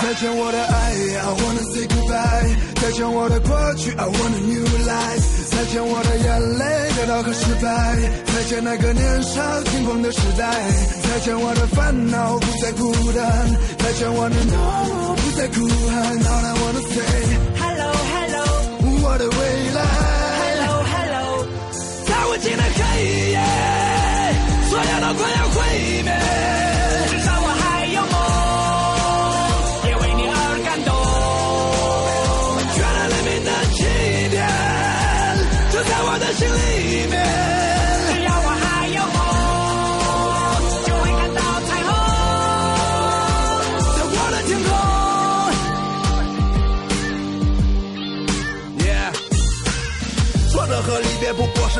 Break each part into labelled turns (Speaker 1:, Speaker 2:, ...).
Speaker 1: 再见我的爱，I wanna say goodbye。再见我的过去，I want a new life。再见我的眼泪、跌倒和失败。再见那个年少轻狂的时代。再见我的烦恼，不再孤单。再见我的 no，不再哭喊。All I wanna say，
Speaker 2: Hello Hello
Speaker 1: 我的未来。
Speaker 2: Hello Hello，
Speaker 1: 在无尽的黑夜，所有都快要毁灭。
Speaker 2: 至少我还有梦，也为你而感动。
Speaker 1: 原来黎明的起点就在我的心里面。
Speaker 2: 只要我还有梦，就会看到彩虹。
Speaker 1: 在我的天空。Yeah，挫折和离别不过是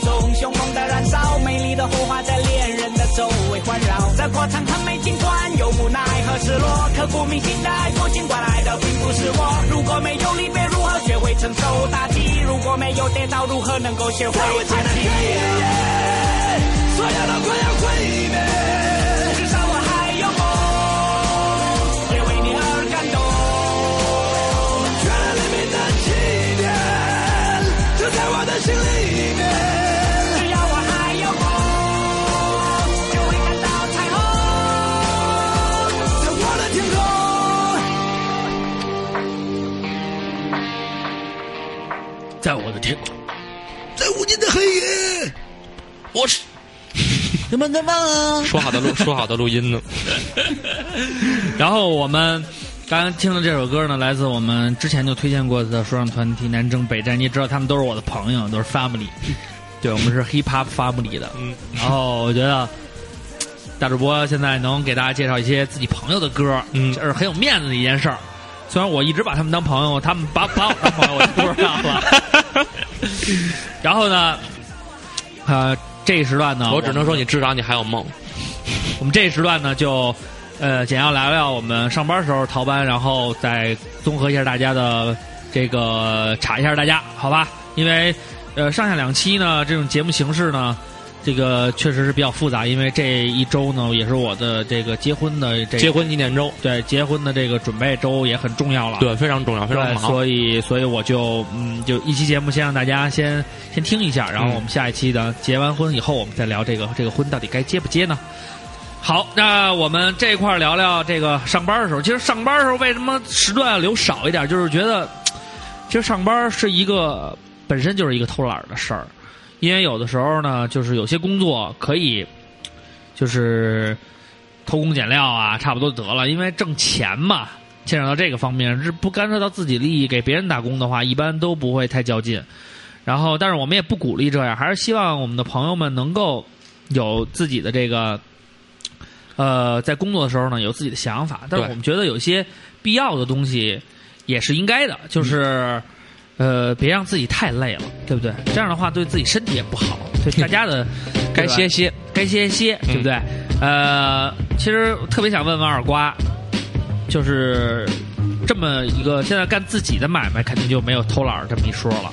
Speaker 2: 中，凶猛的燃烧，美丽的火花在恋人的周围环绕。这过程很美，尽管有无奈和失落，刻骨铭心的爱过，尽管来的并不是我。如果没有离别，如何学会承受打击？如果没有跌倒，如何能够学会
Speaker 1: 在
Speaker 2: 叹
Speaker 1: 那
Speaker 2: 息？
Speaker 1: 黑夜，所有都快要毁灭。
Speaker 2: 至少我还有梦，也为你而感动。
Speaker 1: 原来黎明的起点就在我的心里面。
Speaker 2: 只要我还有梦，就会看到彩虹。
Speaker 1: 在我的天空，
Speaker 3: 在我的天，
Speaker 1: 在无尽的黑夜，
Speaker 3: 我是
Speaker 1: 你们在忙啊？
Speaker 3: 说好的录说好的录音呢。然后我们刚刚听的这首歌呢，来自我们之前就推荐过的说唱团体南征北战。你也知道他们都是我的朋友，都是 family。对我们是 hip hop family 的。嗯。然后我觉得。大主播现在能给大家介绍一些自己朋友的歌，
Speaker 4: 嗯
Speaker 3: 这是很有面子的一件事儿。虽然我一直把他们当朋友，他们把把我当朋友，我就不知道了。然后呢，呃，这一时段呢，
Speaker 4: 我只能说你至少你还有梦。
Speaker 3: 我们这一时段呢，就呃简要聊聊我们上班时候逃班，然后再综合一下大家的这个呃查一下大家，好吧？因为呃上下两期呢，这种节目形式呢。这个确实是比较复杂，因为这一周呢，也是我的这个结婚的这个
Speaker 4: 结婚纪念周，
Speaker 3: 对结婚的这个准备周也很重要了。
Speaker 4: 对，非常重要，非常
Speaker 3: 对，
Speaker 4: 忙。
Speaker 3: 所以所以我就嗯，就一期节目先让大家先先听一下，然后
Speaker 4: 嗯
Speaker 3: 我们下一期呢结完婚以后，我们再聊这个这个婚到底该结不结呢？好，那我们这一块儿聊聊这个上班的时候。其实上班的时候为什么时段要留少一点？就是觉得，其实上班是一个本身就是一个偷懒儿的事儿，因为有的时候呢，就是有些工作可以，就是偷工减料啊，差不多得了，因为挣钱嘛，牵扯到这个方面，是不干涉到自己利益，给别人打工的话，一般都不会太较劲。然后，但是我们也不鼓励这样，还是希望我们的朋友们能够有自己的这个，呃，在工作的时候呢，有自己的想法。但是
Speaker 4: 对
Speaker 3: 我们觉得有些必要的东西也是应该的，就是、呃，别让自己太累了，对不对？这样的话对自己身体也不好，对大 家的
Speaker 4: 该
Speaker 3: 对吧
Speaker 4: 歇嗯歇，
Speaker 3: 该歇歇，对不对？呃，其实特别想问问二瓜，就是这么一个现在干自己的买卖，肯定就没有偷懒儿这么一说了，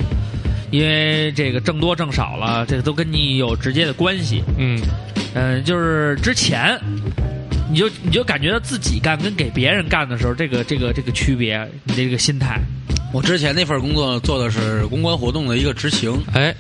Speaker 3: 因为这个挣多挣少了，这个都跟你有直接的关系。
Speaker 4: 嗯，
Speaker 3: 嗯、就是之前。你就你就感觉到自己干跟给别人干的时候，这个这个这个区别，你这个心态，
Speaker 5: 我之前那份工作做的是公关活动的一个执行，
Speaker 4: 哎，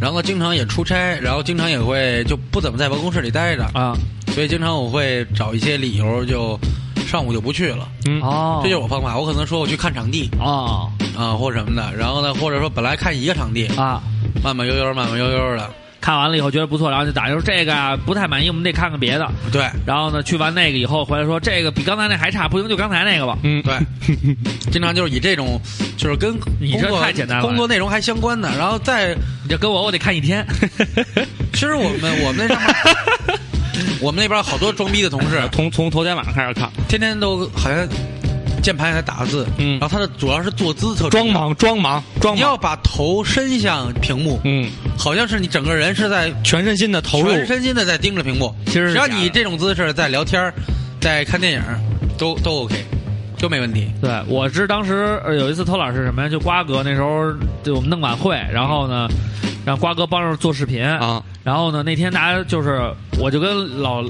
Speaker 5: 然后经常也出差，然后经常也会就不怎么在办公室里待着，
Speaker 3: 啊，
Speaker 5: 所以经常我会找一些理由就上午就不去了。
Speaker 4: 嗯，
Speaker 3: 哦，
Speaker 5: 这就是我方法，我可能说我去看场地
Speaker 3: 哦
Speaker 5: 啊、或什么的，然后呢，或者说本来看一个场地，
Speaker 3: 啊，
Speaker 5: 慢慢悠悠，慢慢悠悠的，
Speaker 3: 看完了以后觉得不错，然后就打，就说这个啊不太满意，我们得看看别的。
Speaker 5: 对
Speaker 3: 然后呢，去完那个以后回来说这个比刚才那还差，不行就刚才那个吧。
Speaker 4: 嗯，
Speaker 5: 对，经常就是以这种就是跟
Speaker 3: 你这
Speaker 5: 工作
Speaker 3: 太简单了
Speaker 5: 工作内容还相关的，然后再
Speaker 3: 你这跟我我得看一天，
Speaker 5: 其实我们我们那上面我们那边好多装逼的同事，
Speaker 4: 从从头天晚上开始看，
Speaker 5: 天天都好像键盘还打字，
Speaker 4: 嗯
Speaker 5: 然后他的主要是坐姿特别
Speaker 4: 装忙装忙装
Speaker 5: 你
Speaker 4: 忙，
Speaker 5: 要把头伸向屏幕，
Speaker 4: 嗯，
Speaker 5: 好像是你整个人是在
Speaker 4: 全身心的投入，
Speaker 5: 全身心的在盯着屏幕。
Speaker 3: 其实是
Speaker 5: 只要
Speaker 3: 假的
Speaker 5: 你这种姿势在聊天儿、在看电影儿，都都 OK，都没问题。
Speaker 3: 对，我是当时呃有一次偷懒是什么呀？就瓜哥那时候就我们弄晚会，然后呢，让瓜哥帮着做视频
Speaker 4: 啊。
Speaker 3: 然后呢，那天大家就是，我就跟老，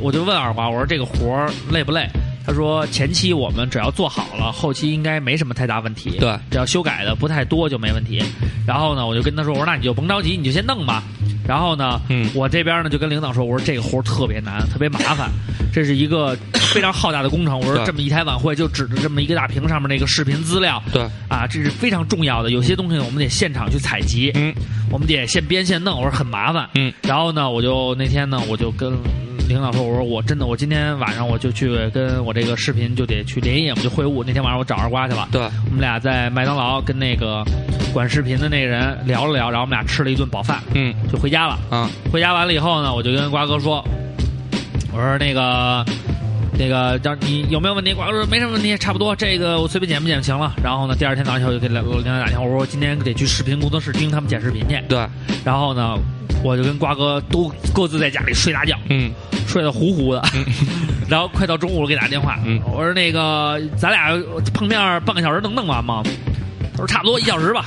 Speaker 3: 我就问二瓜，我说这个活儿累不累？他说前期我们只要做好了，后期应该没什么太大问题。
Speaker 4: 对，
Speaker 3: 只要修改的不太多就没问题。然后呢，我就跟他说，我说那你就甭着急，你就先弄吧。然后呢，
Speaker 4: 嗯
Speaker 3: 我这边呢就跟领导说，我说这个活儿特别难，特别麻烦，这是一个非常浩大的工程。我说
Speaker 4: 对
Speaker 3: 这么一台晚会就指着这么一个大屏上面那个视频资料，
Speaker 4: 对，
Speaker 3: 啊，这是非常重要的，有些东西我们得现场去采集，
Speaker 4: 嗯，
Speaker 3: 我们得现编现弄，我说很麻烦，
Speaker 4: 嗯，
Speaker 3: 然后呢，我就那天呢，我就跟领导说，我说我真的，我今天晚上我就去跟我这个视频就得去连夜，我们就会晤。那天晚上我找二瓜去了，
Speaker 4: 对，
Speaker 3: 我们俩在麦当劳跟那个管视频的那人聊了聊，然后我们俩吃了一顿饱饭，
Speaker 4: 嗯
Speaker 3: 就回家了。
Speaker 4: 啊，
Speaker 3: 回家完了以后呢，我就跟瓜哥说，我说那个那个让你有没有问题？瓜哥说没什么问题，差不多这个我随便剪不剪就行了。然后呢，第二天早上起来我就给老领导打电话，我说我今天得去视频工作室听他们剪视频去。
Speaker 4: 对，
Speaker 3: 然后呢，我就跟瓜哥都各自在家里睡大觉，
Speaker 4: 嗯
Speaker 3: 睡得糊糊的。然后快到中午，我给打电话，
Speaker 4: 嗯
Speaker 3: 我说那个咱俩碰面半个小时能弄完吗？他说差不多一小时吧。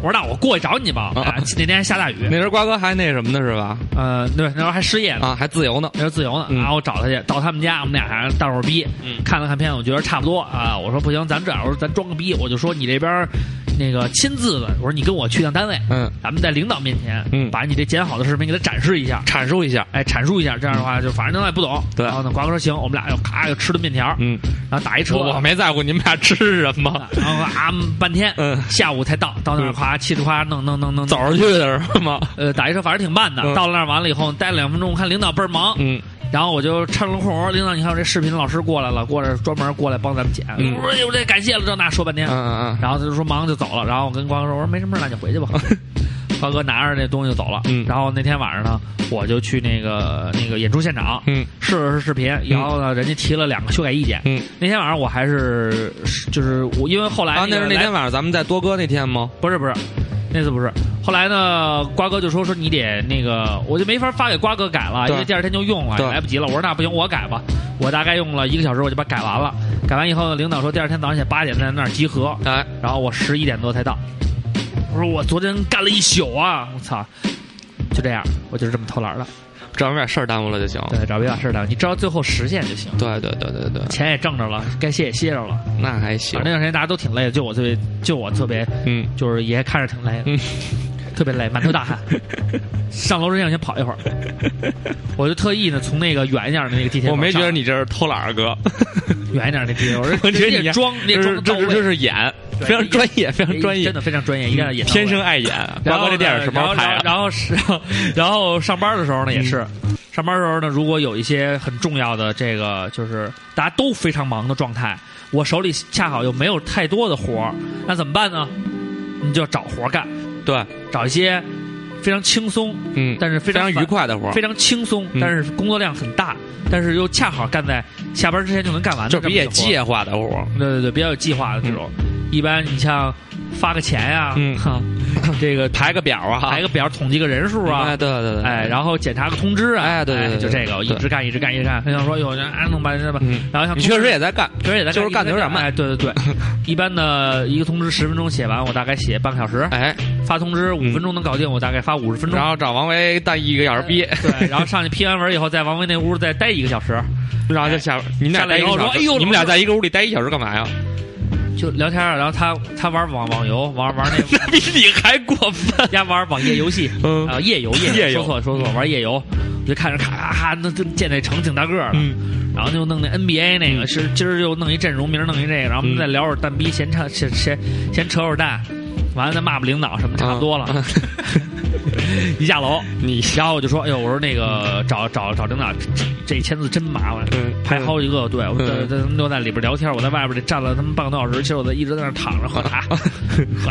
Speaker 3: 我说那我过去找你吧。
Speaker 4: 啊
Speaker 3: 啊那天还下大雨
Speaker 4: 那，时候瓜哥还那什么呢是吧？
Speaker 3: 呃，对，那时候还失业呢。
Speaker 4: 啊，还自由呢，
Speaker 3: 那时候自由呢，
Speaker 4: 嗯
Speaker 3: 然后我找他去，到他们家，我们俩还大伙儿逼，
Speaker 4: 嗯
Speaker 3: 看了看片子，我觉得差不多啊。我说不行，咱这样，我说咱装个逼，我就说你这边儿那个亲自的，我说你跟我去趟单位，
Speaker 4: 嗯，
Speaker 3: 咱们在领导面前，
Speaker 4: 嗯
Speaker 3: 把你这剪好的视频给他展示一下，
Speaker 4: 阐述一下，嗯
Speaker 3: 哎，阐述一下，这样的话就反正领导也不懂。
Speaker 4: 对
Speaker 3: 然后呢，瓜哥说行，我们俩又咔又吃顿面条，
Speaker 4: 嗯，
Speaker 3: 然后打一车，
Speaker 4: 我我没在乎你们俩吃什么
Speaker 3: 啊，然后啊半天，
Speaker 4: 嗯
Speaker 3: 下午才到，到那儿
Speaker 4: 嗯
Speaker 3: 夸嘁哩夸弄弄弄弄，
Speaker 4: 早上去的是吗？
Speaker 3: 呃，打一车反正挺慢的，
Speaker 4: 嗯
Speaker 3: 到了那儿完了以后，待了两分钟，我看领导倍儿忙，
Speaker 4: 嗯，
Speaker 3: 然后我就趁了空儿，我说领导，你看我这视频老师过来了，过来专门过来帮咱们剪。
Speaker 4: 嗯
Speaker 3: 我说哎呦，这感谢了，这那说半天
Speaker 4: 嗯，嗯
Speaker 3: 然后他就说忙就走了。然后我跟瓜哥说，我说没什么事儿，那你回去 吧。瓜哥拿着那东西就走了。
Speaker 4: 嗯
Speaker 3: 然后那天晚上呢，我就去那个那个演出现场，
Speaker 4: 嗯
Speaker 3: 试了试视频，然后呢，人家提了两个修改意见。
Speaker 4: 嗯
Speaker 3: 那天晚上我还是是就是我，因为后来
Speaker 4: 嗯，啊，那
Speaker 3: 个
Speaker 4: 是那
Speaker 3: 来
Speaker 4: 天晚上咱们在多哥那天吗？
Speaker 3: 不是不是，那次不是。后来呢，瓜哥就说说你得那个，我就没法发给瓜哥改了，
Speaker 4: 对
Speaker 3: 因为第二天就用了，也
Speaker 4: 对
Speaker 3: 来不及了。我说那不行，我改吧。我大概用了一个小时，我就把它改完了。改完以后呢，领导说第二天早上起来八点在那儿集合，
Speaker 4: 哎，
Speaker 3: 然后我十一点多才到。我说我昨天干了一宿啊，我操！就这样，我就是这么偷懒的。
Speaker 4: 只要没把事儿耽误了就行。
Speaker 3: 对，找别把事儿干，你只要最后实现就行，
Speaker 4: 对对对对对，
Speaker 3: 钱也挣着了，该歇也歇着了。
Speaker 4: 那还行
Speaker 3: 反正。那段时间大家都挺累的，就我特别，就我特别
Speaker 4: 嗯，
Speaker 3: 就是也看着挺累的，
Speaker 4: 嗯
Speaker 3: 特别累，满头大 汗。上楼之前我先跑一会儿，我就特意呢从那个远一点的那个地铁
Speaker 4: 我
Speaker 3: 往上，
Speaker 4: 没觉得你这是偷懒儿， 哥，
Speaker 3: 远一点的地铁，我说
Speaker 4: 我觉得
Speaker 3: 这
Speaker 4: 你
Speaker 3: 装这
Speaker 4: 这
Speaker 3: 装得
Speaker 4: 是这
Speaker 3: 到位
Speaker 4: 是这是演，
Speaker 3: 对
Speaker 4: 非常专业，非常专业嗯
Speaker 3: 真，的非常专业，一定要演到位
Speaker 4: 天生。爱演。
Speaker 3: 然
Speaker 4: 瓜
Speaker 3: 后
Speaker 4: 哥这电影什么时候拍
Speaker 3: 呢
Speaker 4: 啊？嗯
Speaker 3: 然后然后是， 然后上班的时候呢也是，上班的时候呢，如果有一些很重要的这个就是大家都非常忙的状态，我手里恰好又没有太多的活儿，那怎么办呢？你就找活儿干，
Speaker 4: 对，
Speaker 3: 找一些非常轻松，
Speaker 4: 嗯，
Speaker 3: 但是非
Speaker 4: 非
Speaker 3: 常
Speaker 4: 常
Speaker 3: 愉快。
Speaker 4: 愉快的活儿
Speaker 3: 非，常轻松，
Speaker 4: 嗯
Speaker 3: 但是工作量很大，但是又恰好干在下班之前就能干完的，
Speaker 4: 就是比较
Speaker 3: 计，
Speaker 4: 计划的活儿。
Speaker 3: 对对对，比较有计划的这种。一般你像发个钱呀、
Speaker 4: 嗯
Speaker 3: 哈， 这个
Speaker 4: 排个表啊，
Speaker 3: 排个表，统计个人数啊
Speaker 4: 哎，。对对对，
Speaker 3: 哎，然后检查个通知啊，
Speaker 4: 哎对对对
Speaker 3: 就这个，
Speaker 4: 对
Speaker 3: 一直干，一直干，一直干。他想说，哟，这哎，弄吧，弄吧。
Speaker 4: 嗯
Speaker 3: 然后像
Speaker 4: 你
Speaker 3: 通
Speaker 4: 确
Speaker 3: 知
Speaker 4: 实也在干，
Speaker 3: 确实也在干，
Speaker 4: 就是干得有点慢
Speaker 3: 哎，对对对， 一般的一个通知十分钟写完，我大概写半个小时；
Speaker 4: 哎，
Speaker 3: 发通知五
Speaker 4: 嗯
Speaker 3: 分钟能搞定，我大概发五十分钟
Speaker 4: 然。后找王维当一个小时逼，
Speaker 3: 对，然后上去批完文以后，在王威那屋再待一个小时，
Speaker 4: 然后就下，你们俩待一个
Speaker 3: 嗯下来以后
Speaker 4: 小
Speaker 3: 说
Speaker 4: 时，
Speaker 3: 哎呦
Speaker 4: 你们
Speaker 3: 老
Speaker 4: 俩
Speaker 3: 师
Speaker 4: 在一个屋里待一小时干嘛呀？
Speaker 3: 就聊天儿，然后他他玩网网游，玩玩那。
Speaker 4: 那比 你还过分
Speaker 3: 家玩网页游戏，
Speaker 4: 嗯
Speaker 3: 啊、夜游夜
Speaker 4: 夜
Speaker 3: 游，
Speaker 4: 游
Speaker 3: 说错了说错了，玩夜游，我就看着咔咔咔，那就见那成挺大个儿了，
Speaker 4: 嗯，
Speaker 3: 然后就弄那 NBA 那个，是今儿又弄一阵容，明儿弄一这个，然后我们
Speaker 4: 嗯
Speaker 3: 再聊会儿蛋逼，闲扯闲闲闲扯会儿蛋，完了再骂骂领导什么，差不多了。 一下楼，
Speaker 4: 嗯你
Speaker 3: 然后我就说，哎呦，我说那个找找找领导，这这签字真麻烦，
Speaker 4: 嗯
Speaker 3: 排好几个队，我
Speaker 4: 嗯
Speaker 3: 在在他们都在里边聊天，我在外边得站了他们半个多小时，其实我在一直在那儿躺着喝茶，
Speaker 4: 哦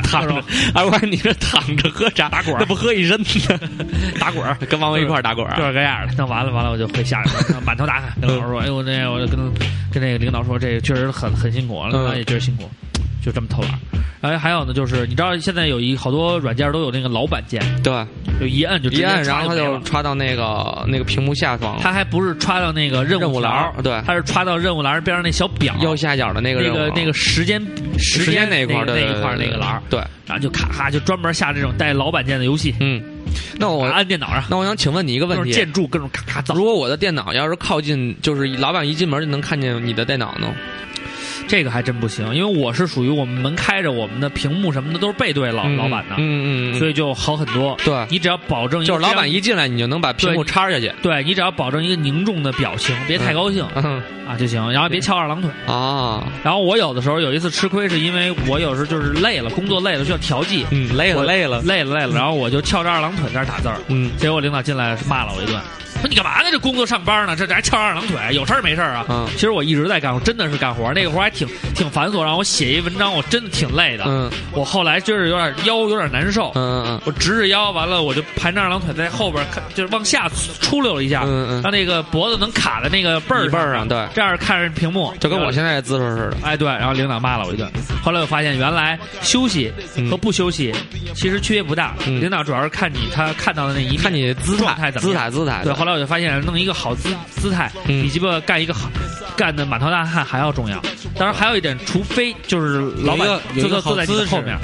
Speaker 4: 躺着，哎，我说你这躺着喝茶，
Speaker 3: 打滚儿
Speaker 4: 那不喝一身呢？
Speaker 3: 打滚儿。
Speaker 4: 跟王维一块儿打滚儿
Speaker 3: 就
Speaker 4: 啊？
Speaker 3: 是这样的，弄完了完了我就回下面，满头大汗。跟老师说：“哎呦，那个我就跟跟那个领导说，这确实很很辛苦，领
Speaker 4: 嗯
Speaker 3: 导也确实辛苦，就这么偷懒。”然后还有呢，就是你知道现在有一好多软件都有那个老板键，
Speaker 4: 对，
Speaker 3: 就一摁就直
Speaker 4: 一
Speaker 3: 接
Speaker 4: 按，
Speaker 3: 插
Speaker 4: 然后它
Speaker 3: 没
Speaker 4: 就
Speaker 3: 了
Speaker 4: 插到那个那个屏幕下方
Speaker 3: 它还不是插到那个任
Speaker 4: 任务
Speaker 3: 务
Speaker 4: 栏
Speaker 3: 栏
Speaker 4: 儿，，对，
Speaker 3: 它是插到任务栏边上那小表，
Speaker 4: 右下角的那个
Speaker 3: 那
Speaker 4: 任务
Speaker 3: 个
Speaker 4: 栏
Speaker 3: 那个时间
Speaker 4: 时间那
Speaker 3: 那
Speaker 4: 一块儿，
Speaker 3: 那
Speaker 4: 对
Speaker 3: 一块儿那个栏儿，，
Speaker 4: 对对对对，
Speaker 3: 然后就咔咔就专门下这种带老板键的游戏，
Speaker 4: 嗯。那我
Speaker 3: 按电脑上，
Speaker 4: 那我想请问你一个
Speaker 3: 各
Speaker 4: 问
Speaker 3: 种
Speaker 4: 题：
Speaker 3: 建筑各种咔咔造
Speaker 4: 如。果我的电脑要是靠近，就是老板一进门就能看见你的电脑呢？
Speaker 3: 这个还真不行，因为我是属于我们门开着，我们的屏幕什么的都是背对老、
Speaker 4: 嗯
Speaker 3: 老板的，
Speaker 4: 嗯嗯嗯，
Speaker 3: 所
Speaker 4: 以
Speaker 3: 以就好很多。
Speaker 4: 对
Speaker 3: 你只要保证一个
Speaker 4: 就是老
Speaker 3: 非常
Speaker 4: 板一进来，你就能把屏幕
Speaker 3: 对
Speaker 4: 插下去。
Speaker 3: 对你只要保证一个凝重的表情，别太高兴、
Speaker 4: 嗯
Speaker 3: 啊就行，然后别翘二郎腿。
Speaker 4: 啊，
Speaker 3: 然后我有的时候有一次吃亏，是因为我有时候就是累了，工作累了需要调剂，
Speaker 4: 嗯，累了
Speaker 3: 我
Speaker 4: 累了，
Speaker 3: 累了累了，然后我就翘着二郎腿在那儿打字儿，
Speaker 4: 嗯
Speaker 3: 结果领导进来骂了我一顿。说你干嘛呢？这工作上班呢，这这还翘着二郎腿，有事儿没事儿啊？
Speaker 4: 嗯
Speaker 3: 其实我一直在干活，真的是干活，那个活还挺挺繁琐，让我写一文章，我真的挺累的。
Speaker 4: 嗯
Speaker 3: 我后来就是有点腰有点难受，
Speaker 4: 嗯嗯
Speaker 3: 我直着腰，完了我就盘着二郎腿在后边看，就是往下出溜了一下，
Speaker 4: 嗯嗯
Speaker 3: 让那个脖子能卡在那个背儿
Speaker 4: 椅背儿上对
Speaker 3: 这样看着屏幕，
Speaker 4: 就跟我
Speaker 3: 在。
Speaker 4: 现在的姿势似的。
Speaker 3: 哎，对，然后领导骂了我一顿。后来我发现，原来休息和不休息其实区别不大，
Speaker 4: 嗯
Speaker 3: 领导主要是看你他看到的那一面，
Speaker 4: 看你姿
Speaker 3: 状
Speaker 4: 态，
Speaker 3: 态怎么
Speaker 4: 姿
Speaker 3: 样。
Speaker 4: 态，姿态。
Speaker 3: 对，后来我就发现，弄一个好姿姿态，
Speaker 4: 嗯
Speaker 3: 比鸡巴干一个好干的满头大汗还要重要。当然还有一点，除非就是老板
Speaker 5: 有
Speaker 3: 就
Speaker 5: 一个
Speaker 3: 坐坐在你
Speaker 5: 有一
Speaker 3: 的
Speaker 5: 个好
Speaker 3: 后面，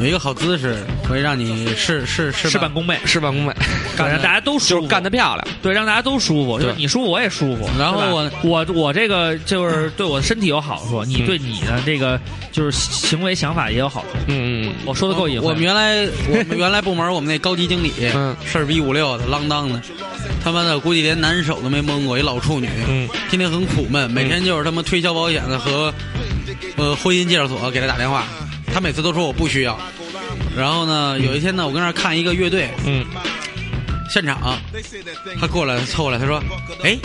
Speaker 5: 有一个好姿势会让你事事事
Speaker 3: 事
Speaker 5: 半
Speaker 3: 半功倍，
Speaker 4: 事半功 倍，
Speaker 3: 干让大家都舒
Speaker 4: 就
Speaker 3: 服，
Speaker 4: 是干得漂亮。
Speaker 3: 对，让大家都舒服，就
Speaker 4: 对
Speaker 3: 是你舒服我也舒服。
Speaker 5: 然后
Speaker 3: 对吧
Speaker 5: 我
Speaker 3: 我我这个就是对我的身体有好处，你
Speaker 4: 嗯
Speaker 3: 对你的这个就是行为想法也有好处。
Speaker 4: 嗯嗯
Speaker 3: 我说的够隐晦。
Speaker 5: 我们原来我们原来部门我们那高级经理，
Speaker 4: 嗯
Speaker 5: 事儿逼五六的，浪当的，他妈的估计连男手都没摸过，一老处女，
Speaker 4: 嗯
Speaker 5: 天天很苦闷，每天就是他妈推销保险的和呃婚姻介绍所给他打电话，他每次都说我不需要。然后呢，有一天呢，我跟那儿看一个乐队
Speaker 4: 嗯
Speaker 5: 现场，他过来凑过来，他说：“哎，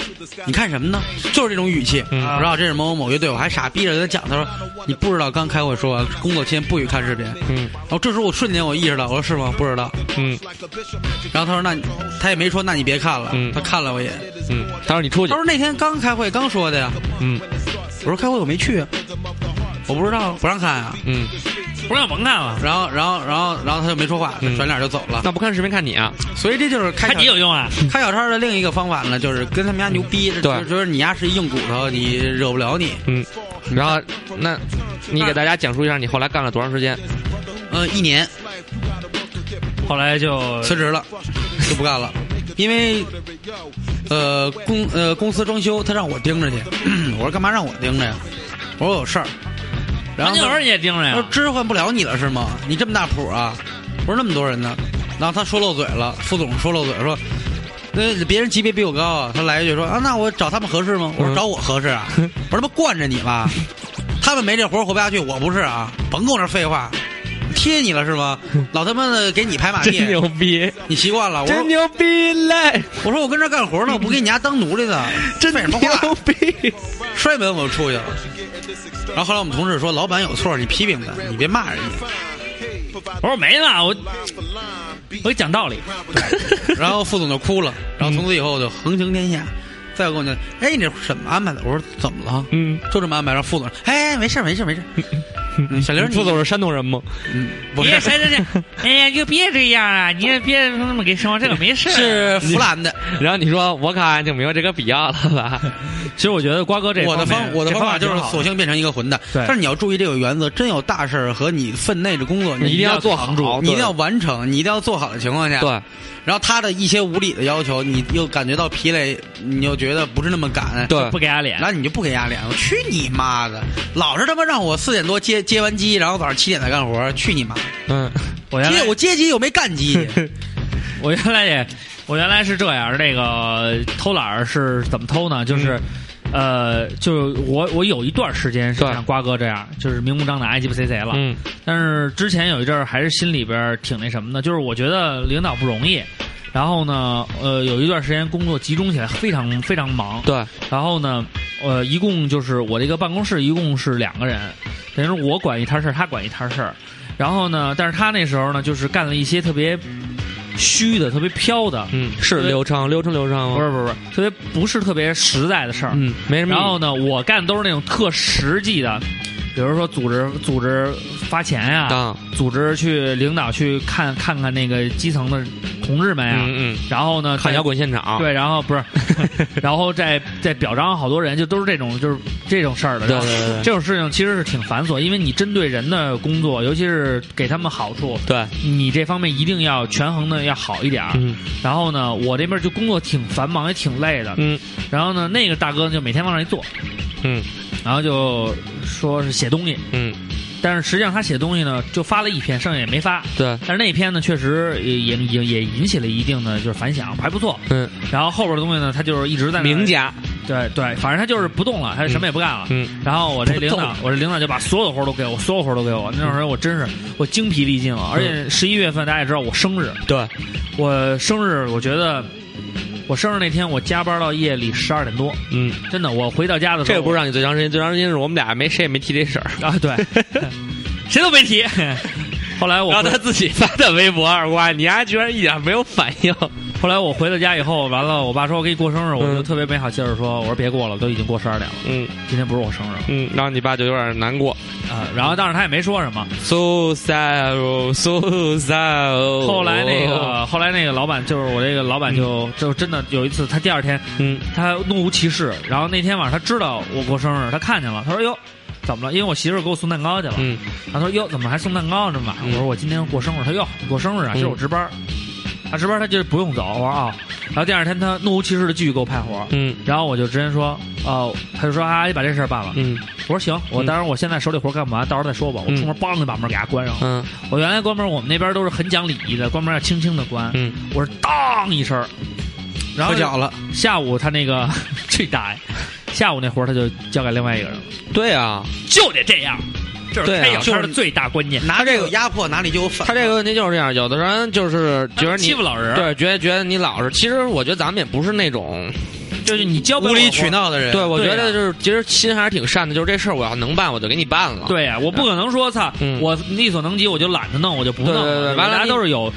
Speaker 5: 你看什么呢？”就是这种语气。
Speaker 4: 嗯
Speaker 5: 然后这是某某某乐队，我还傻逼着跟他讲，他说：“你不知道，刚开会说完工作期间不许看视频。”
Speaker 4: 嗯
Speaker 5: 然后这时候我瞬间我意识到，我说是吗？不知道。
Speaker 4: 嗯
Speaker 5: 然后他说那你他也没说那你别看了，
Speaker 4: 嗯
Speaker 5: 他看了我一眼，
Speaker 4: 嗯，他说你出去
Speaker 5: 他，说那天刚开会刚说的呀，
Speaker 4: 嗯
Speaker 5: 我说开会我没去啊，我不知道不让看啊。
Speaker 4: 嗯，
Speaker 3: 不让甭看了，
Speaker 5: 然后然后然后然后他就没说话，
Speaker 4: 嗯
Speaker 5: 转脸就走了。
Speaker 4: 那不看视频看你啊？
Speaker 5: 所以这就是开
Speaker 3: 看你
Speaker 5: 小
Speaker 3: 有用啊！
Speaker 5: 开小差的另一个方法呢，就是跟他们家牛逼，
Speaker 4: 对
Speaker 5: 就是就是你丫是一硬骨头，你惹不了你。
Speaker 4: 嗯，然后那，你给大家讲述一下你后来干了多长时间？
Speaker 5: 嗯，一年
Speaker 3: 后来就
Speaker 5: 辞职了， 就不干了，因为呃公呃公司装修，他让我盯着去， 我说干嘛让我盯着呀？我说我有事儿。然后
Speaker 3: 那
Speaker 5: 他
Speaker 3: 有人也盯着
Speaker 5: 他说
Speaker 3: 哎呀。
Speaker 5: 置换不了你了是吗？你这么大谱啊？我说那么多人呢。然后他说漏嘴了，副总说漏嘴说，那别人级别比我高啊。他来一句说啊，那我找他们合适吗？我说
Speaker 4: 嗯
Speaker 5: 找我合适啊。我说他妈惯着你 吧，他们没这活儿活不下去，我不是啊，甭跟我这废话。贴你了是吗？老他妈的给你拍马屁，
Speaker 4: 逼，
Speaker 5: 你习惯了。我说
Speaker 4: 牛逼嘞！
Speaker 5: 我说我跟这儿干活呢，我不给你家当奴隶的，真废什么话？
Speaker 4: 逼！
Speaker 5: 摔门我就出去了。然后后来我们同事说，老板有错，你批评他，你别骂人家。
Speaker 3: 我说没呢，我我给讲道理。
Speaker 5: 然后副总就哭了，然后从此以后我就横行天下。再有跟我讲，哎，你这怎么安排的？我说怎么了？
Speaker 4: 嗯，
Speaker 5: 就这么安排。然后副总说，哎，没事儿没事儿没事儿。嗯小玲，
Speaker 4: 副总是山东人吗？
Speaker 5: 嗯，不
Speaker 3: 别
Speaker 5: 是
Speaker 3: 别别， 哎呀，就别这样啊！你也别那么给生活，这个没事。啊
Speaker 5: 是弗兰的。
Speaker 4: 然后你说我看就没有这个必要了吧？
Speaker 3: 其实我觉得瓜哥这
Speaker 5: 我的
Speaker 3: 方
Speaker 5: 方我的
Speaker 3: 方
Speaker 5: 法就是索
Speaker 3: 索性
Speaker 5: 性变成一个混蛋。
Speaker 3: 对
Speaker 5: 但是你要注意这个原则，真有大事儿和你分内的工作，
Speaker 4: 你
Speaker 5: 你
Speaker 4: 一定要做好
Speaker 5: 扛住，
Speaker 4: 对
Speaker 5: 你一定要完成，你一定要做好的情况下。。
Speaker 4: 对
Speaker 5: 然后他的一些无理的要求，你又感觉到疲累，你又觉得不是那么敢。
Speaker 4: 对
Speaker 3: 不，给他脸
Speaker 5: 然。后你就不给压脸，我去你妈的！老是他妈让我四点多接接完机，然后早上七点才干活，去你妈！
Speaker 4: 嗯
Speaker 3: 我原
Speaker 5: 接
Speaker 3: 来
Speaker 5: 我接机又没干 机，
Speaker 3: 我原来也，我原来是这样，那个偷懒儿是怎么偷呢？就是。呃，就是我我有一段时间是
Speaker 4: 嗯对
Speaker 3: 像瓜哥这样，就是明目张胆爱鸡巴谁谁了。
Speaker 4: 嗯，
Speaker 3: 但是之前有一阵儿还是心里边儿挺那什么的，就是我觉得领导不容易。然后呢，呃，有一段时间工作集中起来，非常非常忙。
Speaker 4: 对，
Speaker 3: 然后呢，呃，一共就是我这个办公室一共是两个人，等于说我管一摊事儿，他管一摊事儿。然后呢，但是他那时候呢，就是干了一些特别虚的、特别飘的，
Speaker 4: 嗯，是
Speaker 3: 对
Speaker 4: 流畅，流程流畅吗？
Speaker 3: 不是不是不是，特别不是特别实在的事儿。
Speaker 4: 嗯，没什么意义。
Speaker 3: 然后呢，我干的都是那种特实际的，比如说组织组织发钱呀、
Speaker 4: 啊，
Speaker 3: 组织去领导去看看看那个基层的同志们呀、
Speaker 4: 嗯嗯，
Speaker 3: 然后呢，
Speaker 4: 看摇滚啊现场，
Speaker 3: 对，然后不是， 然后再再表彰好多人，就都是这种就是这种事儿 的。
Speaker 4: 对对 对
Speaker 3: 这种事情其实是挺繁琐，因为你针对人的工作，尤其是给他们好处，
Speaker 4: 对，
Speaker 3: 你这方面一定要权衡的要好一点儿。
Speaker 4: 嗯
Speaker 3: 然后呢，我这边就工作挺繁忙，也挺累的。
Speaker 4: 嗯
Speaker 3: 然后呢，那个大哥就每天往那儿一坐，
Speaker 4: 嗯
Speaker 3: 然后就说是写东西，
Speaker 4: 嗯，
Speaker 3: 但是实际上他写东西呢，就发了一篇，剩下也没发。
Speaker 4: 对，
Speaker 3: 但是那一篇呢，确实也也也也引起了一定的就是反响，还不错。
Speaker 4: 嗯，
Speaker 3: 然后后边的东西呢，他就是一直在那儿
Speaker 4: 名家，
Speaker 5: 嗯
Speaker 3: 对对，反正他就是不动了，他就什么也不干了。
Speaker 4: 嗯
Speaker 3: 然后我这领
Speaker 4: 不
Speaker 3: 导
Speaker 4: 动，
Speaker 3: 我这领导就把所有的活儿都给我，所有活儿都给我。那段时间我真是我精疲力尽了，而
Speaker 4: 嗯
Speaker 3: 且十一月份大家也知道我生日，
Speaker 4: 对，嗯
Speaker 3: 我生日我觉得我生日那天我加班到夜里十二点多，
Speaker 4: 嗯，
Speaker 3: 真的，我回到家的时
Speaker 4: 这
Speaker 3: 候
Speaker 4: 个
Speaker 3: 我，
Speaker 4: 不是让你最长时间，最长时间是我们俩没谁也没提这事儿，
Speaker 3: 啊， 对，谁都没提。 后来我
Speaker 4: 然后
Speaker 3: 回
Speaker 4: 他自己发的微博二瓜，你丫居然一点没有反应，
Speaker 3: 后来我回到家以后，完了，我爸说我给你过生日，我就
Speaker 4: 嗯
Speaker 3: 特别没好气儿说，我说别过了，都已经过十二点了，
Speaker 4: 嗯
Speaker 3: 今天不是我生日了
Speaker 4: 嗯，然后你爸就有点难过
Speaker 3: 啊、然后，但是他也没说什么。
Speaker 4: ，so sad，so sad。oh,
Speaker 3: 后来那
Speaker 4: 哦
Speaker 3: 个，后来那个老板就是我这个老板就、就真的有一次，他第二天
Speaker 4: 嗯，
Speaker 3: 他若无其事，然后那天晚上他知道我过生日，他看见了，他说哟。怎么了？因为我媳妇儿给我送蛋糕去了。
Speaker 4: 嗯，
Speaker 3: 他说：“哟，怎么还送蛋糕这么晚？”
Speaker 4: 嗯
Speaker 3: 我说：“我今天过生日。”他说：“哟，你过生日啊？
Speaker 4: 嗯
Speaker 3: 今儿我值班儿。他值班儿他就是不用走。”我说：“啊。”然后第二天他若无其事的继续给我派活儿。
Speaker 4: 嗯
Speaker 3: 然后我就直接说：“哦、他就说啊，你把这事儿办了。
Speaker 4: 嗯
Speaker 3: 我说：“行，我
Speaker 4: 嗯
Speaker 3: 当然我现在手里活儿干不完，到时候再说吧。”我
Speaker 4: 嗯
Speaker 3: 出门梆就把门给他关上了。
Speaker 4: 嗯
Speaker 3: 我原来关门，我们那边都是很讲礼仪的，关门要轻轻的关。
Speaker 4: 嗯，
Speaker 3: 我是当一声儿，然后
Speaker 5: 喝脚了，
Speaker 3: 下午他那个 去打，下午那活儿他就交给另外一个人了，
Speaker 4: 对啊，
Speaker 3: 就得这样，这是
Speaker 4: 对啊嗯
Speaker 3: 开小差
Speaker 5: 就
Speaker 3: 的
Speaker 5: 是
Speaker 3: 最大关键。
Speaker 5: 哪里有压迫哪里就有反。
Speaker 4: 他这个问题就是这样，有的人就是觉得
Speaker 3: 他欺
Speaker 4: 你
Speaker 3: 负。老人，，
Speaker 4: 对，觉得觉得你老实，其实我觉得咱们也不是那种，
Speaker 3: 就是你交不了
Speaker 5: 无理
Speaker 3: 我
Speaker 5: 取。闹的人，
Speaker 4: 对我觉
Speaker 3: 对啊
Speaker 4: 得就是其实心还是挺善的，就是这事儿我要能办我就给你办了。
Speaker 3: 对呀、啊我不可能说操，
Speaker 4: 嗯
Speaker 3: 我力所能及，我就懒得弄，我就不弄了。
Speaker 4: 对对对完了
Speaker 3: 大家
Speaker 4: 你
Speaker 3: 都是有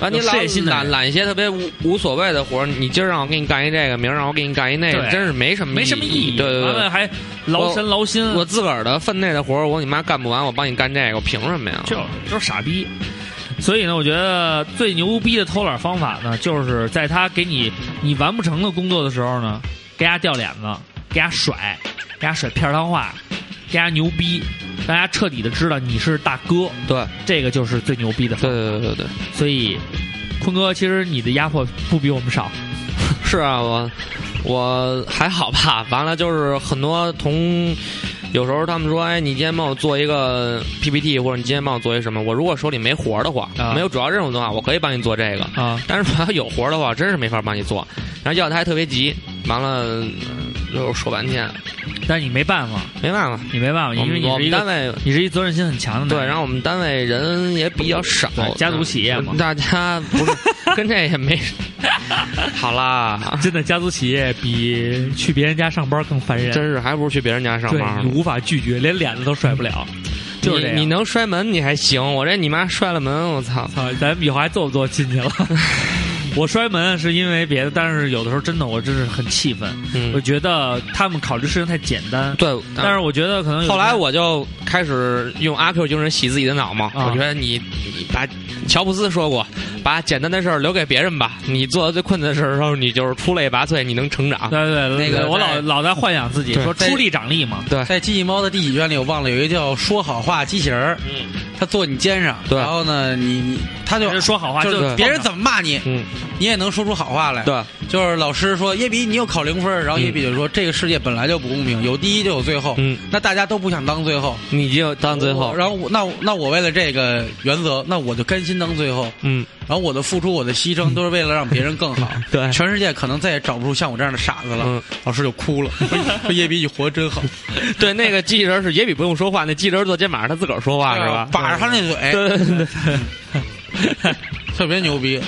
Speaker 4: 啊，你
Speaker 3: 有
Speaker 4: 老
Speaker 3: 事业心的
Speaker 4: 懒
Speaker 3: 人
Speaker 4: 懒一些特别无无所谓的活儿，你今儿让我给你干一这个，明儿让我给你干一那个
Speaker 3: 对，
Speaker 4: 真是没什么
Speaker 3: 没什么意义，
Speaker 4: 嗯对对
Speaker 3: 完了
Speaker 4: 对，
Speaker 3: 还劳神劳心，啊
Speaker 4: 我自个儿的分内的活儿，我你妈干不完，我帮你干这个，我凭什么呀？
Speaker 3: 就就是傻逼。所以呢，我觉得最牛逼的偷懒方法呢，就是在他给你你完不成的工作的时候呢，给他掉脸子，给他甩，给他甩片儿汤话，给他牛逼，让他彻底的知道你是大哥，
Speaker 4: 对
Speaker 3: 这个就是最牛逼的方
Speaker 4: 对
Speaker 3: 法。
Speaker 4: 对对对对，
Speaker 3: 所以，坤哥，其实你的压迫不比我们少。
Speaker 4: 是啊，我我还好吧。完了就是很多同，有时候他们说，哎，你今天帮我做一个 PPT，或者你今天帮我做一什么？我如果手里没活儿的话，
Speaker 3: 啊
Speaker 4: 没有主要任务的话，我可以帮你做这个。
Speaker 3: 啊，
Speaker 4: 但是我要有活儿的话，真是没法帮你做。然后要他还特别急，完了呃又说半天，
Speaker 3: 但是你没办法，
Speaker 4: 没办法，
Speaker 3: 你没办法，
Speaker 4: 我
Speaker 3: 啊因为
Speaker 4: 们
Speaker 3: 你
Speaker 4: 我
Speaker 3: 是一
Speaker 4: 们单
Speaker 3: 个嗯
Speaker 4: 位
Speaker 3: 你是一责任心很强的男人。
Speaker 4: 对，然后我们单位人也比较少
Speaker 3: 对，家族企业嘛
Speaker 4: 嗯大家不是 跟这也没好啦，
Speaker 3: 真的家族企业比去别人家上班更烦人。
Speaker 4: 真是还不如去别人家上
Speaker 3: 对
Speaker 4: 班
Speaker 3: 你
Speaker 4: 呢。
Speaker 3: 无法拒绝，连脸子都甩不了，就是
Speaker 4: 你
Speaker 3: 这样。
Speaker 4: 你能摔门你还行，我这你妈摔了门，我操！
Speaker 3: 操，咱们以后还做不做亲 戚了？我摔门是因为别的，但是有的时候真的我真是很气愤，我
Speaker 4: 嗯，
Speaker 3: 觉得他们考虑事情太简单。
Speaker 4: 对，
Speaker 3: 但是我觉得可能有
Speaker 4: 后来我就开始用阿 Q 精神洗自己的脑嘛。
Speaker 3: 啊
Speaker 4: 我觉得你你把乔布斯说过，把简单的事儿留给别人吧。你做最困难的事儿的时候，你就是出类拔萃，你能成长。
Speaker 3: 对对对
Speaker 5: 那个
Speaker 3: 我老
Speaker 5: 在
Speaker 3: 老在幻想自己
Speaker 4: 对
Speaker 3: 说
Speaker 5: 在
Speaker 3: 出力长力嘛，
Speaker 5: 在机器猫的第几卷里，我忘了有一个叫“说好话机器人儿”，
Speaker 4: 嗯
Speaker 5: 他坐你肩上，
Speaker 4: 对
Speaker 5: 然后呢，你你他就
Speaker 3: 就是说好话
Speaker 5: 就
Speaker 3: 就是
Speaker 5: 别人怎么骂你，
Speaker 4: 嗯，
Speaker 5: 你也能说出好话来。
Speaker 4: 对，
Speaker 5: 就是老师说耶比你又考零分儿，然后耶比就说、这个世界本来就不公平，有第一就有最后，
Speaker 4: 嗯，
Speaker 5: 那大家都不想当最后，
Speaker 4: 你就当最
Speaker 5: 我
Speaker 4: 后，
Speaker 5: 然后我那我那我为了这个原则，那我就甘心当最后。
Speaker 4: 嗯，
Speaker 5: 然后我的付出、我的牺牲都是为了让别人更好。
Speaker 4: 对
Speaker 5: 全世界可能再也找不出像我这样的傻子了。
Speaker 4: 嗯
Speaker 5: 老师就哭了，说叶比你活得真好，
Speaker 4: 对，那个机器人是也比不用说话，那机器人坐肩膀上他自个儿说话啊
Speaker 3: 啊
Speaker 4: 是吧？
Speaker 5: 把着他那嘴，
Speaker 4: 对对对对，
Speaker 5: 特别牛逼。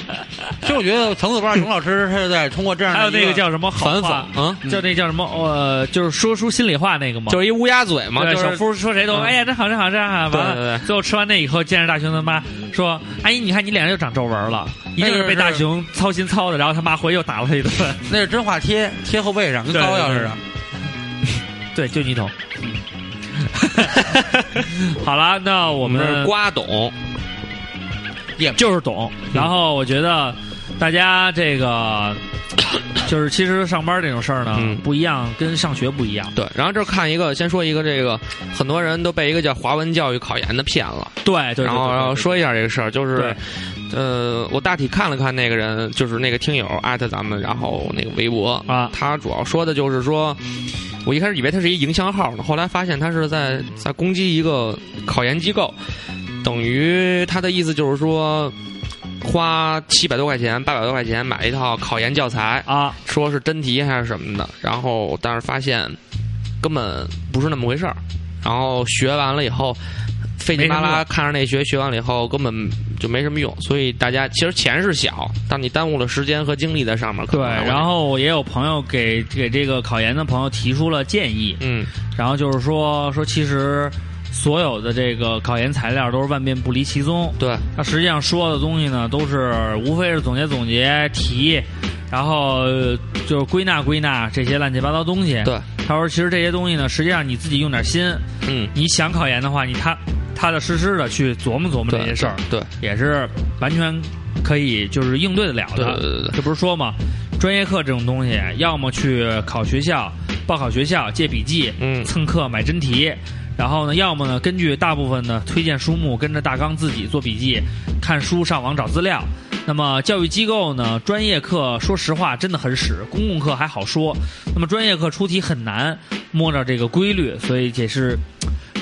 Speaker 5: 其实我觉得藤子不二雄老师是在通过这样的
Speaker 3: 还有
Speaker 5: 一
Speaker 3: 那个叫什么好
Speaker 4: 反
Speaker 3: 话
Speaker 4: 讽啊，
Speaker 3: 叫那叫什么呃，就是说出心里话那个嘛，
Speaker 4: 就是一乌鸦嘴嘛，
Speaker 3: 对，
Speaker 4: 就
Speaker 3: 小
Speaker 4: 是
Speaker 3: 夫说谁都、
Speaker 4: 嗯
Speaker 3: 哎呀，真好，真好，真好。
Speaker 4: 对
Speaker 3: 完
Speaker 4: 对
Speaker 3: 了，
Speaker 4: 对
Speaker 3: 最后吃完那以后，见着大熊他妈
Speaker 4: 嗯
Speaker 3: 说：“阿姨，你看你脸上又长皱纹了，一定是被大熊操心操的。”然后他妈回去又打了他一顿。
Speaker 4: 嗯
Speaker 5: 那是真话贴贴后背上，跟
Speaker 3: 对
Speaker 5: 膏药
Speaker 3: 对
Speaker 5: 似的。
Speaker 3: 对，就你懂。
Speaker 4: 嗯
Speaker 3: 好了，那我
Speaker 4: 我们
Speaker 3: 们
Speaker 4: 是瓜董，
Speaker 3: 就是懂。
Speaker 4: 嗯
Speaker 3: 然后我觉得大家这个 就是其实上班这种事儿呢
Speaker 4: 嗯，
Speaker 3: 不一样，跟上学不一样。
Speaker 4: 对，然后这儿看一个，先说一个这个，很多人都被一个叫华文教育考研的骗了。
Speaker 3: 对对，
Speaker 4: 然后，然后说一下这个事儿，就是
Speaker 3: 对，
Speaker 4: 呃，我大体看了看那个人，就是那个听友艾特咱们，然后那个微博
Speaker 3: 啊
Speaker 4: 他主要说的就是说，我一开始以为他是一营销号呢，后来发现他是在在攻击一个考研机构，等于他的意思就是说，花七百多块钱、八百多块钱买一套考研教材，
Speaker 3: 啊，
Speaker 4: 说是真题还是什么的，然后但是发现根本不是那么回事儿，然后学完了以后。费劲巴
Speaker 3: 没什么
Speaker 4: 拉看着那学，学完了以后根本就没什么用，所以大家其实钱是小，但你耽误了时间和精力在上面。可
Speaker 3: 对。
Speaker 4: 能还会
Speaker 3: 然后我也有朋友给给这个考研的朋友提出了建议，
Speaker 4: 嗯，
Speaker 3: 然后就是说说，其实所有的这个考研材料都是万变不离其宗。
Speaker 4: 对，
Speaker 3: 那实际上说的东西呢，都是无非是总结总结题，然后呃就是归纳归纳这些乱七八糟东西。
Speaker 4: 对，
Speaker 3: 他说其实这些东西呢，实际上你自己用点心，
Speaker 4: 嗯，
Speaker 3: 你想考研的话，你踏踏踏实实的去琢磨琢磨
Speaker 4: 对
Speaker 3: 这些事儿，
Speaker 4: 对，
Speaker 3: 也是完全可以就是应对得了的。
Speaker 4: 对对对对
Speaker 3: 这不是说嘛，专业课这种东西，要么去考学校，报考学校借笔记，
Speaker 4: 嗯
Speaker 3: 蹭课买真题。然后呢，要么呢，根据大部分的推荐书目，跟着大纲自己做笔记，看书上网找资料。那么教育机构呢，专业课说实话真的很屎，公共课还好说，那么专业课出题很难摸着这个规律，所以也是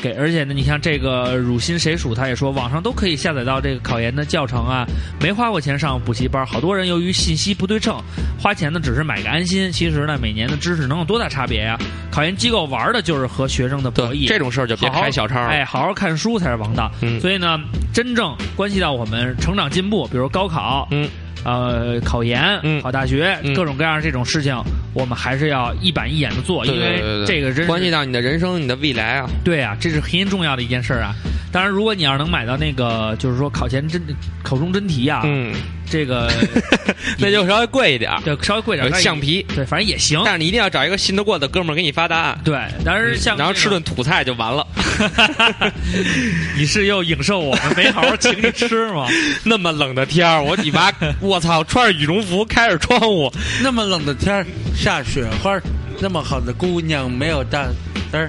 Speaker 3: 给，而且呢，你像这个汝心谁属，他也说网上都可以下载到这个考研的教程啊，没花过钱上补习班，好多人由于信息不对称，花钱呢只是买个安心，其实呢每年的知识能有多大差别呀、考研机构玩的就是和学生的博
Speaker 4: 对，
Speaker 3: 弈，
Speaker 4: 这种事儿就别
Speaker 3: 好好
Speaker 4: 开小差了。
Speaker 3: 哎，好好看书才是王道。
Speaker 4: 嗯
Speaker 3: 所以呢，真正关系到我们成长进步，比如高考，
Speaker 4: 嗯，
Speaker 3: 呃，考研、
Speaker 4: 嗯
Speaker 3: 考大学，
Speaker 4: 嗯
Speaker 3: 各种各样的这种事情，我们还是要一板一眼的做，
Speaker 4: 对对
Speaker 3: 因
Speaker 4: 对对对，
Speaker 3: 为这个真是
Speaker 4: 关系到你的人生、你的未来啊。
Speaker 3: 对啊，这是很重要的一件事儿啊。当然，如果你要是能买到那个，就是说考前真考中真题啊，
Speaker 4: 嗯，
Speaker 3: 这个
Speaker 4: 那就稍微贵一点儿，
Speaker 3: 就稍微贵点儿，
Speaker 4: 有
Speaker 3: 但是
Speaker 4: 橡皮，
Speaker 3: 对，反正也行。
Speaker 4: 但是你一定要找一个信得过的哥们儿给你发答案，
Speaker 3: 对，但是像
Speaker 4: 然后
Speaker 3: 这
Speaker 4: 吃
Speaker 3: 种
Speaker 4: 顿土菜就完了。
Speaker 3: 你是又影射我们没好好请你吃吗？
Speaker 4: 那么冷的天儿，我你 妈，我操，穿着羽绒服开着窗户，
Speaker 5: 那么冷的天儿，下雪花儿，那么好的姑娘没有大丝儿。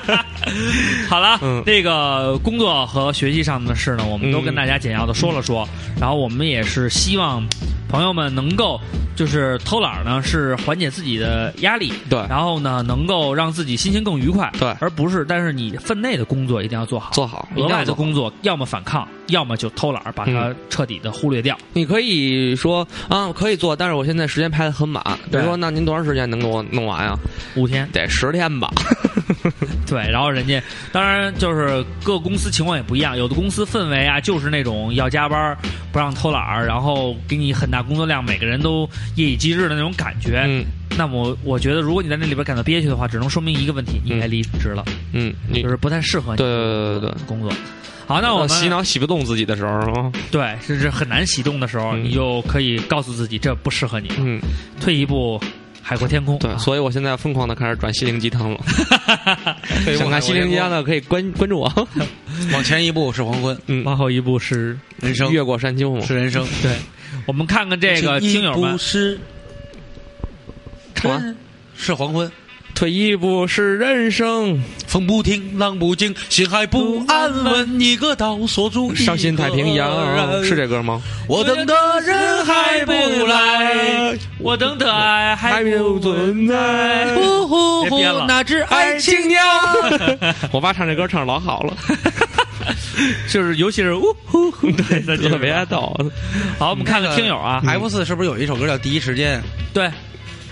Speaker 3: 好了，
Speaker 4: 嗯
Speaker 3: 这个工作和学习上的事呢，我们都
Speaker 4: 嗯
Speaker 3: 跟大家简要的说了说，然后我们也是希望朋友们能够就是偷懒儿呢，是缓解自己的压力，
Speaker 4: 对
Speaker 3: 然后呢，能够让自己心情更愉快，
Speaker 4: 对
Speaker 3: 而不是，但是你分内的工作一定要做好，
Speaker 4: 做好，一
Speaker 3: 额
Speaker 4: 定要
Speaker 3: 外
Speaker 4: 做好。
Speaker 3: 的工作要么反抗，要么就偷懒儿，把它
Speaker 4: 嗯
Speaker 3: 彻底的忽略掉。
Speaker 4: 你可以说啊，可以做，但是我现在时间排的很满。比
Speaker 3: 对
Speaker 4: 如说，那您多长时间能给我弄完啊？
Speaker 3: 五天，
Speaker 4: 得十天吧。
Speaker 3: 对，然后人家当然就是各公司情况也不一样，有的公司氛围啊，就是那种要加班儿不让偷懒儿，然后给你很大工作量，每个人都夜以继日的那种感觉。
Speaker 4: 嗯
Speaker 3: 那么我觉得，如果你在那里边感到憋屈的话，只能说明一个问题，你该离职了，
Speaker 4: 嗯，你
Speaker 3: 就是不太适合你
Speaker 4: 对对对对对。
Speaker 3: 工作。好，那我们
Speaker 4: 洗脑洗不动自己的时候是吗？
Speaker 3: 对，这是很难启动的时候，
Speaker 4: 嗯
Speaker 3: 你就可以告诉自己这不适合你，
Speaker 4: 嗯，
Speaker 3: 退一步海阔天空。
Speaker 4: 对，
Speaker 3: 啊
Speaker 4: 所以我现在疯狂的开始转心灵鸡汤 了。想看心灵鸡汤的可以关关注 我。
Speaker 5: 往前一步是黄昏，
Speaker 4: 嗯，
Speaker 3: 往后一步是
Speaker 5: 人生
Speaker 4: 越过山丘嘛。
Speaker 5: 是人生。
Speaker 3: 对，我们看看这个听友们
Speaker 5: 不。是
Speaker 4: 唱完
Speaker 5: 春，是黄昏。
Speaker 4: 退一步是人生，
Speaker 5: 风不停，浪不静，心还不安稳，一个岛锁住
Speaker 4: 伤心太平洋是这歌 吗？
Speaker 5: 我等的人还不来，，
Speaker 3: 我等的爱还不存在。
Speaker 5: 呼呼
Speaker 3: 别编
Speaker 5: 呼
Speaker 3: 了，
Speaker 5: 那只爱情鸟。
Speaker 4: 我爸唱这歌唱得老好了。
Speaker 3: 就是尤其是呜呼， 对，那就是
Speaker 4: 特别逗。
Speaker 3: 好，我们看看听友
Speaker 4: 嗯
Speaker 3: 啊，
Speaker 5: F 四是不是有一首歌叫《第一时间》？
Speaker 3: 对，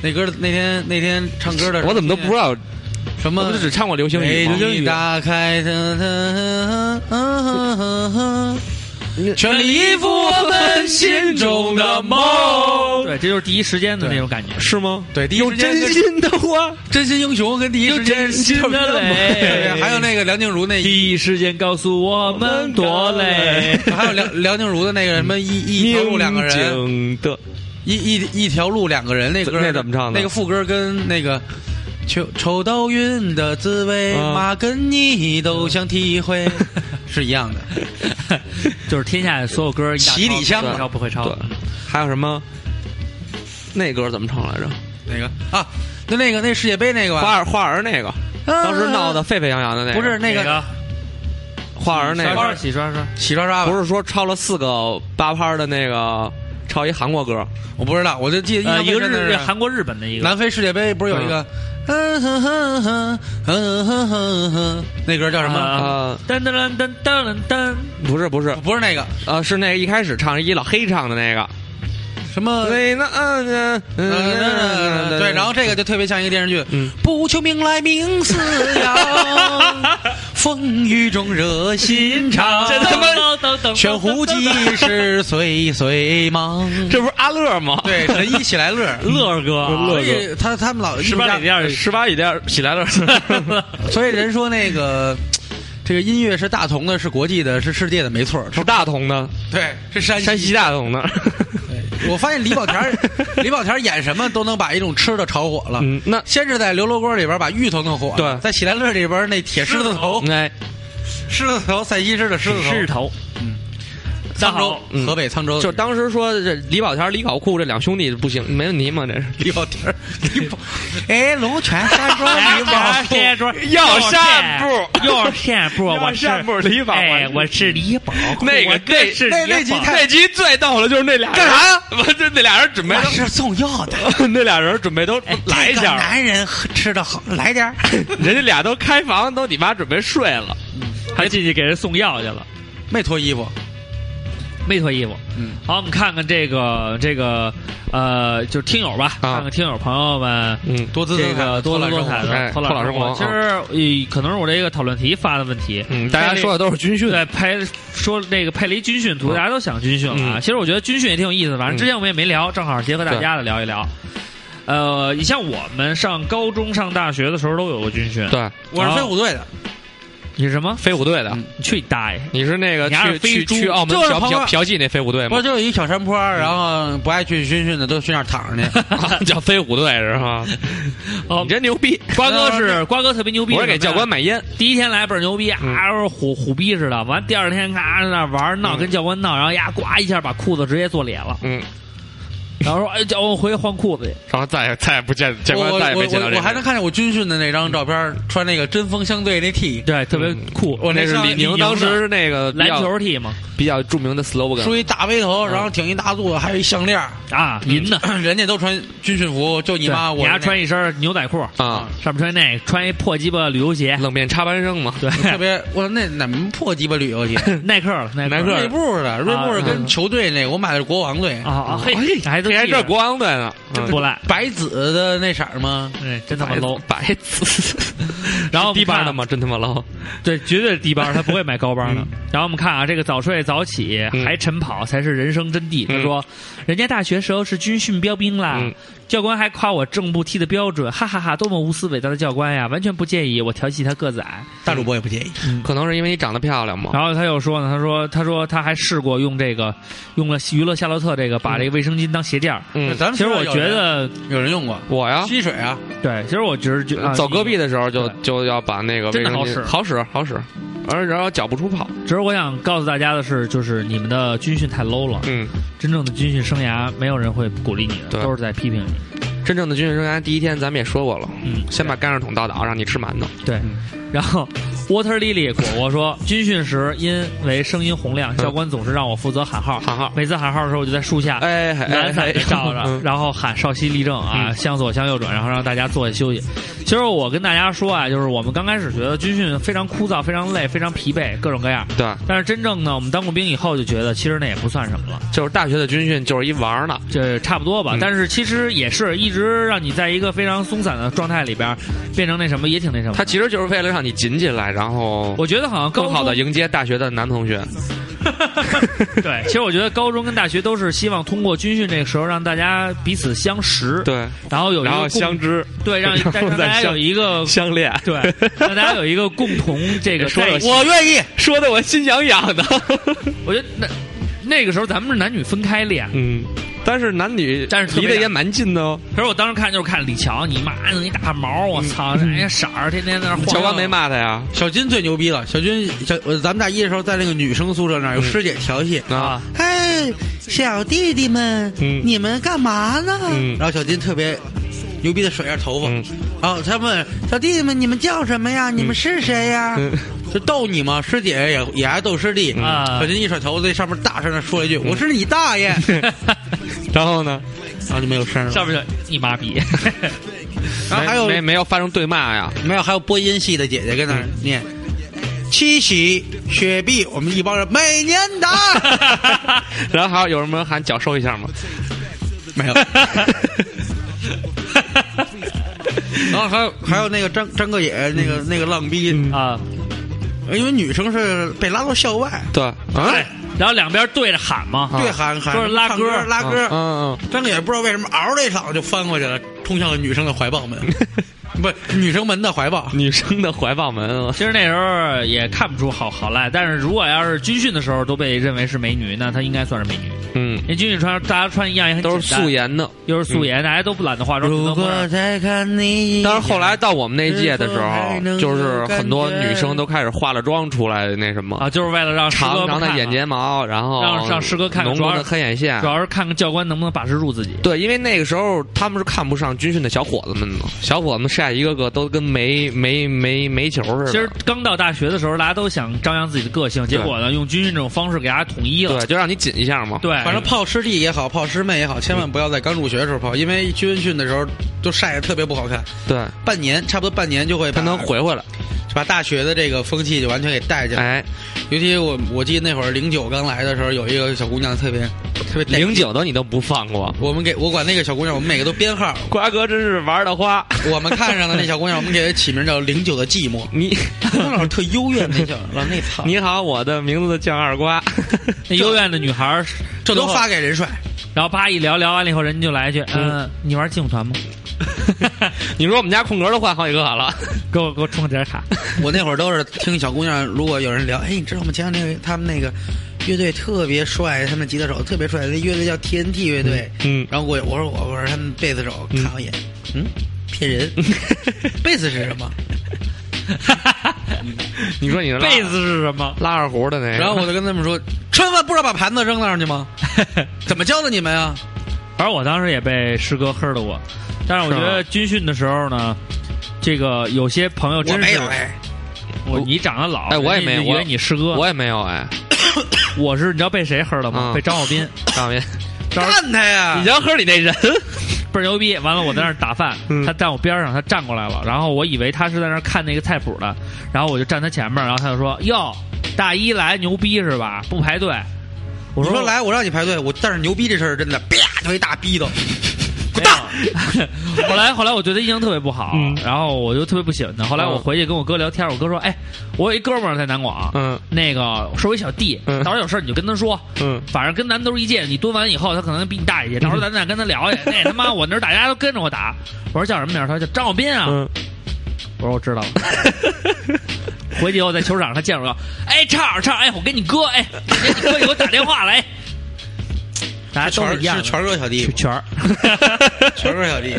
Speaker 5: 那歌那天那天唱歌的时候，
Speaker 4: 我怎么都不知道，
Speaker 5: 什
Speaker 4: 我
Speaker 5: 么
Speaker 4: 不是只唱过流行语
Speaker 5: 美
Speaker 4: 吗？
Speaker 5: 丽打开的全力以赴我们心中的梦。
Speaker 3: 对，这就是第一时间的那种感觉。
Speaker 4: 是吗？
Speaker 5: 对，第一
Speaker 4: 有
Speaker 5: 时间
Speaker 4: 真
Speaker 5: 跟
Speaker 4: 心的话，
Speaker 5: 真心英雄跟第一时间
Speaker 3: 有真心的
Speaker 5: 特别
Speaker 3: 泪
Speaker 5: 对还有那个梁静茹那
Speaker 3: 第一时间告诉我们多累，
Speaker 5: 还有梁梁静茹的那个什么一一条
Speaker 4: 啊
Speaker 5: 路两个人，
Speaker 4: 宁静的
Speaker 5: 一一一条路两个人那歌
Speaker 4: 那怎么唱的
Speaker 5: 那个副歌跟那个。抽抽到晕的滋味，
Speaker 4: 啊
Speaker 5: 妈跟你都想体会，是一样的。
Speaker 3: 就是天下的所有歌一大抄，
Speaker 5: 七里香啊
Speaker 3: 不会抄不
Speaker 4: 对。，
Speaker 3: 会抄
Speaker 4: 还有什么？那歌怎么唱来着？
Speaker 5: 那个啊，就那个那世界杯那个
Speaker 4: 花
Speaker 5: 吧，
Speaker 4: 儿花儿那个，当时闹得沸沸扬扬的那个，
Speaker 5: 不是那
Speaker 3: 哪
Speaker 5: 个
Speaker 3: 个
Speaker 4: 花儿那
Speaker 3: 刷刷
Speaker 4: 个，
Speaker 3: 洗刷刷，
Speaker 5: 洗刷刷吧
Speaker 4: 不，是说抄了四个八拍儿的那个，抄一韩国歌，
Speaker 5: 我不知道，我就记得
Speaker 3: 呃，
Speaker 5: 印
Speaker 3: 一
Speaker 5: 象
Speaker 3: 个
Speaker 5: 最深的
Speaker 3: 日
Speaker 5: 是
Speaker 3: 韩国日本的一个，
Speaker 5: 南非世界杯不是有一个，嗯哼哼哼哼哼哼哼，那歌叫什么？
Speaker 3: 啊
Speaker 4: 呃，
Speaker 3: 噔噔噔噔噔噔
Speaker 4: 不是不是，
Speaker 5: 不是那个
Speaker 4: 呃，是那个一开始唱一老黑唱的那个，
Speaker 5: 什么。
Speaker 4: 对，那嗯嗯，
Speaker 5: 对，然后这个就特别像一个电视剧，
Speaker 4: 嗯
Speaker 5: 不求名来名似扬，风雨中惹心肠，
Speaker 3: 噔，噔噔噔，
Speaker 5: 悬壶济世岁岁忙。
Speaker 4: 这不是阿乐吗？
Speaker 5: 对，神医喜来乐，
Speaker 3: 乐哥啊，
Speaker 5: 所以他他们老
Speaker 3: 十八里店儿
Speaker 4: 哎十八里店喜来乐，
Speaker 5: 所以人说那个这个音乐是大同的，是国际的，是世界的，没错儿。
Speaker 4: 是大同的，
Speaker 5: 对，是山
Speaker 4: 山西大同的，
Speaker 5: 对我发现李保田儿，李保田儿演什么都能把一种吃的炒火了。
Speaker 4: 嗯，那
Speaker 5: 先是在刘罗锅里边把芋头弄火了，
Speaker 4: 对
Speaker 5: 在喜来乐里边那铁狮子头，
Speaker 4: 哎，
Speaker 5: 狮子头，陕西市的狮子头，
Speaker 3: 狮头，嗯，大
Speaker 5: 沧
Speaker 3: 家
Speaker 5: 州
Speaker 3: 好，
Speaker 4: 嗯
Speaker 5: 河北沧州，
Speaker 4: 就当时说这李保田、李搞库这两兄弟不行，没问题吗？这是
Speaker 5: 李保田儿，李保，哎，龙泉山庄李保
Speaker 3: 这些桌
Speaker 4: 要散步
Speaker 3: 要散步，
Speaker 4: 要
Speaker 3: 我是
Speaker 4: 散步李宝
Speaker 3: 哎，我是李宝，
Speaker 4: 那个
Speaker 3: 我
Speaker 4: 那
Speaker 3: 这是
Speaker 5: 那
Speaker 3: 李
Speaker 5: 那集
Speaker 3: 宝
Speaker 5: 太
Speaker 4: 那集最逗了，就是那俩人
Speaker 5: 干啥呀？
Speaker 4: 不，这 那俩人准备
Speaker 5: 我是送药的，哎
Speaker 4: 都， 那俩人准备都来一
Speaker 5: 这个
Speaker 4: 下，
Speaker 5: 男人喝吃的好，来点儿。
Speaker 4: 人家俩都开房，都你妈准备睡了。
Speaker 3: 还进去给人送药去了，
Speaker 5: 没脱衣服，
Speaker 3: 没脱衣服。
Speaker 5: 嗯，
Speaker 3: 好，我们看看这个这个呃，就是听友吧，
Speaker 4: 啊
Speaker 3: 看看听友朋友们。
Speaker 4: 嗯，
Speaker 5: 多姿
Speaker 3: 这
Speaker 5: 多彩
Speaker 3: 个
Speaker 5: 的
Speaker 3: 多姿
Speaker 5: 偷懒
Speaker 3: 多
Speaker 5: 生活
Speaker 3: 彩的
Speaker 4: 哎
Speaker 3: 偷懒
Speaker 4: 偷懒
Speaker 3: 生活，其
Speaker 4: 生活
Speaker 3: 实呃可能是我这个讨论题发的问题。
Speaker 4: 嗯，大家说的都是军训，
Speaker 3: 对，佩说那个佩雷军训图，
Speaker 4: 嗯
Speaker 3: 大家都想军训了啊。
Speaker 4: 嗯
Speaker 3: 其实我觉得军训也挺有意思的，反正之前我们也没聊，正好结合大家的聊一聊。呃，你像我们上高中、上大学的时候都有过军训。，
Speaker 4: 对，
Speaker 5: 我是飞虎队的，
Speaker 3: 你什么？
Speaker 4: 飞虎队的
Speaker 5: 嗯，
Speaker 3: 你去你大爷！
Speaker 4: 你是那个
Speaker 3: 你还是
Speaker 4: 去去
Speaker 3: 飞猪
Speaker 4: 去澳门
Speaker 5: 就是
Speaker 4: 嫖
Speaker 5: 旁
Speaker 4: 嫖
Speaker 5: 边
Speaker 4: 嫖妓那飞虎队
Speaker 5: 不
Speaker 4: 吗
Speaker 5: 是？就有一小山坡，然后不爱去军训的都去那儿躺着 去。
Speaker 4: 啊叫飞虎队是吧？
Speaker 3: 哦
Speaker 4: 你真牛逼！
Speaker 3: 瓜哥是瓜哥特别牛逼，
Speaker 4: 呃我是给教官
Speaker 3: 买。
Speaker 4: 买烟，
Speaker 3: 第一天来倍儿牛逼，
Speaker 4: 嗯
Speaker 3: 啊，虎虎逼似的。完，第二天咔在那玩儿闹，
Speaker 4: 嗯
Speaker 3: 跟教官闹，然后呀，呱一下把裤子直接坐脸了，
Speaker 4: 嗯，
Speaker 3: 然后说：“哎，教官回去换裤子去。
Speaker 4: 然后再也再也不见，教
Speaker 5: 我
Speaker 4: 官
Speaker 5: 我
Speaker 4: 再也没见到
Speaker 3: 啊
Speaker 5: 我
Speaker 4: 这
Speaker 5: 我
Speaker 4: 个
Speaker 5: 还能
Speaker 4: 人。
Speaker 5: 看见我军训的那张照片，穿那个针锋相对那 T，”
Speaker 3: 对，特别酷。
Speaker 5: 我那
Speaker 4: 那是
Speaker 5: 上
Speaker 4: 李宁
Speaker 3: 李宁
Speaker 4: 当
Speaker 3: 的
Speaker 4: 时是那个比
Speaker 3: 篮
Speaker 4: 较
Speaker 3: 球 T 嘛，
Speaker 4: 比较著名的 slogan，
Speaker 5: 梳一大背头，然后挺一大肚子，还有一项链儿。
Speaker 3: 啊，
Speaker 4: 嗯
Speaker 3: 银的。
Speaker 5: 人家都穿军训服，就你妈
Speaker 3: 对
Speaker 5: 我
Speaker 3: 你还
Speaker 5: 是
Speaker 3: 穿一身牛仔裤，
Speaker 4: 啊，
Speaker 3: 上面穿那个，穿一破鸡巴旅游鞋，
Speaker 4: 冷面插班生嘛。
Speaker 3: 对，
Speaker 5: 那特别我那哪门破鸡巴旅啊游鞋，
Speaker 3: 耐克了，耐
Speaker 4: 耐克
Speaker 5: 锐步的，锐步是跟球队那个，我买的是国王队
Speaker 3: 嗯啊，啊，嘿，还都
Speaker 4: 这哎还
Speaker 3: 记着
Speaker 4: 是国王队呢，嗯
Speaker 3: 真不赖，
Speaker 5: 白紫的那色儿吗？
Speaker 3: 哎，真他妈 low。
Speaker 4: 白字，
Speaker 3: 然后我们
Speaker 4: 低班
Speaker 3: 看啊
Speaker 4: 的吗？真他妈 low，
Speaker 3: 对，绝对是低帮，他不会买高帮的。然后我们看啊，这个早睡早起
Speaker 4: 嗯
Speaker 3: 还晨跑才是人生真谛。他
Speaker 4: 嗯
Speaker 3: 说，人家大学时候是军训标兵啦
Speaker 4: 嗯，
Speaker 3: 教官还夸我正步踢的标准，哈哈哈！多么无私伟大的教官呀，完全不介意我调戏他个子矮。
Speaker 5: 大主播也不介意，
Speaker 4: 可能是因为你长得漂亮嘛。
Speaker 3: 然后他又说呢，他说他说他还试过用这个用了娱乐夏洛特这个把这个卫生巾当鞋垫儿。
Speaker 4: 嗯，
Speaker 5: 咱们
Speaker 3: 其实
Speaker 5: 学校
Speaker 3: 我
Speaker 5: 有
Speaker 3: 觉
Speaker 5: 人
Speaker 3: 得，
Speaker 5: 有人用过
Speaker 4: 我呀，呃
Speaker 5: 吸水啊，
Speaker 3: 对，其实我只是觉啊得
Speaker 4: 走戈壁，的时候就
Speaker 3: 对
Speaker 4: 就要把那个
Speaker 3: 真
Speaker 4: 卫
Speaker 3: 的
Speaker 4: 生
Speaker 3: 好
Speaker 4: 巾
Speaker 3: 使
Speaker 4: 好使好使，而然后脚不出泡。
Speaker 3: 啊只是我想告诉大家的是，就是你们的军训太 low 了，
Speaker 4: 嗯，
Speaker 3: 真正的军训生涯没有人会鼓励你的，
Speaker 4: 对
Speaker 3: 都是在批评你。
Speaker 4: 真正的军训生涯第一天咱们也说过了，
Speaker 3: 嗯，
Speaker 4: 先把干事桶倒倒，让你吃馒头。
Speaker 3: 对，然后 Water Lily 果果说，军训时因为声音洪亮，教官总是让我负责喊号，
Speaker 4: 喊号
Speaker 3: 每次喊号的时候，我就在树下
Speaker 4: 哎，哎
Speaker 3: 懒散的照着，
Speaker 4: 嗯
Speaker 3: 然后喊稍息立正啊，
Speaker 4: 嗯
Speaker 3: 向左向右转，然后让大家坐下休息。其实我跟大家说啊，就是我们刚开始觉得军训非常枯燥、非常累、非常疲惫，各种各样。
Speaker 4: 对，
Speaker 3: 但是真正呢，我们当过兵以后就觉得，其实那也不算什么了，
Speaker 4: 就是大学的军训就是一玩儿呢，
Speaker 3: 这差不多吧。
Speaker 4: 嗯
Speaker 3: 但是其实也是一直让你在一个非常松散的状态里边，变成那什么也挺那什么的。
Speaker 4: 他其实就是为了让你紧起来，然后
Speaker 3: 我觉得好像高
Speaker 4: 更好的
Speaker 3: 中
Speaker 4: 迎接大学的男同学。
Speaker 3: 对，其实我觉得高中跟大学都是希望通过军训这个时候让大家彼此相识，
Speaker 4: 对，
Speaker 3: 然后有一个
Speaker 4: 然后
Speaker 3: 共
Speaker 4: 相知
Speaker 3: 对让
Speaker 4: 然后
Speaker 3: 让大
Speaker 4: 再
Speaker 3: 家
Speaker 4: 相
Speaker 3: 有一个
Speaker 4: 相恋，
Speaker 3: 对，让大家有一个共同这个
Speaker 4: 说
Speaker 3: 在
Speaker 4: 得
Speaker 3: 一起
Speaker 4: 我
Speaker 5: 愿意。
Speaker 4: 说的我心痒痒 的。
Speaker 3: 我觉得那那个时候咱们是男女分开练。
Speaker 4: 嗯，但是男女
Speaker 3: 但是特
Speaker 4: 离
Speaker 3: 别
Speaker 4: 得也
Speaker 3: 痒
Speaker 4: 蛮近的哦。
Speaker 3: 可是我当时看就是看李乔，你妈弄一大毛，我操！人家色儿天天在那儿
Speaker 4: 嗯
Speaker 3: 晃。
Speaker 4: 乔官没。骂他呀？
Speaker 5: 小军最牛逼了，小军小我咱们大一的时候在那个女生宿舍那儿有师姐调戏，
Speaker 4: 啊，
Speaker 5: 哎，小弟弟们，
Speaker 4: 嗯
Speaker 5: 你们干嘛呢？
Speaker 4: 嗯
Speaker 5: 然后小金特别牛逼的甩一下头发，
Speaker 4: 嗯
Speaker 5: 然后他们小弟弟们，你们叫什么呀？你们是谁呀？
Speaker 4: 嗯
Speaker 5: 就逗你嘛，师姐也也爱逗师弟。
Speaker 3: 啊
Speaker 5: 小金一甩头发，在上面大声的说了一句：“我是你大爷！”
Speaker 4: 然后呢？
Speaker 5: 然后就没有声了。
Speaker 3: 上 面就你妈逼，
Speaker 5: 然后还有
Speaker 4: 没没没有发生对骂呀？
Speaker 5: 没有？还有播音系的姐姐跟那儿念。七喜雪碧，我们一帮人每年打，
Speaker 4: 然后还有有什么喊脚收一下吗？
Speaker 5: 没有。 然后还有还有那个张张哥也那个那个浪逼，
Speaker 3: 啊！
Speaker 5: 因为女生是被拉到校外，
Speaker 4: 对，啊，
Speaker 3: 对，然后两边对着喊嘛，
Speaker 5: 对喊喊
Speaker 3: 说是拉
Speaker 5: 唱
Speaker 3: 歌
Speaker 5: 歌啊拉
Speaker 4: 嗯
Speaker 5: 歌，
Speaker 4: 嗯
Speaker 5: 张哥也不知道为什么嗷的一嗓子就翻过去了，冲向了女生的怀 抱门，不，女生门的怀抱
Speaker 4: 嗯，。女生的怀抱门 啊，
Speaker 3: 其实那时候也看不出好好赖，但是如果要是军训的时候都被认为是美女，那她应该算是美女。
Speaker 4: 嗯，
Speaker 3: 因为军训穿大家穿一样也很
Speaker 4: 都是
Speaker 3: 简单
Speaker 4: 素，颜的。
Speaker 3: 又是素颜，大家都不懒得化妆。
Speaker 5: 如果再看你一眼，
Speaker 4: 但是后来到我们那一届的时
Speaker 5: 是否还
Speaker 3: 嗯
Speaker 5: 能
Speaker 4: 候，
Speaker 5: 有
Speaker 4: 就是很多
Speaker 5: 感觉
Speaker 4: 女生都开始化了妆出来，那什么，
Speaker 3: 啊，就是为了让师哥
Speaker 4: 长
Speaker 3: 们
Speaker 4: 长的
Speaker 3: 看
Speaker 4: 眼
Speaker 3: 嘛
Speaker 4: 睫毛，然后
Speaker 3: 让让师哥看看
Speaker 4: 浓
Speaker 3: 主要
Speaker 4: 浓的
Speaker 3: 是
Speaker 4: 黑眼线
Speaker 3: 主。要是看看教官能不能把持住自己。
Speaker 4: 对，因为那个时候他们是看不上军训的小伙子们的，小伙子们晒一个个都跟煤煤煤煤球似的。
Speaker 3: 其实刚到大学的时候，大家都想张扬自己的个性，结果呢，用军训这种方式给大家统一了
Speaker 4: 对，。就让你紧一下嘛。
Speaker 3: 对，
Speaker 5: 反正泡师弟也好，泡师妹也好，千万不要在刚入学的时候泡，因为军训的时候都晒得特别不好看，
Speaker 4: 对，
Speaker 5: 半年差不多半年就会
Speaker 4: 他
Speaker 5: 把
Speaker 4: 能回回来。
Speaker 5: 把大学的这个风气就完全给带进来。
Speaker 4: 哎，
Speaker 5: 尤其我我记得那会儿零九刚来的时候，有一个小姑娘特别特别带劲
Speaker 4: 零九的你都不放过，
Speaker 5: 我们给我管那个小姑娘，我们每个都编号，
Speaker 4: 瓜哥真是玩的花。
Speaker 5: 我们看上的那小姑娘，我们给她起名叫“零九的寂 寞
Speaker 4: 你”，
Speaker 5: 那老师特幽怨，那小老那操，
Speaker 4: 你好，我的名字叫二瓜。
Speaker 3: 那幽怨的女孩儿，
Speaker 5: 这都发给人帅，
Speaker 3: 然后啪一聊聊完了以后，人家就来一句：“嗯，你玩劲舞团吗？
Speaker 4: 你说我们家空格都换好几个了，
Speaker 3: 给我给我充个点卡。
Speaker 5: 我那会儿都是听小姑娘，如果有人聊，哎，你知道吗？前两天他们那个乐队特别帅，他们吉他手特别帅，那乐队叫 TNT 乐队。
Speaker 4: 嗯
Speaker 5: 然后我我说我我说他们贝斯手看我一眼，嗯，骗 人，贝斯是什么？”
Speaker 4: 你说你拉
Speaker 3: 被子是什么？
Speaker 4: 拉二胡的那个，
Speaker 5: 然后我就跟他们说，吃完饭不知道把盘子扔那儿去 吗？怎么教的你们啊？
Speaker 3: 反正我当时也被师哥黑了过，但是我觉得
Speaker 4: 是
Speaker 3: 军训的时候呢，这个有些朋友
Speaker 5: 我
Speaker 3: 真
Speaker 5: 没
Speaker 3: 是
Speaker 5: 有哎，
Speaker 3: 我你长得老，
Speaker 4: 哎我也没有
Speaker 3: 人家就以
Speaker 4: 我
Speaker 3: 为你师哥，
Speaker 4: 我也没有哎，
Speaker 3: 我是你知道被谁黑了吗？
Speaker 4: 嗯
Speaker 3: 被张小斌，
Speaker 4: 大明，
Speaker 3: 张
Speaker 5: 干他呀！
Speaker 4: 要喝你那人，
Speaker 3: 啊 倍儿牛逼。完了，我在那儿打饭，
Speaker 4: 嗯
Speaker 3: 他站我边上，他站过来了，然后我以为他是在那儿看那个菜谱的，然后我就站他前面，然后他就说：“哟，大一来牛逼是吧？不排队。”我
Speaker 5: 我说
Speaker 3: 说
Speaker 5: 来，我让你排队，我但是牛逼这事儿真的，啪就一大逼 斗，
Speaker 3: 滚蛋。后来后来我对他印象特别不好，然后我就特别不喜欢他。后来我
Speaker 4: 嗯
Speaker 3: 回去跟我哥聊天，我哥说：“哎，我有一哥们儿在南广，
Speaker 4: 嗯
Speaker 3: 那个是我一小弟，
Speaker 4: 嗯
Speaker 3: 到时候有事儿你就跟他说，
Speaker 4: 嗯
Speaker 3: 反正跟咱都是一届，你蹲完以后他可能比你大一届，到时候咱俩跟他聊 去。哎那他妈我那儿大家都跟着我打，我说叫什么名儿？他说叫张小斌啊。
Speaker 4: 嗯，
Speaker 3: 我说我知道了。 回去以后在球场上他 见着我，哎，畅畅，哎，我跟你哥，哎，你哥给我打电话来。大家都
Speaker 5: 是
Speaker 3: 一样的，
Speaker 5: 全是全哥小弟
Speaker 3: 全
Speaker 5: 吗，
Speaker 3: 全儿
Speaker 5: 全哥小弟，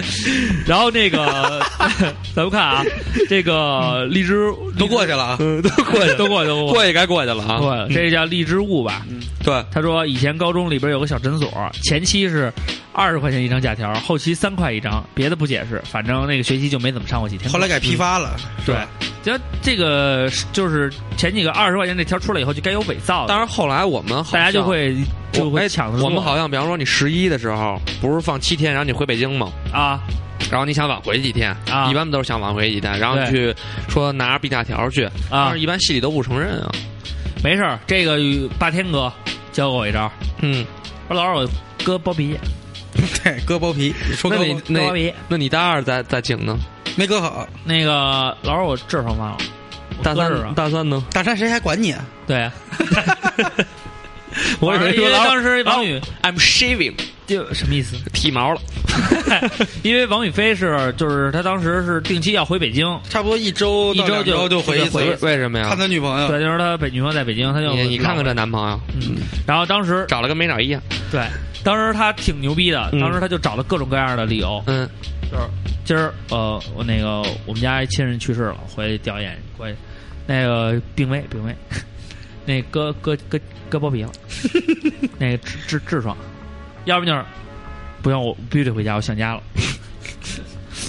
Speaker 3: 然后那个 咱们看啊，这个荔枝
Speaker 5: 都过去了啊。
Speaker 3: 嗯，都过去，都过去，都过去。
Speaker 4: 过去该过去了啊。
Speaker 3: 对，这叫荔枝雾吧？
Speaker 5: 对，
Speaker 3: 他说以前高中里边有个小诊所，前期是二十块钱一张假条，后期三块一张，别的不解释，反正那个学期就没怎么上过几天课。
Speaker 5: 后来改批发了，是
Speaker 3: 对
Speaker 5: 吧，
Speaker 3: 就这个是就是前几个二十块钱那条出来以后，就该有伪造的，
Speaker 4: 但是后来我们好
Speaker 3: 大
Speaker 4: 像
Speaker 3: 家就会就
Speaker 4: 我哎
Speaker 3: 会抢着做
Speaker 4: 我们好像比方说你十一的时候不是放七天，然后你回北京吗？
Speaker 3: 啊，
Speaker 4: 然后你想挽回几天，
Speaker 3: 啊
Speaker 4: 一般都是想挽回几天，然后去说拿着毕假条去，但是一般系里都不承认啊。
Speaker 3: 没事儿，这个霸天哥教过我一招，
Speaker 4: 嗯，
Speaker 3: 我老让我割包皮，
Speaker 5: 对，割包皮，说
Speaker 4: 那
Speaker 5: 割
Speaker 4: 你
Speaker 5: 包
Speaker 3: 割
Speaker 4: 那
Speaker 3: 包皮，
Speaker 4: 那你大二在在警呢？
Speaker 5: 没割好，
Speaker 3: 那个老让我痔疮犯了，我
Speaker 4: 大
Speaker 3: 割痔
Speaker 4: 三
Speaker 3: 疮，
Speaker 4: 大三呢？
Speaker 5: 大山谁还管你啊？
Speaker 3: 对啊，
Speaker 4: 我以为
Speaker 3: 因
Speaker 4: 说
Speaker 3: 为
Speaker 4: 老
Speaker 3: 当时王宇
Speaker 4: I'm shaving
Speaker 3: 就什么意思？
Speaker 4: 剃毛了。
Speaker 3: 因为王宇飞是就是他当时是定期要回北京，
Speaker 5: 差不多一周
Speaker 3: 一
Speaker 5: 到
Speaker 3: 周
Speaker 5: 两
Speaker 3: 就
Speaker 5: 周就回一
Speaker 3: 就回
Speaker 5: 次啊
Speaker 3: 一，
Speaker 4: 为什么呀
Speaker 5: 看？他女朋友，
Speaker 3: 对，就是他北女朋友在北京，他就
Speaker 4: 嗯你你看看
Speaker 3: 这，
Speaker 4: 这男朋友，
Speaker 3: 嗯，然后当时
Speaker 4: 找了跟没找一样。
Speaker 3: 对，当时他挺牛逼的，
Speaker 4: 嗯
Speaker 3: 当时他就找了各种各样的理由，
Speaker 4: 嗯，
Speaker 3: 就是今儿呃，我那个我们家一亲人去世了，回去吊唁过去，那个病危病危， 那割割割割包 皮了，那个痔痔痔疮，要不就是不行，我必须得回家，我想家了。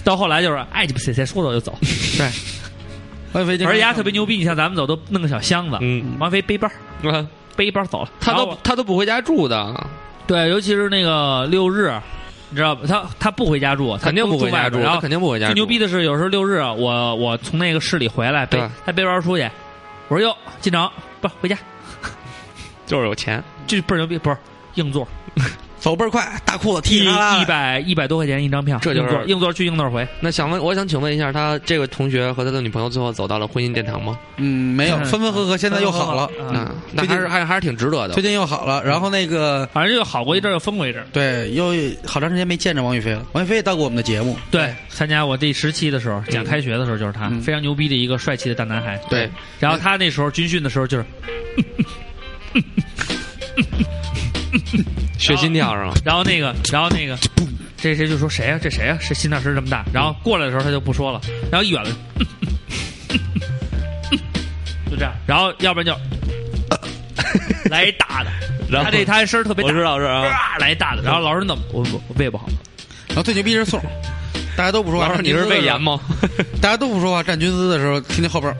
Speaker 3: 到后来就是爱鸡巴谁谁说走就走，
Speaker 5: 王一飞经常
Speaker 3: 而且丫特别牛逼，你像咱们走都弄个小箱子，
Speaker 4: 嗯
Speaker 3: 王菲背包背包走了，
Speaker 4: 他
Speaker 3: 然后
Speaker 4: 都
Speaker 3: 我
Speaker 4: 他都不回家住的，
Speaker 3: 对，尤其是那个六日，你知道吧？他他不回家住，他
Speaker 4: 肯定不回家
Speaker 3: 外
Speaker 4: 住，
Speaker 3: 边然
Speaker 4: 他
Speaker 3: 后
Speaker 4: 肯定不回家住。
Speaker 3: 最牛逼的是，有时候六日啊我我从那个市里回来，背
Speaker 4: 对
Speaker 3: 带背包出去，我说哟进城不回家，
Speaker 4: 就是有钱。
Speaker 3: 这倍儿牛逼，不是硬座，
Speaker 5: 走倍儿快，大裤子
Speaker 3: 一
Speaker 5: 踢啦
Speaker 3: 一百一百多块钱一张票，
Speaker 4: 这就是
Speaker 3: 硬座硬座去硬座回，
Speaker 4: 那想问，我想请问一下，他这个同学和他的女朋友最后走到了婚姻殿堂吗？
Speaker 5: 嗯，没有，
Speaker 3: 嗯
Speaker 5: 分分合合，现在又好 了，
Speaker 3: 嗯，
Speaker 4: 嗯，那还是还还是挺值得
Speaker 5: 最
Speaker 4: 的。
Speaker 5: 近又好了。然后那个
Speaker 3: 反正就好过一阵儿，又疯过一阵儿。
Speaker 5: 对，又好长时间没见着王宇飞了，王宇飞也到过我们的节目，
Speaker 3: 对，参加我第十期的时候，讲开学的时候就是他，
Speaker 5: 嗯
Speaker 3: 非常牛逼的一个帅气的大男孩。
Speaker 4: 对，
Speaker 3: 然后他那时候军训的时候就是，
Speaker 4: 学心跳 是吗？
Speaker 3: 然后那个，然后那个，这谁就说谁啊？这谁啊？谁心跳声这么大？然后过来的时候他就不说了，然后一远了， 就这样，然后要 不然就来一大的，
Speaker 4: 然
Speaker 3: 他
Speaker 4: 后
Speaker 3: 这他声儿特别大，
Speaker 4: 道是啊。
Speaker 3: 啊来一大的，然后老师怎么我我我胃不好，
Speaker 5: 然后最牛逼是宋，大家都不说话，
Speaker 4: 老师，你是
Speaker 5: 魏
Speaker 4: 胃炎吗？
Speaker 5: 大家都不说话，站军姿的时候，听听后边儿，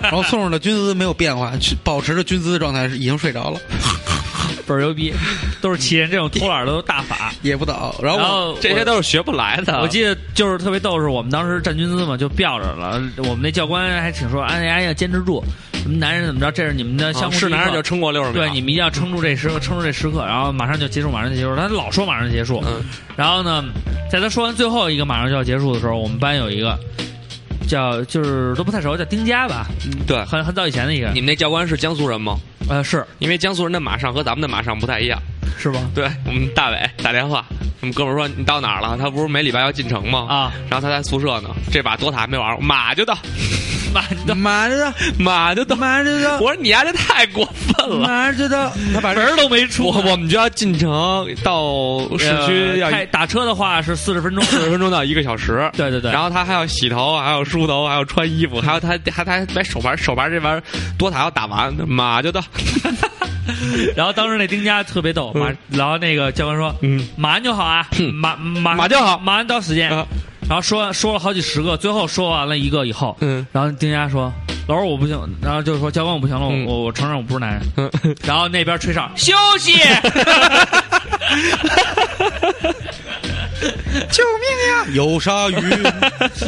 Speaker 5: 然后宋宋的军姿没有变化，是保持着军姿的状态，是已经睡着了，
Speaker 3: 倍儿牛逼，都是奇人这种偷懒的都 大法。
Speaker 5: 也不倒。然后
Speaker 3: 然
Speaker 5: 我
Speaker 3: 后
Speaker 4: 哦这些都是学不来的。
Speaker 3: 我记得就是特别逗，是我们当时站军姿嘛，就吊着了。我们那教官还挺说：“哎呀哎呀，坚持住！什么男人怎么着？这是你们的
Speaker 4: 啊
Speaker 3: 相互
Speaker 4: 是
Speaker 3: 第一
Speaker 4: 男人
Speaker 3: 课
Speaker 4: 就撑过六十秒。
Speaker 3: 对，你们一定要撑住这时刻，撑住这时刻，然后马上就结束，马上就结束。他老说马上就结束，
Speaker 4: 嗯
Speaker 3: 然后呢，在他说完最后一个马上就要结束的时候，我们班有一个叫就是都不太熟，叫丁家吧，
Speaker 4: 对，
Speaker 3: 很很早以前的一个人，
Speaker 4: 嗯你们那教官是江苏人吗？
Speaker 3: 呃，是
Speaker 4: 因为江苏人的马上和咱们的马上不太一样。
Speaker 3: 是吗？
Speaker 4: 对我们大伟打电话，我们哥们儿说你到哪儿了？他不是每礼拜要进城吗？
Speaker 3: 啊，
Speaker 4: 然后他在宿舍呢，这把多塔还没玩儿，马就到，
Speaker 3: 妈的，
Speaker 5: 马着
Speaker 4: 马就到。
Speaker 5: 马 着的，
Speaker 4: 我说你丫、这太过分了，
Speaker 5: 马着的，他把
Speaker 3: 门儿都没出
Speaker 4: 我
Speaker 3: 呢，
Speaker 4: 我们就要进城，到市区要
Speaker 3: 呃开打车的话是四十分钟，
Speaker 4: 四 十分钟到一个小时。
Speaker 3: 对对对，
Speaker 4: 然后他还要洗头，还要梳头，还要穿衣服， 还有他还他还把手牌手牌这玩意儿多塔要打完，马 就到。
Speaker 3: 然后当时那丁家特别逗，马，然后那个教官说，
Speaker 4: 嗯，
Speaker 3: 马上就好啊，
Speaker 4: 哼
Speaker 3: 马马
Speaker 4: 马就好
Speaker 3: 马上到时间。
Speaker 4: 啊
Speaker 3: 然后说说了好几十个，最后说完了一个以后，
Speaker 4: 嗯
Speaker 3: 然后丁家说：“老师我不行。”然后就说：“教官我不行了，我、
Speaker 4: 嗯
Speaker 3: 我我承认我不是男人。
Speaker 4: 嗯，
Speaker 3: 然后那边吹哨休息，
Speaker 5: 有鲨鱼。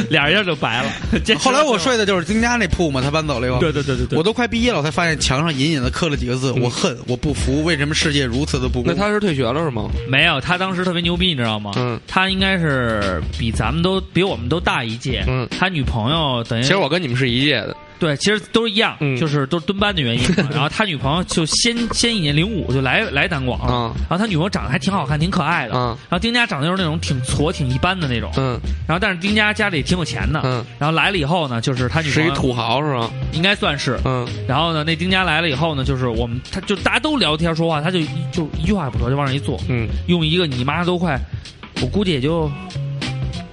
Speaker 3: 俩人一下就白了。这
Speaker 5: 后来我睡的就是丁家那铺嘛，他搬走了以后，
Speaker 3: 对对对对对
Speaker 5: 我都快毕业了，我才发现墙上隐隐的刻了几个字：我恨，我不服，为什么世界如此的不公？
Speaker 4: 那他是退学了是吗？
Speaker 3: 没有，他当时特别牛逼，你知道吗？
Speaker 4: 嗯
Speaker 3: 他应该是比咱们都比我们都大一届。
Speaker 4: 嗯
Speaker 3: 他女朋友等于
Speaker 4: 其实我跟你们是一届的，
Speaker 3: 对，其实都是一样，
Speaker 4: 嗯
Speaker 3: 就是都是蹲班的原因嘛。然后他女朋友就先先一年零五就来来单广了，
Speaker 4: 啊
Speaker 3: 然后他女朋友长得还挺好看，挺可爱的。
Speaker 4: 啊
Speaker 3: 然后丁家长得就是那种挺矬、挺一般的那种。
Speaker 4: 嗯
Speaker 3: 然后但是丁家家里挺有钱的。
Speaker 4: 嗯，
Speaker 3: 然后来了以后呢，就是他女
Speaker 4: 是
Speaker 3: 朋
Speaker 4: 一
Speaker 3: 友啊
Speaker 4: 土豪是吧？
Speaker 3: 应该算是。
Speaker 4: 嗯
Speaker 3: 然后呢，那丁家来了以后呢，就是我们他就大家都聊天说话，他就就一句话也不说就往那一坐，
Speaker 4: 嗯
Speaker 3: 用一个你妈都快，我估计也就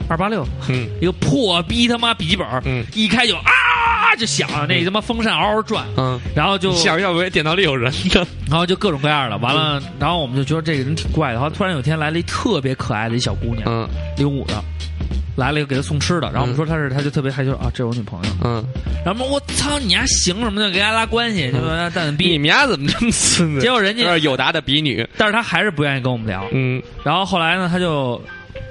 Speaker 3: 二八六
Speaker 4: 嗯
Speaker 3: 一个破逼他妈笔记本儿，
Speaker 4: 嗯
Speaker 3: 一开就啊就响，那他妈风扇嗷嗷转，
Speaker 4: 嗯，
Speaker 3: 然后就
Speaker 4: 下嗯要不然电脑里有人的。
Speaker 3: 然后就各种各样的，完了，然后我们就觉得这个人挺怪的。然后突然有一天来了一特别可爱的一小姑娘，
Speaker 4: 嗯
Speaker 3: 零五的，来了一个给她送吃的。然后我们说她是，她就特别害羞啊，这是我女朋友。
Speaker 4: 嗯，
Speaker 3: 然后我说我操你丫行什么的，给她拉关系，就
Speaker 4: 嗯
Speaker 3: 说她蛋
Speaker 4: 你
Speaker 3: 逼。
Speaker 4: 们家怎么这么孙子？
Speaker 3: 结果人家
Speaker 4: 这是友达的比女。
Speaker 3: 但是她还是不愿意跟我们聊。
Speaker 4: 嗯
Speaker 3: 然后后来呢，她就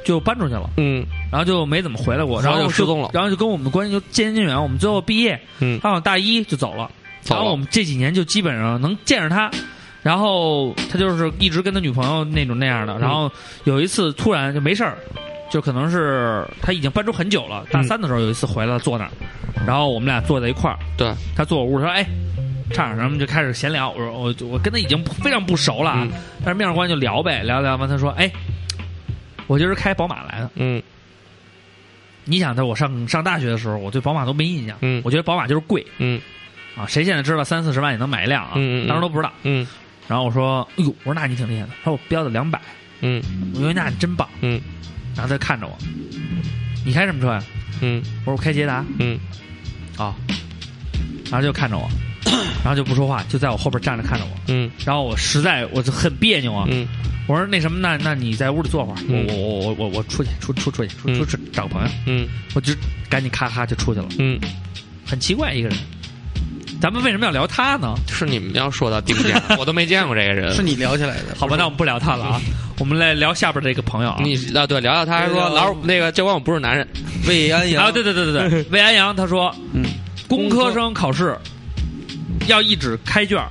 Speaker 3: 就搬出去了，
Speaker 4: 嗯
Speaker 3: 然后就没怎么回来过，
Speaker 4: 然
Speaker 3: 然
Speaker 4: 后
Speaker 3: 后
Speaker 4: 就失踪了
Speaker 3: 然后就跟我们的关系就渐行渐远。我们最后毕业，
Speaker 4: 嗯
Speaker 3: 她好像大一就走了。
Speaker 4: 走了
Speaker 3: 然后我们这几年就基本上能见着他，然后他就是一直跟他女朋友那种那
Speaker 4: 嗯
Speaker 3: 样的。然后有一次突然就没事儿，就可能是他已经搬出很久
Speaker 4: 嗯
Speaker 3: 了。大三的时候有一次回来坐那儿，然后我们俩坐在一块儿，
Speaker 4: 对，
Speaker 3: 他坐我屋，他说：“哎，唱点什么？”就开始闲聊。我说：“我我跟他已经非常不熟了啊，
Speaker 4: 嗯
Speaker 3: 但是面上关系就聊呗，聊聊完他说：‘哎，我今儿开宝马来的。’
Speaker 4: 嗯
Speaker 3: 你想他，我上上大学的时候，我对宝马都没印象，
Speaker 4: 嗯
Speaker 3: 我觉得宝马就是贵
Speaker 4: 嗯
Speaker 3: 啊，谁现在知道三四十万也能买一辆啊？
Speaker 4: 嗯嗯嗯
Speaker 3: 当时都不知道。
Speaker 4: 嗯
Speaker 3: 然后我说：“哎呦，我说那你挺厉害的。”他说：“我标的两百。
Speaker 4: 嗯”
Speaker 3: 我说：“那你真棒。
Speaker 4: 嗯”
Speaker 3: 然后他就看着我：“你开什么车呀、
Speaker 4: 嗯
Speaker 3: 我说：“我开捷达。
Speaker 4: 嗯，”
Speaker 3: 啊，然后就看着我，然后就不说话，就在我后边站着看着我。
Speaker 4: 嗯
Speaker 3: 然后我实在我就很别扭啊，
Speaker 4: 嗯
Speaker 3: 我说：“那什么，那那你在屋里坐会儿，
Speaker 4: 嗯
Speaker 3: 我我我我我出去出出出去出
Speaker 4: 嗯
Speaker 3: 出去找个朋友。
Speaker 4: 嗯
Speaker 3: 我就赶紧咔咔就出去了，
Speaker 4: 嗯，
Speaker 3: 很奇怪一个人。咱们为什么要聊他呢？
Speaker 4: 是你们要说到丁家，我都没见过这个人
Speaker 5: 是。你聊起来的，
Speaker 3: 好吧，那我们不聊他了啊，我们来聊下边这个朋友啊。
Speaker 4: 你啊，对，聊聊他还说
Speaker 5: 对聊
Speaker 4: 老那个教官我不是男人，
Speaker 5: 魏安阳
Speaker 3: 啊，对，对对对对，魏安阳他说，
Speaker 5: 嗯，
Speaker 3: 工科生考试要一纸开卷儿，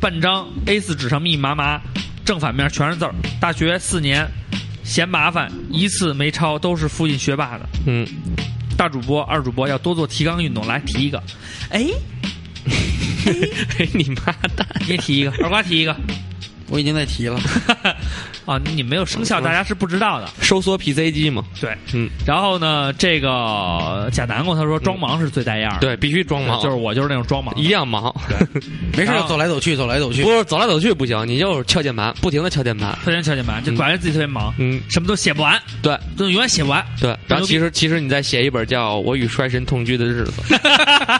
Speaker 3: 半张 A 4纸上密密麻麻，正反面全是字儿。大学四年嫌麻烦，一次没抄都是附近学霸的。
Speaker 4: 嗯，
Speaker 3: 大主播、二主播要多做提纲运动，来提一个，哎，
Speaker 4: 嘿 你妈蛋，
Speaker 3: 你也提一个，二瓜提一个。
Speaker 5: 我已经在提了，
Speaker 3: 啊，你没有生效，大家是不知道的。
Speaker 4: 收缩 PC 机嘛，
Speaker 3: 对，
Speaker 4: 嗯，
Speaker 3: 然后呢，这个贾南瓜他说装忙是最带样儿的，
Speaker 4: 对，必须装 忙，
Speaker 3: 就是我就是那种装忙
Speaker 4: 嗯
Speaker 3: 的，
Speaker 4: 一定要忙，
Speaker 5: 没事
Speaker 3: 然
Speaker 5: 就
Speaker 3: 后
Speaker 5: 走来走去，走来走去
Speaker 4: 不。是走来走去不行，你就是敲键盘，不停的敲键盘，
Speaker 3: 特别敲键盘，就感觉自己特别忙，
Speaker 4: 嗯，
Speaker 3: 什么都写不完，
Speaker 4: 对
Speaker 3: 就永远写不完。
Speaker 4: 对，然后其实其实你在写一本叫《我与衰神同居的日子》，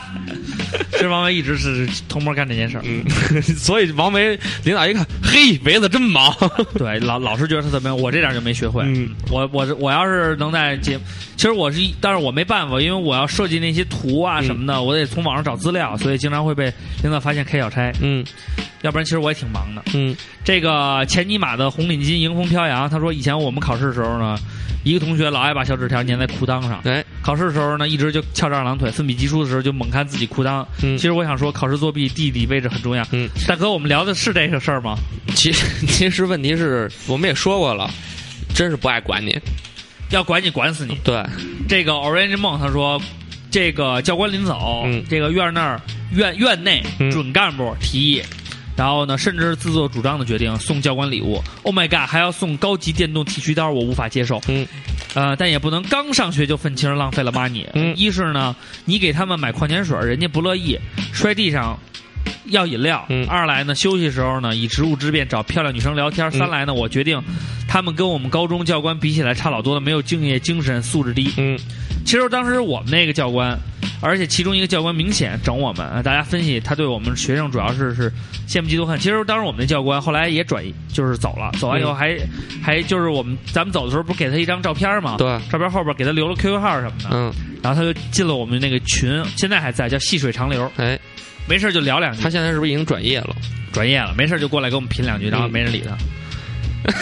Speaker 3: 其实王维一直是偷摸干这件事儿，
Speaker 4: 嗯， 所以王维领导一看，嘿，维子真忙，
Speaker 3: 对，老老是觉得他怎么样，我这点儿就没学会。
Speaker 4: 嗯
Speaker 3: 我我是我要是能在节，其实我是一，但是我没办法，因为我要设计那些图
Speaker 4: 嗯
Speaker 3: 啊什么的，我得从网上找资料，所以经常会被领导发现开小差，
Speaker 4: 嗯
Speaker 3: 要不然其实我也挺忙的。
Speaker 4: 嗯
Speaker 3: 这个前尼玛的红领巾迎风飘扬，他说以前我们考试的时候呢，一个同学老爱把小纸条粘在裤裆上，
Speaker 4: 哎
Speaker 3: 考试的时候呢一直就翘着二郎腿，奋笔疾书的时候就猛看自己裤裆。
Speaker 4: 嗯，
Speaker 3: 其实我想说，考试作弊地理位置很重要。
Speaker 4: 嗯，
Speaker 3: 大哥，我们聊的是这个事儿吗？
Speaker 4: 其实其实问题是我们也说过了，真是不爱管你，
Speaker 3: 要管你管死你。
Speaker 4: 对，
Speaker 3: 这个 Orange 梦他说，这个教官临走，
Speaker 4: 嗯
Speaker 3: 这个院那儿院院内
Speaker 4: 嗯
Speaker 3: 准干部提议，然后呢，甚至自作主张的决定送教官礼物。Oh my god，还要送高级电动剃须刀，我无法接受。
Speaker 4: 嗯，
Speaker 3: 呃，但也不能刚上学就愤青，浪费了 money。
Speaker 4: 嗯
Speaker 3: 一是呢，你给他们买矿泉水，人家不乐意，摔地上。要饮料。
Speaker 4: 嗯
Speaker 3: 二来呢，休息时候呢，以职务之便找漂亮女生聊天。三来呢，我决定，他们跟我们高中教官比起来差老多了，没有敬业精神，素质低。
Speaker 4: 嗯
Speaker 3: 其实当时我们那个教官，而且其中一个教官明显整我们，呃大家分析他对我们学生主要是是羡慕嫉妒恨。其实当时我们那教官后来也转就是走了，走完以后
Speaker 4: 嗯
Speaker 3: 还、还就是我们咱们走的时候不是给他一张照片吗？
Speaker 4: 对，
Speaker 3: 照片后边给他留了 QQ 号什么的，
Speaker 4: 嗯
Speaker 3: 然后他就进了我们那个群，现在还在，叫细水长流，
Speaker 4: 哎，
Speaker 3: 没事就聊两句
Speaker 4: 他。现在是不是已经转业了？
Speaker 3: 转业了，没事就过来跟我们贫两句，
Speaker 4: 嗯
Speaker 3: 然后没人理他，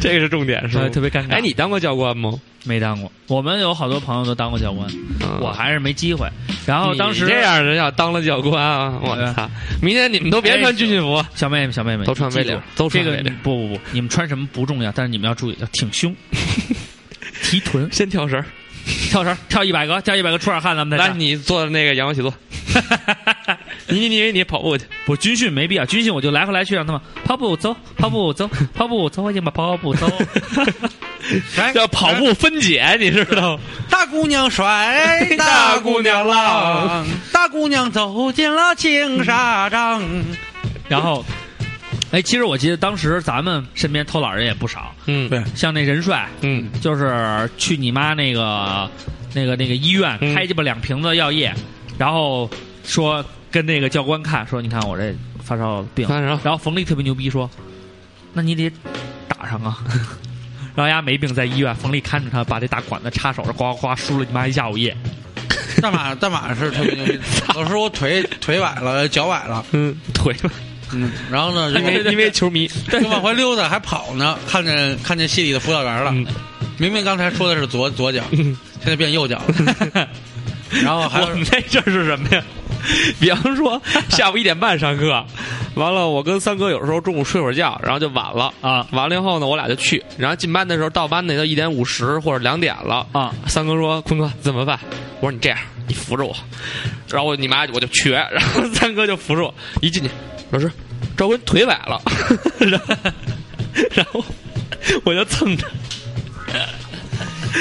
Speaker 4: 这个是重点
Speaker 3: 呃特别尴尬。
Speaker 4: 哎，你当过教官吗？
Speaker 3: 没当过，我们有好多朋友都当过教官，
Speaker 4: 嗯
Speaker 3: 我还是没机会。然后
Speaker 4: 你
Speaker 3: 当时
Speaker 4: 这样的人要当了教官啊，我
Speaker 3: 对
Speaker 4: 操！明天你们都别穿军训服，
Speaker 3: 哎小妹妹，小妹妹，
Speaker 4: 都穿
Speaker 3: 你记
Speaker 4: 围领
Speaker 3: 住
Speaker 4: 都穿
Speaker 3: 这个
Speaker 4: 围领
Speaker 3: 你 不不不，你们穿什么不重要，但是你们要注意，要挺胸，提臀，
Speaker 4: 先跳绳儿。
Speaker 3: 跳绳，跳一百个，跳一百个出点汗，咱们再
Speaker 4: 来，
Speaker 3: 上。
Speaker 4: 你做那个仰卧起坐，你你你你跑步去，
Speaker 3: 不，军训没必要，军训我就来回来去让他们跑步走，跑步走，跑步走，我已经把跑步 走。
Speaker 5: 来
Speaker 4: 要跑
Speaker 5: 来
Speaker 4: 步分解，你知道吗？
Speaker 5: 大姑娘甩
Speaker 4: 大
Speaker 5: 大
Speaker 4: 姑
Speaker 5: 姑
Speaker 4: 娘
Speaker 5: 娘
Speaker 4: 浪
Speaker 5: 浪，大姑娘走进了青纱帐。
Speaker 3: 然后，哎，其实我记得当时咱们身边偷懒人也不少，
Speaker 4: 嗯，
Speaker 5: 对，
Speaker 3: 像那任帅，
Speaker 4: 嗯，
Speaker 3: 就是去你妈那个那个那个医院
Speaker 4: 嗯
Speaker 3: 开鸡巴两瓶子药液，然后说跟那个教官看说，你看我这发烧病，
Speaker 4: 发烧
Speaker 3: 然后冯丽特别牛逼说，那你得打上啊。 然后丫没病，在医院，冯丽看着他，把这大管子插手上，呱呱呱输了你妈一下午液。
Speaker 5: 大马大马是特别 牛逼，老师我腿腿崴了，脚崴了，
Speaker 4: 嗯，腿，
Speaker 5: 嗯，然后 呢，
Speaker 4: 因
Speaker 5: 因
Speaker 4: 为
Speaker 5: 为
Speaker 4: 因为球迷，
Speaker 5: 就往回溜达，还跑呢，看见看见系里的辅导员了，
Speaker 4: 嗯
Speaker 5: 明明刚才说的是左左脚，
Speaker 4: 嗯
Speaker 5: 现在变右脚 了，然后还
Speaker 4: 我
Speaker 5: 有
Speaker 4: 们那阵儿是什么呀？比方说下午一点半上课，完了我跟三哥有时候中午睡会儿觉，然后就晚了
Speaker 3: 啊。
Speaker 4: 完了以后呢，我俩就去，然后进班的时候到班那都一点五十或者两点了
Speaker 3: 啊。
Speaker 4: 三哥说：“坤哥怎么办？”我说：“你这样，你扶着我。”然后我你妈我就瘸，然后三哥就扶着我一进去，老师，赵坤腿崴了， 然后然后我就蹭着，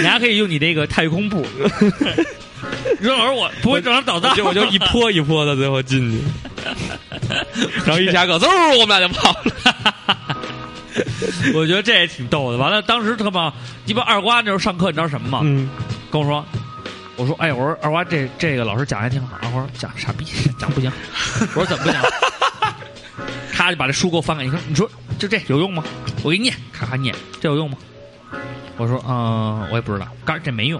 Speaker 3: 你还可以用你那个太 空步，扔而我不会正常导弹，
Speaker 4: 就我就一 坡一坡的最后进去，然后一下课，嗖，我们俩就跑了。
Speaker 3: 我觉得这也挺逗的。完了，当时他妈鸡巴二瓜那时候上课，你知道什么吗？
Speaker 4: 嗯，
Speaker 3: 跟我说，我说，哎，我说二瓜这这个老师讲还挺好，二瓜讲傻逼， 讲不行。我说怎么不行？咔就把这书给我翻开，你说你说就这有用吗？我给你念，咔咔念，这有用吗？我说嗯、我也不知道，告诉你这没用。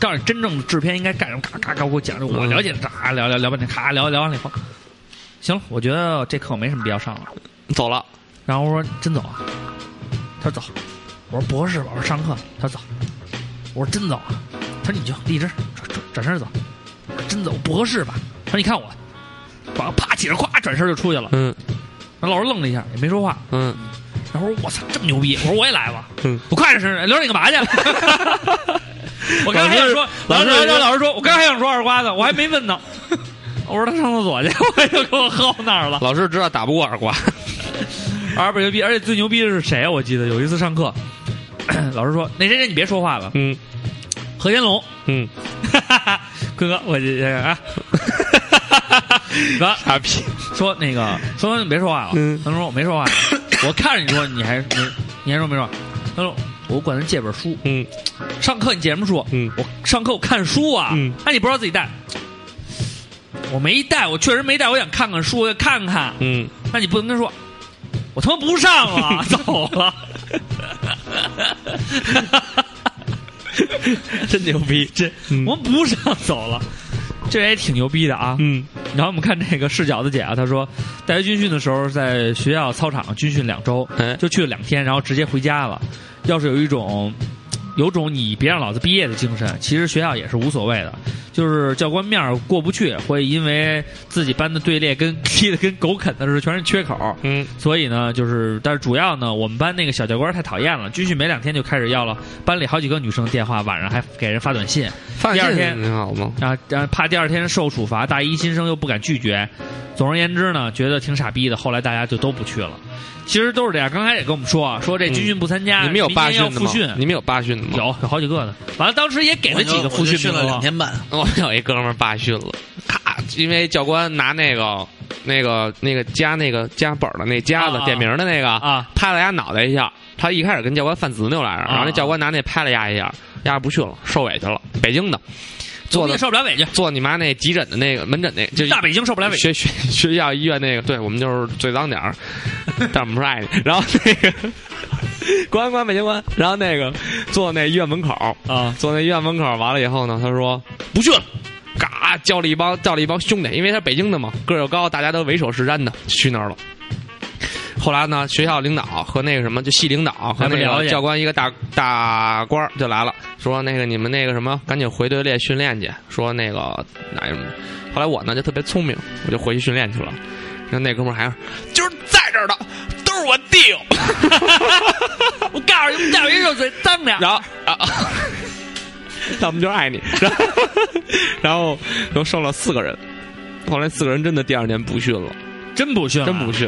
Speaker 3: 告诉你，真正的制片应该干什么？咔咔咔给我讲，我了解的，咔聊聊聊半天，咔聊聊完了以后，行了，我觉得这课我没什么必要上了。
Speaker 4: 走了，
Speaker 3: 然后我说真走啊？他说走。我说博士吧，我说上课。他说走。我说真走啊？他说你就立直，转转转身走。我说真走博士吧？他说你看我，我啪起身，咵转身就出去了。
Speaker 4: 嗯
Speaker 3: 那老师愣了一下，也没说话。
Speaker 4: 嗯，
Speaker 3: 然后我说我操，这么牛逼！我说我也来吧。
Speaker 4: 嗯，
Speaker 3: 我快点身上，留着你干嘛去？ 我刚还想说，
Speaker 4: 老
Speaker 3: 老
Speaker 4: 师
Speaker 3: 师
Speaker 4: 老师
Speaker 3: 老师老师说，我刚还想说二瓜子，我还没问呢。我说他上厕所去， 我就给我薅那儿了。
Speaker 4: 老师知道打不过二瓜，
Speaker 3: 二倍牛逼，而且最牛逼的是谁啊？我记得有一次上课， 老师说：“那谁谁你别说话了，
Speaker 4: 嗯
Speaker 3: 何天龙，
Speaker 4: 嗯，
Speaker 3: 坤哥，我这啊， 哥
Speaker 4: 傻逼，
Speaker 3: 说那个说你别说话了。
Speaker 4: 嗯
Speaker 3: 他说我没说话，我看着你说你还你你还说没说话。他说我管他借本书，
Speaker 4: 嗯
Speaker 3: 上课你借什么书？
Speaker 4: 嗯
Speaker 3: 我上课我看书啊，
Speaker 4: 嗯
Speaker 3: 那、你不知道自己带？我没带，我确实没带，我想看看书，看看。
Speaker 4: 嗯，
Speaker 3: 那你不能跟他说，我他妈不上 了，走了。
Speaker 4: 真牛逼，这嗯
Speaker 3: 我们不上走了，这也挺牛逼的啊。
Speaker 4: 嗯
Speaker 3: 然后我们看这个视角的姐啊，她说，大学军训的时候在学校操场军训两周
Speaker 4: 哎，
Speaker 3: 就去了两天，然后直接回家了。要是有一种。
Speaker 4: 嗯
Speaker 3: 有种你别让老子毕业的精神，其实学校也是无所谓的，就是教官面儿过不去，会因为自己班的队列跟踢的跟狗啃的似的，全是缺口，
Speaker 4: 嗯
Speaker 3: 所以呢，就是，但是主要呢，我们班那个小教官太讨厌了，军训没两天就开始要了班里好几个女生的电话，晚上还给人发短信，
Speaker 4: 发
Speaker 3: 第二
Speaker 4: 现
Speaker 3: 天
Speaker 4: 你好吗？
Speaker 3: 啊，然后怕第二天受处罚，大一新生又不敢拒绝。总而言之呢，觉得挺傻逼的。后来大家就都不去了，其实都是这样。刚才也跟我们说啊，说这军训不参加，
Speaker 4: 你们有
Speaker 3: 啊明
Speaker 4: 罢
Speaker 3: 年要
Speaker 4: 训的
Speaker 3: 复
Speaker 4: 吗
Speaker 3: 训？
Speaker 4: 你们有罢训的吗？
Speaker 3: 有有好几个呢。完了，当时也给了几个复训
Speaker 5: 训了
Speaker 3: 名额
Speaker 5: 两天半，
Speaker 4: 哦我有一哥们儿罢训了，咔，因为教官拿那个、那个、那个夹那个夹本儿的那夹子、
Speaker 3: 啊啊
Speaker 4: 点名儿的那个，
Speaker 3: 啊
Speaker 4: 拍了丫脑袋一下。他一开始跟教官犯子拗来着，
Speaker 3: 啊
Speaker 4: 然后那教官拿那拍了丫一下，丫不去了，受委屈了。北京的，坐
Speaker 3: 你
Speaker 4: 的
Speaker 3: 也受不了委屈，
Speaker 4: 坐你妈那急诊的那个门诊那，就
Speaker 3: 大北京受不了委屈。
Speaker 4: 学学 学校医院那个，对我们就是最脏点儿， 但我们是爱你。然后那个 公安官北京官，然后那个坐那医院门口
Speaker 3: 啊，
Speaker 4: 坐那医院门口完了以后呢，他说不去了。嘎，叫了一帮叫了一帮兄弟，因为他是北京的嘛，个儿又高，大家都为首是瞻的，去那儿了。后来呢，学校领导和那个什么，就系领导和
Speaker 3: 咱们
Speaker 4: 那
Speaker 3: 了
Speaker 4: 个
Speaker 3: 解
Speaker 4: 教官一个大大官儿就来了，说那个你们那个什么，赶紧回队列训练去。说那个哪有后来我呢就特别聪明，我就回去训练去了。然后那哥们儿还说，今儿在这儿的都是我弟哦兄。
Speaker 3: 我告诉你们，大北京受罪脏点儿。
Speaker 4: 然后啊，他们就爱你。然后， 然后又瘦了四个人，后来四个人真的第二年不训了，
Speaker 3: 真不训，
Speaker 4: 真不。训。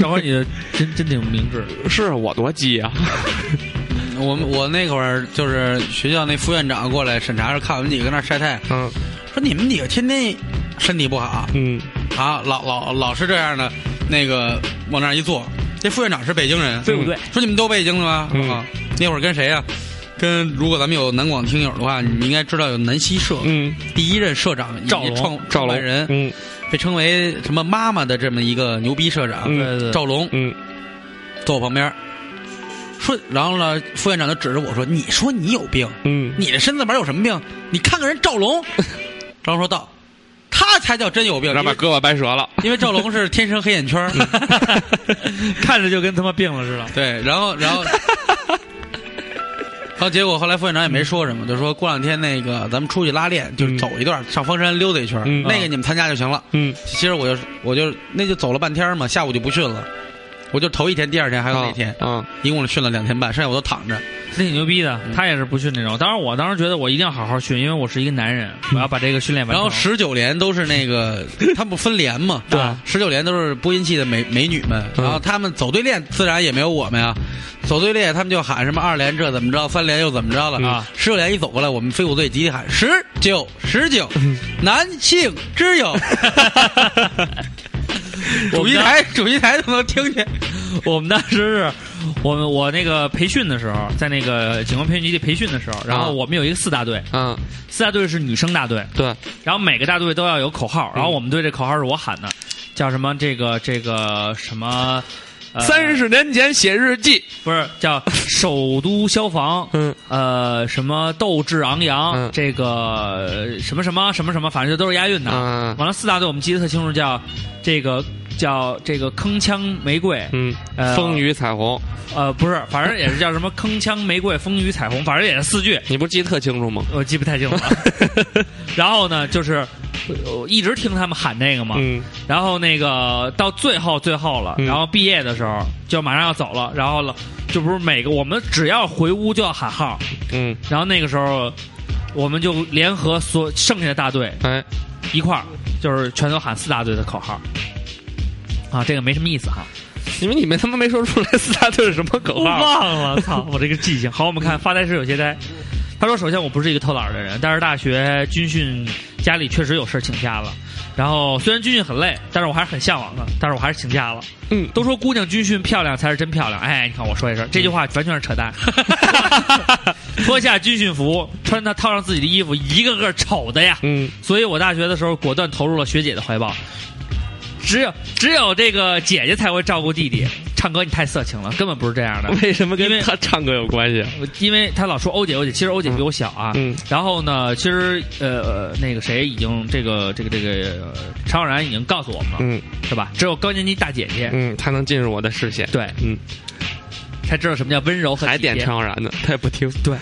Speaker 3: 小伙，你的真 真挺明智。
Speaker 4: 是我多鸡啊！
Speaker 5: 嗯我们我那会儿就是学校那副院长过来审查时，看我们几个跟那儿晒太，
Speaker 4: 嗯
Speaker 5: 说你们几个天天身体不好
Speaker 4: 嗯，
Speaker 5: 啊，老老老是这样的，那个往那儿一坐。这副院长是北京人，
Speaker 3: 对不对？
Speaker 5: 说你们都北京的吗？
Speaker 4: 嗯
Speaker 5: 啊，那会儿跟谁呀、跟如果咱们有南广听友的话，你们应该知道有南希社，
Speaker 4: 嗯，
Speaker 5: 第一任社长以及
Speaker 3: 赵龙
Speaker 5: 创
Speaker 4: 赵
Speaker 5: 创
Speaker 4: 龙
Speaker 5: 办人，
Speaker 4: 嗯
Speaker 5: 被称为什么“妈妈”的这么一个牛逼社长，
Speaker 4: 嗯
Speaker 3: 对对，
Speaker 5: 赵龙
Speaker 4: 嗯，
Speaker 5: 坐我旁边，说，然后呢，副院长就指着我说：“你说你有病，
Speaker 4: 嗯，
Speaker 5: 你这身子板有什么病？你看看人赵龙。”赵龙说道：“他才叫真有病，
Speaker 4: 然后
Speaker 5: 因
Speaker 4: 把
Speaker 5: 为
Speaker 4: 胳膊掰折了。
Speaker 5: 因为赵龙是天生黑眼圈。
Speaker 4: 嗯
Speaker 3: 看着就跟他妈病了似的。
Speaker 5: 对，然后然 后，然后结果后来副院长也没说什么，就说过两天那个咱们出去拉练，就是
Speaker 4: 嗯
Speaker 5: 走一段，上方山溜达一圈，
Speaker 4: 嗯
Speaker 5: 那个你们参加就行了。
Speaker 4: 嗯
Speaker 5: 其实我就我就那就走了半天嘛，下午就不训了，我就头一天、第二天还有那天，
Speaker 4: 啊，
Speaker 5: 一共训了两天半，剩下我都躺着。
Speaker 3: 这挺牛逼的，他也是不训那种。当然，我当时觉得我一定要好好训，因为我是一个男人，我要把这个训练完
Speaker 5: 然
Speaker 3: 成。
Speaker 5: 后十九连都是那个，他不分连嘛？
Speaker 3: 对
Speaker 5: 十九连都是播音系的美美女们，
Speaker 4: 嗯
Speaker 5: 然后他们走队列，自然也没有我们呀。走队列，他们就喊什么二连这怎么着，三连又怎么着了
Speaker 3: 啊？
Speaker 5: 十九连一走过来，我们飞虎队集体喊十九十九，男性之友。 主席台，主席台都能听见。
Speaker 3: 我们当时是，我们我那个培训的时候，在那个警官培训基地培训的时候，然
Speaker 4: 啊
Speaker 3: 后我们有一个四大队，
Speaker 4: 嗯，
Speaker 3: 四大队是女生大队，
Speaker 4: 对，
Speaker 3: 然后每个大队都要有口号，
Speaker 5: 嗯
Speaker 3: 然后我们队这口号是我喊的，叫什么这个这个什么。
Speaker 4: 三
Speaker 3: 十
Speaker 4: 十年前写日记，
Speaker 3: 不是叫首都消防，
Speaker 4: 嗯
Speaker 3: 呃，什么斗志昂扬，
Speaker 4: 嗯
Speaker 3: 这个呃什么什么什么什么，反正就都是押韵的。
Speaker 4: 啊，
Speaker 3: 完了，四大队我们记得特清楚，叫这个叫这个铿锵玫瑰，
Speaker 4: 嗯
Speaker 3: 呃，
Speaker 4: 风雨彩虹，
Speaker 3: 呃，不是，反正也是叫什么铿锵玫瑰，风雨彩虹，反正也是四句，
Speaker 4: 你不是记得特清楚吗？
Speaker 3: 我记不太清楚 了。然后呢，就是我一直听他们喊那个嘛，
Speaker 4: 嗯
Speaker 3: 然后那个到最后最后了，
Speaker 4: 嗯
Speaker 3: 然后毕业的时候就马上要走了，然后了，就不是每个我们只要回屋就要喊号，
Speaker 4: 嗯，
Speaker 3: 然后那个时候我们就联合所剩下的大队
Speaker 4: 哎，
Speaker 3: 一块儿，就是全都喊四大队的口号。啊，这个没什么意思哈，
Speaker 4: 你们你们他妈没说出来四大队是什么啊口
Speaker 3: 我
Speaker 4: 号？
Speaker 3: 忘了，操，我这个记性。好，我们看发呆时有些呆。他说：“首先，我不是一个偷懒儿的人，但是大学军训家里确实有事儿请假了。然后虽然军训很累，但是我还是很向往的，但是我还是请假了。
Speaker 4: 嗯，
Speaker 3: 都说姑娘军训漂亮才是真漂亮，哎，你看我说一声，这句话完全是扯 淡。脱下军训服，穿它套上自己的衣服，一个个丑的呀。
Speaker 4: 嗯
Speaker 3: 所以我大学的时候果断投入了学姐的怀抱。只有只有这个姐姐才会照顾弟弟。唱歌你太色情了，根本不是这样的。
Speaker 4: 为什么
Speaker 3: 因
Speaker 4: 跟
Speaker 3: 为
Speaker 4: 他唱歌有关系？
Speaker 3: 我因为他老说欧姐欧姐，其实欧姐比我小啊。
Speaker 4: 嗯
Speaker 3: 然后呢，其实呃呃那个谁已经这个这个这个呃常小然已经告诉我们了，
Speaker 4: 嗯
Speaker 3: 是吧？只有高年级大姐姐、
Speaker 4: 嗯，他能进入我的视线。
Speaker 3: 对
Speaker 4: 嗯，
Speaker 3: 才知道什么叫温柔和
Speaker 4: 还
Speaker 3: 体
Speaker 4: 点
Speaker 3: 贴。
Speaker 4: 常然呢，他也不听。 对，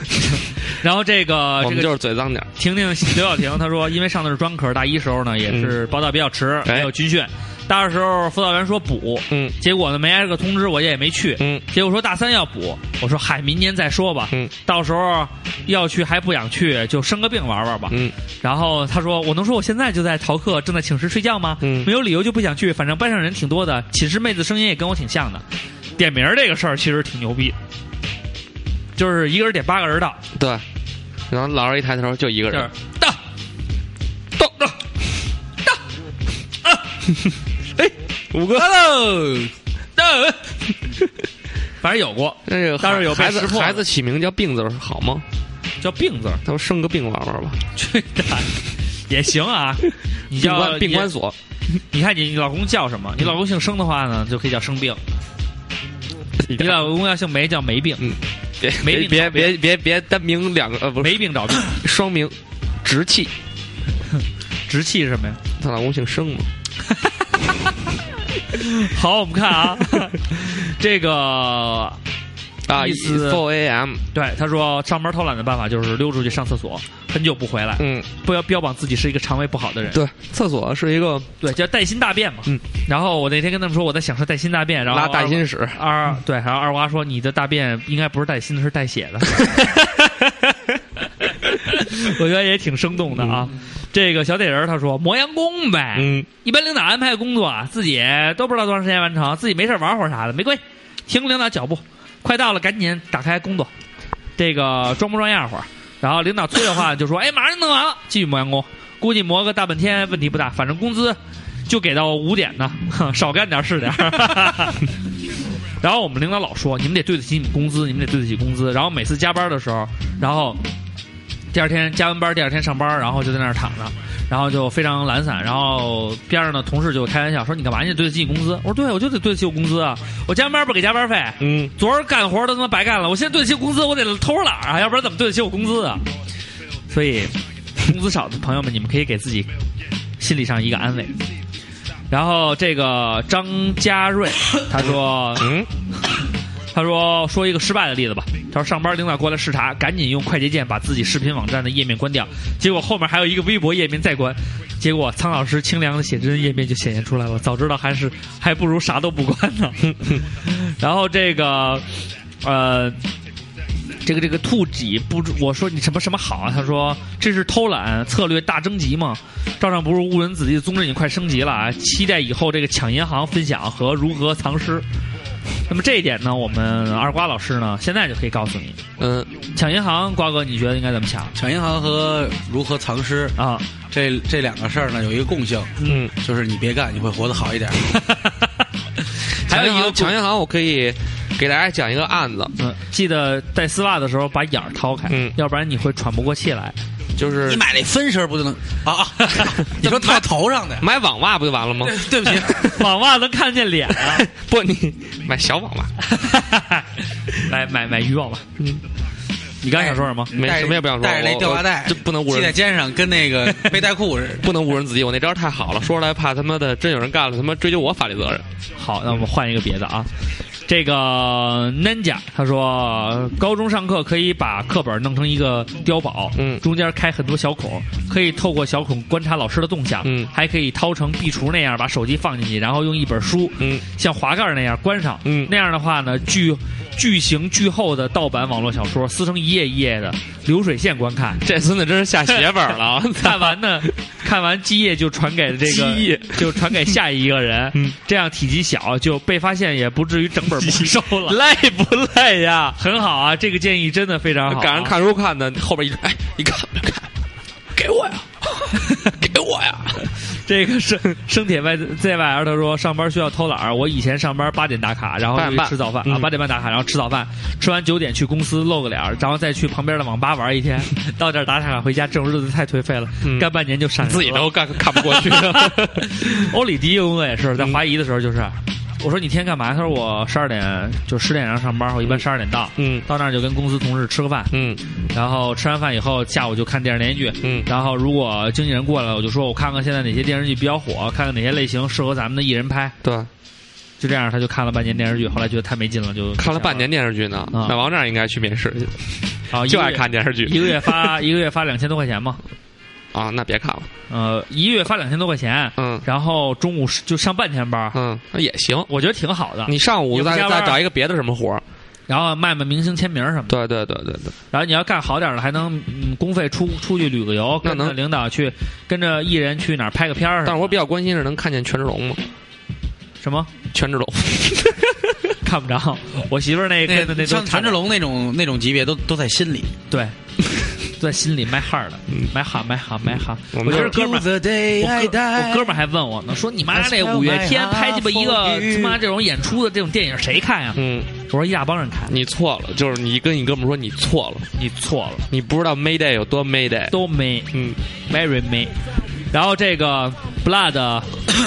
Speaker 3: 然后这个
Speaker 4: 我
Speaker 3: 这
Speaker 4: 们
Speaker 3: 个
Speaker 4: 就是嘴脏点儿。
Speaker 3: 婷婷刘晓婷她说，因为上的是专科，大一时候呢也是报道比较迟，
Speaker 4: 哎
Speaker 3: 没有军训。大二时候辅导员说补，
Speaker 4: 嗯
Speaker 3: 结果呢没挨这个通知，我也没去。
Speaker 4: 嗯
Speaker 3: 结果说大三要补，我说嗨，明年再说吧，
Speaker 4: 嗯
Speaker 3: 到时候要去还不想去，就生个病玩玩吧。
Speaker 4: 嗯
Speaker 3: 然后他说：“我能说我现在就在逃课，正在寝室睡觉吗？
Speaker 4: 嗯
Speaker 3: 没有理由就不想去，反正班上人挺多的，寝室妹子声音也跟我挺像的。点名儿这个事儿其实挺牛逼，就是一个人点八个人到，
Speaker 4: 对。然后老师一抬头就一个
Speaker 3: 就是
Speaker 4: 人，
Speaker 3: 到到到到啊， 哎，
Speaker 4: 五个。
Speaker 3: 喽到， 反正有过
Speaker 4: 那个
Speaker 3: 当时有被
Speaker 4: 孩子
Speaker 3: 识破的
Speaker 4: 孩子起名叫病字儿好吗？
Speaker 3: 叫病字儿，
Speaker 4: 他说生个病玩玩吧，
Speaker 3: 去蛋也 行啊。
Speaker 4: 病
Speaker 3: 你叫
Speaker 4: 关病关
Speaker 3: 所。
Speaker 4: 所。
Speaker 3: 你看你你老公叫什么？你老公姓生的话呢，就可以叫生病；你老公要姓梅，叫梅病，
Speaker 4: 别
Speaker 3: 没
Speaker 4: 别别
Speaker 3: 病找病
Speaker 4: 别别别单名两个呃嗯不是
Speaker 3: 梅病找病。
Speaker 4: 双名，直气。
Speaker 3: 直气是什么呀？
Speaker 4: 她老公姓生嘛？
Speaker 3: 好，我们看啊，这个
Speaker 4: 啊
Speaker 3: 意思
Speaker 4: ，four a.m.
Speaker 3: 对他说，上班偷懒的办法就是溜出去上厕所，很久不回来，
Speaker 4: 嗯，
Speaker 3: 不要标榜自己是一个肠胃不好的人，
Speaker 4: 对，厕所是一个
Speaker 3: 对，叫带薪大便嘛。
Speaker 4: 嗯，
Speaker 3: 然后我那天跟他们说我在享受带薪大便，然后
Speaker 4: 拉大
Speaker 3: 二
Speaker 4: 心屎。嗯
Speaker 3: 二对，然后二瓜说你的大便应该不是带薪的，是带血的。我觉得也挺生动的啊。这个小铁人儿他说磨洋工呗，
Speaker 4: 嗯，
Speaker 3: 一般领导安排的工作啊，自己都不知道多长时间完成，自己没事儿玩会儿啥的没关系，听领导脚步，快到了赶紧打开工作，这个装模装样会儿，然后领导催的话就说哎马上弄完了，继续磨洋工，估计磨个大半天问题不大，反正工资就给到五点呢， 哼少干点儿是点儿。 然后我们领导老说你们得对得起你们工资，你们得对得起工资。然后每次加班的时候，然后第二天加完班，第二天上班，然后就在那儿躺着，然后就非常懒散。然后边上的同事就开玩笑说：“你干嘛？你得对得起你工资。”我说：“对，我就得对得起我工资啊！我加完班不给加班费，
Speaker 4: 嗯，
Speaker 3: 昨儿干活都他妈白干了，我现在对得起工资，我得偷着懒儿啊，要不然怎么对得起我工资啊？”所以，工资少的朋友们，你们可以给自己心理上一个安慰。然后这个张家瑞他说：“
Speaker 4: 嗯，
Speaker 3: 他说说一个失败的例子吧。他说上班领导过来视察，赶紧用快捷键把自己视频网站的页面关掉，结果后面还有一个微博页面再关，结果苍老师清凉的写真页面就显现出来了。早知道还是还不如啥都不关呢。然后这个呃。这个这个兔几不知，我说你什么什么好啊？他说这是偷懒策略大征集吗？照上不误人子弟的宗旨已经快升级了啊！期待以后这个抢银行分享和如何藏尸。那么这一点呢，我们二瓜老师呢，现在就可以告诉你，
Speaker 4: 嗯，
Speaker 3: 抢银行，瓜哥你觉得应该怎么抢
Speaker 5: 抢银行和如何藏尸
Speaker 3: 啊？
Speaker 5: 这这两个事儿呢，有一个共性，
Speaker 4: 嗯，
Speaker 5: 就是你别干，你会活得好一点。
Speaker 3: 还
Speaker 4: 抢
Speaker 3: 有
Speaker 4: 银
Speaker 3: 一个
Speaker 4: 行，抢银行，我可以给大家讲一个案子，
Speaker 3: 嗯，记得戴丝袜的时候把眼儿掏开，
Speaker 4: 嗯
Speaker 3: 要不然你会喘不过气来。
Speaker 4: 就是
Speaker 5: 你买那分身不就能啊？啊你说套头上的呀？
Speaker 4: 买网袜不就完了吗？
Speaker 5: 对不起，
Speaker 3: 网袜能看见脸 啊！
Speaker 4: 不，你买小网 袜，
Speaker 3: 来买买渔网吧。嗯，你刚想说什么？
Speaker 4: 没
Speaker 5: 带
Speaker 4: 什么也不想说，
Speaker 5: 带着那
Speaker 4: 我
Speaker 5: 吊
Speaker 4: 我
Speaker 5: 挂带，
Speaker 4: 这不能误
Speaker 5: 系在
Speaker 4: 人，
Speaker 5: 肩上，跟那个背带裤似的。
Speaker 4: 不能误人子弟，我那招太好了，说出来怕他妈的真有人干了，他妈追究我法律责任。
Speaker 3: 好，那我们换一个别的啊。这个 Ninja 他说，高中上课可以把课本弄成一个碉堡，
Speaker 4: 嗯
Speaker 3: 中间开很多小孔，可以透过小孔观察老师的动向，
Speaker 4: 嗯
Speaker 3: 还可以掏成壁橱那样把手机放进去，然后用一本书，
Speaker 4: 嗯，
Speaker 3: 像滑盖那样关上，
Speaker 4: 嗯
Speaker 3: 那样的话呢，巨巨型巨厚的盗版网络小说撕成一页一页的流水线观看，
Speaker 4: 这孙子真是下血本 了，我操
Speaker 3: 看完呢，看完基业就传给这个，
Speaker 4: 基业
Speaker 3: 就传给下一个人，
Speaker 4: 嗯
Speaker 3: 这样体积小就被发现，也不至于整本没收 了。
Speaker 4: 累不累呀？
Speaker 3: 很好啊，这个建议真的非常好、啊。
Speaker 4: 赶上看书看的，后边一直哎，你看你看，给我呀， 给我呀，
Speaker 3: 这个生生铁 Y Z Y L 他说上班需要偷懒儿，我以前上班八点打卡，然后
Speaker 4: 八点
Speaker 3: 去
Speaker 4: 半
Speaker 3: 吃早饭啊，
Speaker 4: 嗯
Speaker 3: 八点半打卡，然后吃早饭，吃完九点去公司露个脸儿，然后再去旁边的网吧玩 一天，到这儿打卡回家，这种日子太颓废了，
Speaker 4: 嗯
Speaker 3: 干半年就闪 人
Speaker 4: 自己
Speaker 3: 了
Speaker 4: 都看看不过去了。
Speaker 3: 欧里第一个工作也是在华谊的时候，就是、我说你一天干嘛？他说我十二点就十点上上班，我一般十二点到，
Speaker 4: 嗯
Speaker 3: 到那儿就跟公司同事吃个饭，
Speaker 4: 嗯
Speaker 3: 然后吃完饭以后下午就看电视连续剧，
Speaker 4: 嗯
Speaker 3: 然后如果经纪人过来，我就说我看看现在哪些电视剧比较火，看看哪些类型适合咱们的艺人拍，
Speaker 4: 对，
Speaker 3: 就这样他就看了半年电视剧，后来觉得太没劲了，就
Speaker 4: 看了半年电视剧呢，
Speaker 3: 啊
Speaker 4: 那王那儿应该去面试去，
Speaker 3: 啊，
Speaker 4: 就
Speaker 3: 一个
Speaker 4: 爱
Speaker 3: 月
Speaker 4: 看电视
Speaker 3: 一
Speaker 4: 剧
Speaker 3: 个月发一个月发两千多块钱嘛，
Speaker 4: 啊，那别看了，
Speaker 3: 呃，一个月发两千多块钱，
Speaker 4: 嗯
Speaker 3: 然后中午就上半天班，
Speaker 4: 嗯，那也行。
Speaker 3: 我觉得挺好的，
Speaker 4: 你上
Speaker 3: 也
Speaker 4: 午
Speaker 3: 不
Speaker 4: 再
Speaker 3: 加班
Speaker 4: 再找一个别的什么活儿？
Speaker 3: 然后卖卖明星签名什么
Speaker 4: 对
Speaker 3: 的。
Speaker 4: 对对对对，
Speaker 3: 然后你要干好点儿的，还能嗯公费出出去旅个游，
Speaker 4: 那
Speaker 3: 跟着
Speaker 4: 能
Speaker 3: 领导去，跟着艺人去哪儿拍个片儿什么的。
Speaker 4: 但是我比较关心是能看见权志龙吗？
Speaker 3: 什么
Speaker 4: 权志龙，
Speaker 3: 看不着，我媳妇儿那跟的那
Speaker 5: 那
Speaker 3: 都
Speaker 5: 像权志龙那种那种级别，都都在心里。
Speaker 3: 对， 在心里卖哈的，卖哈卖哈卖哈。
Speaker 4: 嗯我
Speaker 3: 我
Speaker 4: 们
Speaker 3: 觉得
Speaker 4: 这
Speaker 3: 哥们儿。我哥我哥们儿还问我呢，说你妈这五月天拍鸡巴一个他妈这种演出的这种电影谁看呀？
Speaker 4: 嗯，
Speaker 3: 我说一大帮人看，
Speaker 4: 你错了，就是你跟你哥们儿说你错了，
Speaker 3: 你错了，
Speaker 4: 你不知道 Mayday 有多 Mayday。
Speaker 3: 都没
Speaker 4: 嗯
Speaker 3: marry me。然后这个 blood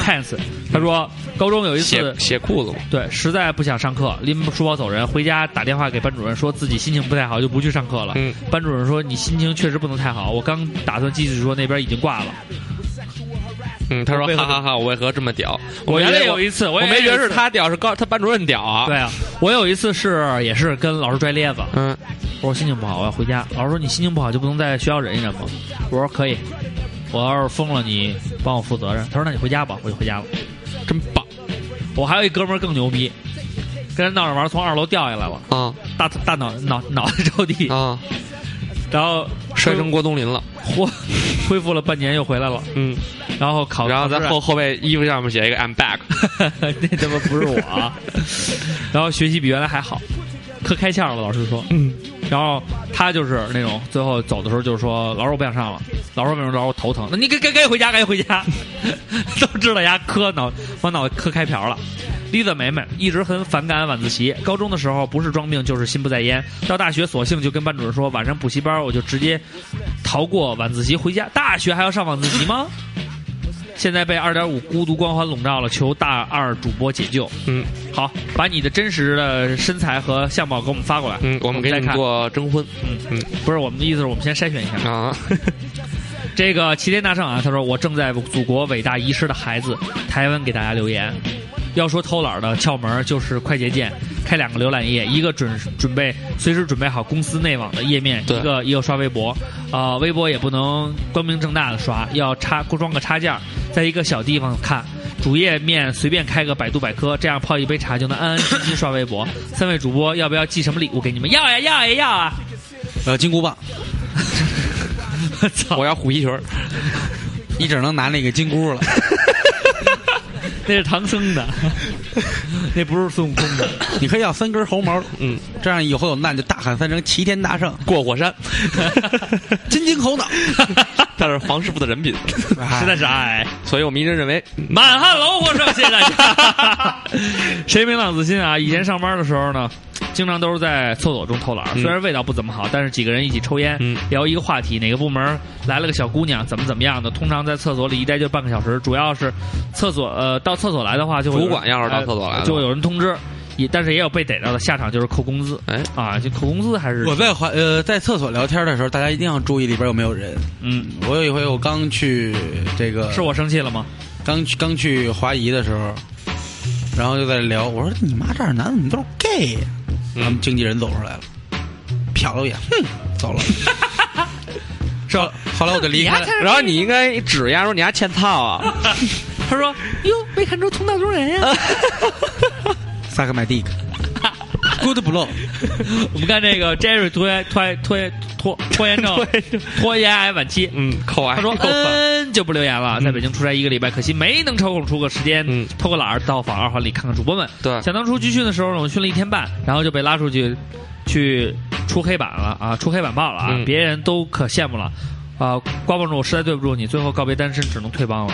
Speaker 3: pants，他 说高中有一次
Speaker 4: 写写裤子嘛，
Speaker 3: 对，实在不想上课，拎书包走人，回家打电话给班主任，说自己心情不太好，就不去上课了。
Speaker 4: 嗯
Speaker 3: 班主任说你心情确实不能太好，我刚打算继续说，那边已经挂了。
Speaker 4: 嗯，他说
Speaker 3: 我为何
Speaker 4: 哈哈哈，我为何这么屌？
Speaker 3: 我
Speaker 4: 没
Speaker 3: 原
Speaker 4: 觉
Speaker 3: 来
Speaker 4: 得
Speaker 3: 有一次，
Speaker 4: 我
Speaker 3: 也
Speaker 4: 没觉得
Speaker 3: 有一
Speaker 4: 是
Speaker 3: 次。
Speaker 4: 他屌，是高他班主任屌啊。
Speaker 3: 对，啊，我有一次是也是跟老师拽咧子，
Speaker 4: 嗯，
Speaker 3: 我说心情不好，我要回家。老师说你心情不好就不能在学校忍一忍吗？我说可以，我要是疯了你帮我负责任。他说那你回家吧，我就回家了。
Speaker 4: 真棒
Speaker 3: 我还有一哥们儿更牛逼，跟人闹着玩儿从二楼掉下来了，
Speaker 4: 啊
Speaker 3: 嗯大大脑脑脑袋着地。
Speaker 4: 啊！
Speaker 3: 然后
Speaker 4: 摔成郭冬临了，
Speaker 3: 嚯，恢复了半年又回来了，
Speaker 4: 嗯，
Speaker 3: 然后考，
Speaker 4: 然后在
Speaker 3: 考试啊
Speaker 4: 后后背衣服上面写一个 I'm back，
Speaker 3: 那他妈不是我 啊。然后学习比原来还好，课开窍了，老师说。嗯。然后他就是那种最后走的时候就是说：“老师，我不想上了。”老师为什么？老师我头疼。 那你该该该回家，该回家。 都知道呀，磕脑往脑磕开瓢了。Lisa 梅梅一直很反感晚自习，高中的时候不是装病就是心不在焉，到大学索性就跟班主任说晚上补习班我就直接逃过晚自习回家。大学还要上晚自习吗？现在被二点五孤独光环笼罩了，求大二主播解救。
Speaker 4: 嗯
Speaker 3: 好，把你的真实的身材和相貌给我们发过来。
Speaker 4: 嗯，我们给
Speaker 3: 再
Speaker 4: 你
Speaker 3: 看。
Speaker 4: 做征婚，嗯
Speaker 3: 不是我们的意思是我们先筛选一下。
Speaker 4: 嗯啊，
Speaker 3: 这个齐天大圣啊，他说我正在祖国伟大遗失的孩子台湾给大家留言。要说偷懒的窍门，就是快捷键开两个浏览页，一个准准备随时准备好公司内网的页面，
Speaker 4: 对
Speaker 3: 一个一个刷微博，啊、微博也不能光明正大的刷，要插装个插件儿，在一个小地方看，主页面随便开个百度百科，这样泡一杯茶就能安安心心刷微博。三位主播要不要寄什么礼物给你们？要呀要呀要啊！
Speaker 5: 呃，金箍棒，
Speaker 3: 我 操！
Speaker 4: 我要虎皮裙儿，
Speaker 5: 你只能拿那个金箍了。
Speaker 3: 那是唐僧的，那不是孙悟空的。
Speaker 5: 你可以要三根猴毛，
Speaker 4: 嗯，
Speaker 5: 这样以后有难就大喊三声“齐天大圣
Speaker 4: 过火 山，
Speaker 5: 金睛猴脑
Speaker 4: 但是黄师傅的人品，
Speaker 3: 实在是爱。
Speaker 4: 所以我们一直认为，嗯
Speaker 3: 满汉楼我说谢谢大家。 谁没浪子心啊？以前上班的时候呢，经常都是在厕所中偷懒儿，
Speaker 4: 嗯
Speaker 3: 虽然味道不怎么好，但是几个人一起抽烟，
Speaker 4: 嗯
Speaker 3: 聊一个话题，哪个部门来了个小姑娘，怎么怎么样的。通常在厕所里一待就半个小时，主要是厕所呃到厕所来的话就会有人，
Speaker 4: 主管要是到厕所来的
Speaker 3: 哎
Speaker 4: 话
Speaker 3: 就会有人通知。也但是也有被逮到的，下场就是扣工资。
Speaker 4: 哎
Speaker 3: 啊，就扣工资还是
Speaker 5: 我在环呃在厕所聊天的时候，大家一定要注意里边有没有人。
Speaker 3: 嗯，
Speaker 5: 我有一回我刚去这个
Speaker 3: 是我生气了吗？
Speaker 5: 刚去刚去华谊的时候，然后就在聊，我说你妈这儿男的怎么都是 gay 呀、
Speaker 4: 嗯
Speaker 5: 他们经纪人走出来了，瞟了我一眼，哼，走 了。
Speaker 3: 是吧？
Speaker 5: 后来我就离开了。
Speaker 4: 然后你应该指压说你还欠操啊，
Speaker 3: 他说：“哟，没看出同道中人呀、
Speaker 5: 萨克麦蒂克，Good blow，
Speaker 3: 我们看这个 Jerry 拖延拖延拖延拖拖延症拖延癌晚期。
Speaker 4: 嗯，扣啊，
Speaker 3: 他说：“
Speaker 4: 扣啊
Speaker 3: 嗯，就不留言了。在北京出差一个礼拜，可惜没能抽空出个时间，
Speaker 4: 嗯
Speaker 3: 偷个懒儿到访二环里看看主播们。
Speaker 4: 对
Speaker 3: 想当初军训的时候呢，我训了一天半，然后就被拉出去去出黑板了啊，出黑板报了啊，
Speaker 4: 嗯
Speaker 3: 别人都可羡慕了。”啊，瓜帮主，我实在对不住你，最后告别单身，只能退帮了。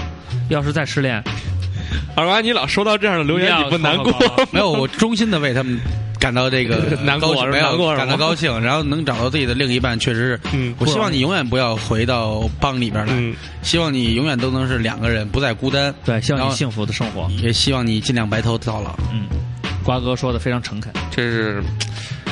Speaker 3: 要是再失恋，
Speaker 4: 二娃，你老收到这样的留言，
Speaker 3: 要
Speaker 4: 你不难过
Speaker 3: 扣扣扣
Speaker 5: 没有，我衷心的为他们感到这个
Speaker 4: 难过
Speaker 5: 高兴
Speaker 4: 是吧
Speaker 5: 没有
Speaker 4: 难过是吧
Speaker 5: 感到高兴，然后能找到自己的另一半，确实是，
Speaker 4: 嗯
Speaker 5: 我希望你永远不要回到帮里边来，
Speaker 4: 嗯
Speaker 5: 希望你永远都能是两个人，不再孤单，
Speaker 3: 对，希望
Speaker 5: 然
Speaker 3: 你
Speaker 5: 后
Speaker 3: 幸福的生活。
Speaker 5: 也希望你尽量白头到老。
Speaker 3: 嗯，瓜哥说的非常诚恳。
Speaker 4: 这是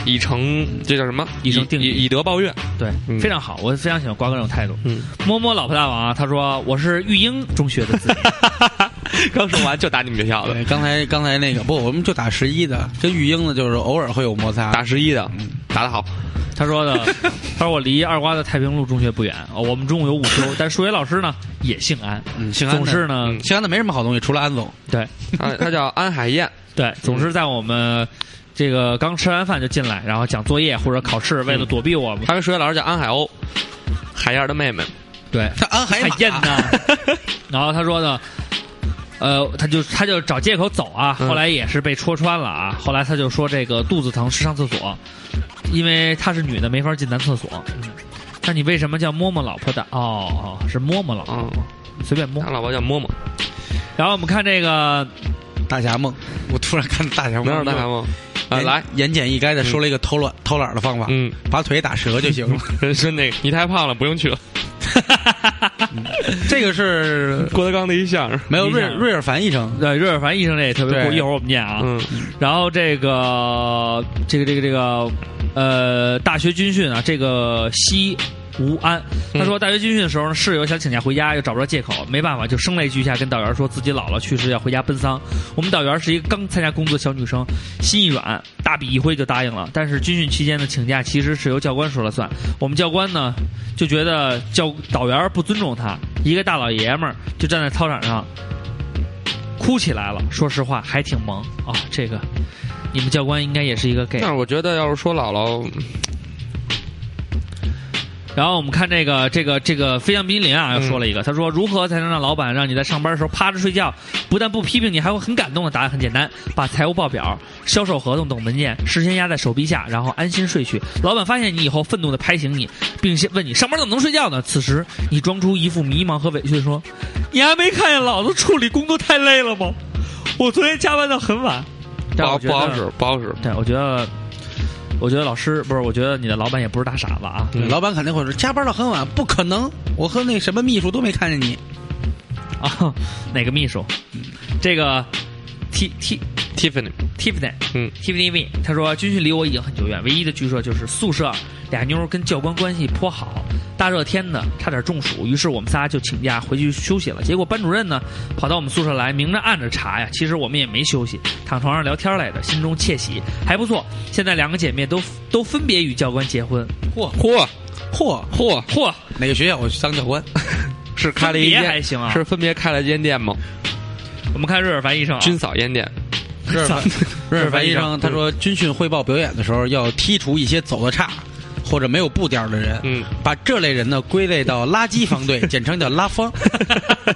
Speaker 4: 以诚，这叫什么？
Speaker 3: 以诚定
Speaker 4: 以以德报怨。
Speaker 3: 对，
Speaker 4: 嗯
Speaker 3: 非常好，我非常喜欢瓜哥这种态度。
Speaker 4: 嗯，
Speaker 3: 摸摸老婆大王啊，他说我是育英中学的自己，
Speaker 4: 刚说完就打你们学校的，
Speaker 5: 对，刚才刚才那个不，我们就打十一的，跟玉英呢就是偶尔会有摩擦。
Speaker 4: 打十一的，打得好。
Speaker 3: 他说的，他说我离二瓜的太平路中学不远，哦我们中午有午休，但数学老师呢也姓安，
Speaker 5: 嗯，兴安的
Speaker 3: 总是呢，
Speaker 4: 嗯
Speaker 5: 兴安的没什么好东西，除了安 总。
Speaker 3: 对
Speaker 4: 他啊他叫安海燕，
Speaker 3: 对，总是在我们这个刚吃完饭就进来，然后讲作业或者考试，为了躲避我们，
Speaker 4: 他跟数学老师叫安海鸥，海燕的妹妹。
Speaker 3: 对，
Speaker 5: 他安
Speaker 4: 哎
Speaker 5: 海
Speaker 3: 海
Speaker 5: 啊马
Speaker 3: 燕呢？啊 然后他说呢，呃，他就他就找借口走啊，
Speaker 4: 嗯
Speaker 3: 后来也是被戳穿了啊。后来他就说这个肚子疼是上厕所，因为她是女的没法进男厕所。嗯那你为什么叫摸摸老婆的？哦，哦是摸摸老婆，
Speaker 4: 嗯，
Speaker 3: 随便摸
Speaker 4: 他。老婆叫嬷嬷，
Speaker 3: 然后我们看这 个，
Speaker 5: 大侠梦，我突然看大侠梦，
Speaker 4: 能让大家吗？啊，
Speaker 5: 言
Speaker 4: 来，
Speaker 5: 言简意赅的说了一个偷懒偷懒的方法，
Speaker 4: 嗯，
Speaker 5: 把腿打折就 行了。
Speaker 4: 人参那个，你太胖了，不用去了。
Speaker 5: 这个是
Speaker 4: 郭德纲的一相声，
Speaker 5: 没有瑞
Speaker 3: 影响
Speaker 5: 瑞尔凡医生，
Speaker 3: 对瑞尔凡医生这也特别酷，
Speaker 5: 对
Speaker 3: 一会儿我们念啊。
Speaker 4: 嗯，
Speaker 3: 然后这个这个这个这个呃，大学军训啊，这个西吴安他说，大学军训的时候呢，室友想请假回家，又找不着借口，没办法就声泪俱下跟导员说自己姥姥去世要回家奔丧。我们导员是一个刚参加工作的小女生，心一软，大笔一挥就答应了。但是军训期间的请假其实是由教官说了算，我们教官呢就觉得教导员不尊重他，一个大老爷们儿就站在操场上哭起来了。说实话，还挺萌啊、这个你们教官应该也是一个 gay
Speaker 4: 但。是我觉得要是说姥姥，
Speaker 3: 然后我们看这个这个这个飞翔冰林啊，又说了一个，他说如何才能让老板让你在上班的时候趴着睡觉，不但不批评你，还会很感动的答案很简单，把财务报表、销售合同等文件事先压在手臂下，然后安心睡去。老板发现你以后，愤怒的拍醒你，并且问你上班怎么能睡觉呢？此时你装出一副迷茫和委屈的说：“你还没看见老子处理工作太累了吗？我昨天加班到很晚。”
Speaker 4: 不
Speaker 3: 但
Speaker 4: 好
Speaker 3: 我觉得
Speaker 4: 不好使，不好使。
Speaker 3: 对，我觉得，我觉得老师不是，我觉得你的老板也不是大傻子啊。
Speaker 4: 嗯
Speaker 5: 老板肯定会说加班到很晚，不可能，我和那什么秘书都没看见你。
Speaker 3: 啊， 哪个秘书？嗯这个 T T
Speaker 4: Tiffany，
Speaker 3: Tiffany，
Speaker 4: 嗯
Speaker 3: ，Tiffany V，他说军训离我已经很久远，唯一的剧社就是宿舍俩妞儿跟教官关系颇好，大热天的差点中暑，于是我们仨就请假回去休息了。结果班主任呢跑到我们宿舍来，明着暗着查呀，其实我们也没休息，躺床上聊天来的，心中窃喜，还不错。现在两个姐妹都都分别与教官结婚，
Speaker 5: 嚯
Speaker 4: 嚯
Speaker 5: 嚯，
Speaker 4: 嚯，
Speaker 3: 嚯，
Speaker 5: 哪个学校我去当教官？
Speaker 4: 是开了一
Speaker 3: 分别
Speaker 4: 间
Speaker 3: 还行啊
Speaker 4: 是分别开了一间店吗？
Speaker 3: 我们看瑞尔凡医生、啊，
Speaker 4: 军 嫂烟店，
Speaker 5: 瑞尔凡瑞尔凡
Speaker 3: 瑞尔凡
Speaker 5: 医
Speaker 3: 医
Speaker 5: 生
Speaker 3: 生
Speaker 5: 他说，军训汇报表演的时候要剔除一些走的差或者没有步调的人，
Speaker 4: 嗯，
Speaker 5: 把这类人呢归类到垃圾方 队，简称叫拉方，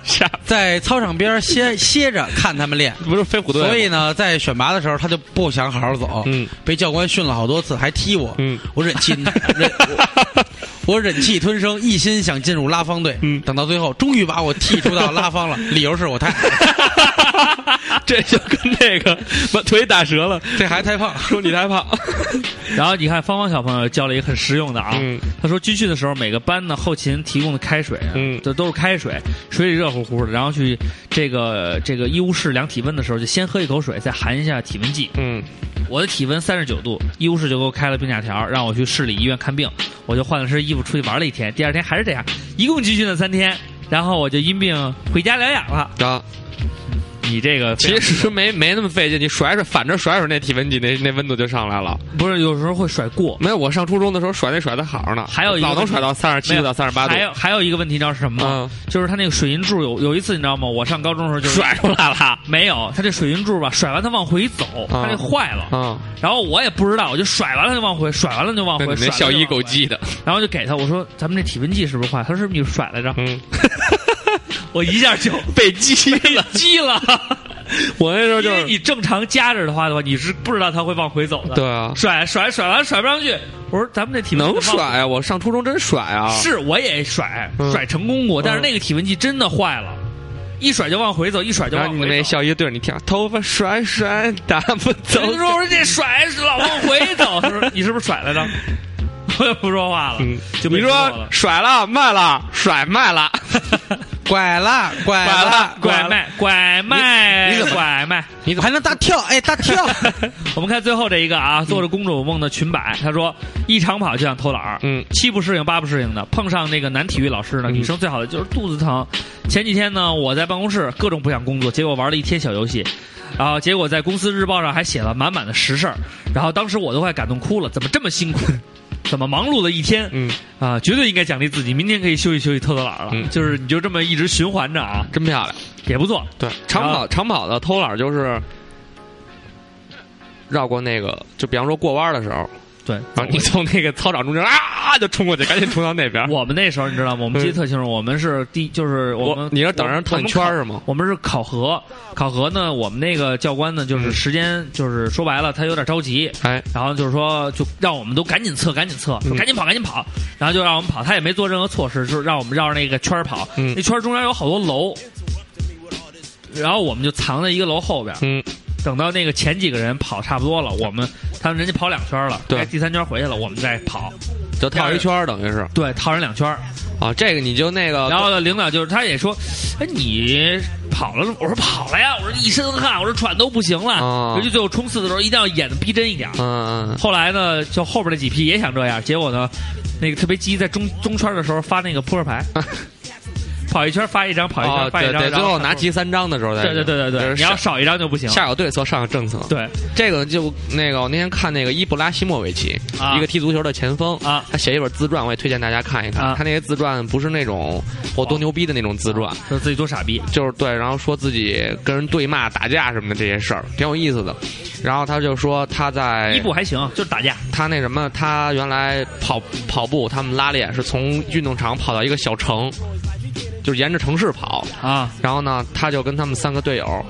Speaker 4: 傻
Speaker 5: 在操场边歇歇着看他们练。
Speaker 4: 不是飞虎队吗，
Speaker 5: 所以呢，在选拔的时候，他就不想好好走，
Speaker 4: 嗯
Speaker 5: 被教官训了好多次，还踢我，
Speaker 4: 嗯
Speaker 5: 我忍 气忍我，我忍气吞声，一心想进入拉方队，
Speaker 4: 嗯
Speaker 5: 等到最后，终于把我剔除到拉方了，理由是 我太，
Speaker 4: 这就跟那个把腿打折了，
Speaker 5: 这孩子太胖，
Speaker 4: 说你太胖，
Speaker 3: 然后你看芳芳小朋友教了一个很实用的啊，
Speaker 4: 嗯
Speaker 3: 他说军训的时候每个班呢后勤提供的开水啊，
Speaker 4: 嗯
Speaker 3: 这都是开水，水里热乎乎的，然后去这个这个医务室量体温的时候，就先喝一口水，再含一下体温计。
Speaker 4: 嗯，
Speaker 3: 我的体温三十九度，医务室就给我开了病假条，让我去市里医院看病。我就换了身衣服出去玩了一天，第二天还是这样，一共军训了三天，然后我就因病回家疗养了。
Speaker 4: 啊，
Speaker 3: 你这个非
Speaker 4: 其
Speaker 3: 常
Speaker 4: 实没没那么费劲，你甩甩，反着甩甩那体温计，那那温度就上来了。
Speaker 3: 不是有时候会甩过，
Speaker 4: 没有，我上初中的时候甩那甩的好呢，
Speaker 3: 还有一个
Speaker 4: 老能甩到三十
Speaker 3: 没
Speaker 4: 七
Speaker 3: 有
Speaker 4: 到三十八度嗯
Speaker 3: 还，有还有一个问题，你知道是什么吗？就是他那个水银柱有有一次，你知道吗？我上高中的时候就 是
Speaker 4: 甩出来了
Speaker 3: 没有，他这水银柱吧，甩完他往回走，他那坏了。
Speaker 4: 啊！
Speaker 3: 然后我也不知道，我就甩完了就往回，甩完了就往
Speaker 4: 那
Speaker 3: 回，
Speaker 4: 你
Speaker 3: 甩
Speaker 4: 那
Speaker 3: 完了就
Speaker 4: 小姨
Speaker 3: 往
Speaker 4: 够
Speaker 3: 回。
Speaker 4: 鸡的，
Speaker 3: 然后就给他我说：“咱们这体温计是不是坏？”他说：“是不是你甩来着？”
Speaker 4: 嗯，
Speaker 3: 我一下就
Speaker 4: 被激了。
Speaker 3: 激了，
Speaker 4: 我那时候就
Speaker 3: 因为
Speaker 4: 是
Speaker 3: 你正常夹着的话的话，你是不知道他会往回走的。
Speaker 4: 对，啊，
Speaker 3: 甩甩甩完甩不上去。我说：“咱们这体温
Speaker 4: 能
Speaker 3: 计往
Speaker 4: 甩啊！我上初中真甩啊，
Speaker 3: 是，我也甩
Speaker 4: 嗯
Speaker 3: 甩成功过，但是
Speaker 4: 嗯
Speaker 3: 那个体温计真的坏了，一甩就往回走，一甩就
Speaker 4: 然
Speaker 3: 往
Speaker 4: 后
Speaker 3: 回
Speaker 4: 你
Speaker 3: 走。
Speaker 4: 那小姨对着你跳，头发甩甩 打不走
Speaker 3: 我，就说我说 这甩老往回 走，他说你是不是甩来着？ 我也不说话了，
Speaker 4: 嗯，
Speaker 3: 就被
Speaker 4: 你
Speaker 3: 说
Speaker 4: 说
Speaker 3: 了
Speaker 4: 甩了卖了甩卖 了，
Speaker 5: 拐了拐
Speaker 4: 拐了
Speaker 5: 了
Speaker 3: 拐卖拐卖
Speaker 5: 你怎么
Speaker 3: 拐卖。
Speaker 5: 你怎么还能大 跳？哎，大跳！
Speaker 3: 我们看最后这一个啊，做着公主梦的裙摆，他说一长跑就想偷懒儿，
Speaker 4: 嗯
Speaker 3: 七不适应八不适应的，碰上那个男体育老师呢，
Speaker 4: 嗯
Speaker 3: 女生最好的就是肚子疼。前几天呢，我在办公室各种不想工作，结果玩了一天小游戏，然后结果在公司日报上还写了满满的实事儿，然后当时我都快感动哭了，怎么这么 辛苦？怎么忙碌了一天？
Speaker 4: 嗯，
Speaker 3: 啊，绝对应该奖励自己，明天可以休息休息，偷偷懒儿了。
Speaker 4: 嗯
Speaker 3: 就是你就这么一直循环着啊，
Speaker 4: 真漂亮。
Speaker 3: 也不错。
Speaker 4: 对，长
Speaker 3: 然
Speaker 4: 跑
Speaker 3: 后
Speaker 4: 长跑的偷懒就是绕过那个，就比方说过弯的时候，
Speaker 3: 对，
Speaker 4: 然后啊你从那个操场中间 啊就冲过去，赶紧冲到那边。
Speaker 3: 我们那时候你知道吗？我们记得
Speaker 4: 嗯
Speaker 3: 特清楚，我们是第就是我们
Speaker 4: 我你是等着
Speaker 3: 我
Speaker 4: 烫
Speaker 3: 我们
Speaker 4: 圈儿
Speaker 3: 考
Speaker 4: 是吗
Speaker 3: 我们是考核，考核呢，我们那个教官呢，就是
Speaker 4: 嗯
Speaker 3: 时间就是说白了，他有点着急。
Speaker 4: 哎，
Speaker 3: 然后就是说，就让我们都赶紧测，赶紧测，说
Speaker 4: 嗯
Speaker 3: 赶紧跑，赶紧跑。然后就让我们跑，他也没做任何措施，就是让我们绕着那个圈儿跑。
Speaker 4: 嗯
Speaker 3: 那圈儿中间有好多楼，然后我们就藏在一个楼后边儿。
Speaker 4: 嗯，
Speaker 3: 等到那个前几个人跑差不多了，我们他们人家跑两圈了，
Speaker 4: 对
Speaker 3: 该第三圈回去了，我们再跑。
Speaker 4: 就套一圈儿等于是
Speaker 3: 对，套人两圈儿。
Speaker 4: 啊，这个你就那个
Speaker 3: 然后领导就是他也说，哎，你跑了吗？我说跑了呀，我说一身汗，我说喘都不行了。
Speaker 4: 哦
Speaker 3: 尤其最后冲刺的时候，一定要演的逼真一点。
Speaker 4: 嗯嗯
Speaker 3: 后来呢，就后边那几批也想这样，结果呢，那个特别鸡在中中圈的时候发那个扑 克牌，跑一圈发一张，跑一
Speaker 4: 哦
Speaker 3: 圈发
Speaker 4: 对
Speaker 3: 一张，
Speaker 4: 对，
Speaker 3: 然
Speaker 4: 最后
Speaker 3: 后
Speaker 4: 拿齐。三张的时候再
Speaker 3: 对对对对
Speaker 4: 就是
Speaker 3: 对，你要
Speaker 4: 下
Speaker 3: 少一张就不行。
Speaker 4: 下有对策，上有政策。
Speaker 3: 对，
Speaker 4: 这个就那个，我那天看那个伊布拉希莫维奇，
Speaker 3: 啊
Speaker 4: 一个踢足球的前锋
Speaker 3: 啊
Speaker 4: 他写一本自传，我也推荐大家看一看。
Speaker 3: 啊
Speaker 4: 他那些自传不是那种我多牛逼的那种自传，
Speaker 3: 说自己多傻逼。
Speaker 4: 就是对，然后说自己跟人对骂、打架什么的这些事儿，挺有意思的。然后他就说他在
Speaker 3: 一部还行，就是打架。
Speaker 4: 他那什么，他原来跑跑步，他们拉练是从运动场跑到一个小城，就是沿着城市跑。
Speaker 3: 啊
Speaker 4: 然后呢，他就跟他们三个队友，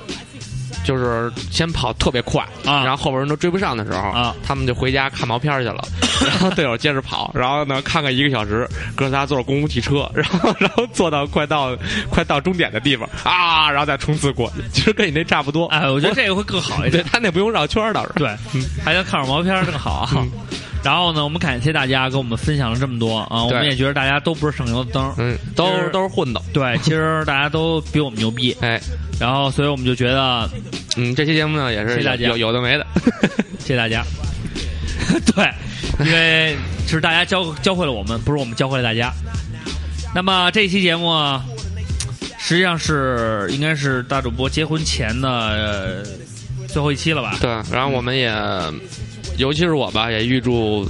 Speaker 4: 就是先跑特别快，
Speaker 3: 啊
Speaker 4: 然后后边人都追不上的时候，
Speaker 3: 啊
Speaker 4: 他们就回家看毛片去 了。然后队友接着跑，然后呢，看个一个小时，哥仨坐着公共汽车， 然后然后坐到快到快到终点的地方啊，然后再冲刺过去，其实跟你那差不多。
Speaker 3: 哎，我觉得这个会更好一
Speaker 4: 对
Speaker 3: 点。
Speaker 4: 他那不用绕圈儿，倒是。
Speaker 3: 对，嗯还能看会儿毛片儿更好啊。
Speaker 4: 嗯
Speaker 3: 然后呢，我们感谢大家给我们分享了这么多啊，我们
Speaker 4: 对
Speaker 3: 也觉得大家都不是省油的灯。
Speaker 4: 嗯，都
Speaker 3: 就是
Speaker 4: 都是混的。
Speaker 3: 对，其实大家都比我们牛逼，
Speaker 4: 哎，
Speaker 3: 然后所以我们就觉得
Speaker 4: 嗯，这期节目呢也
Speaker 3: 谢
Speaker 4: 是
Speaker 3: 谢大
Speaker 4: 有
Speaker 3: 家
Speaker 4: 有有的没的，
Speaker 3: 谢谢大家。 对，因为是大家教教会了我们，不是我们教会了大家。那么这期节目啊，实际上是应该是大主播结婚前的、呃最后一期了吧？
Speaker 4: 对。然后我们也，尤其是我吧，也预祝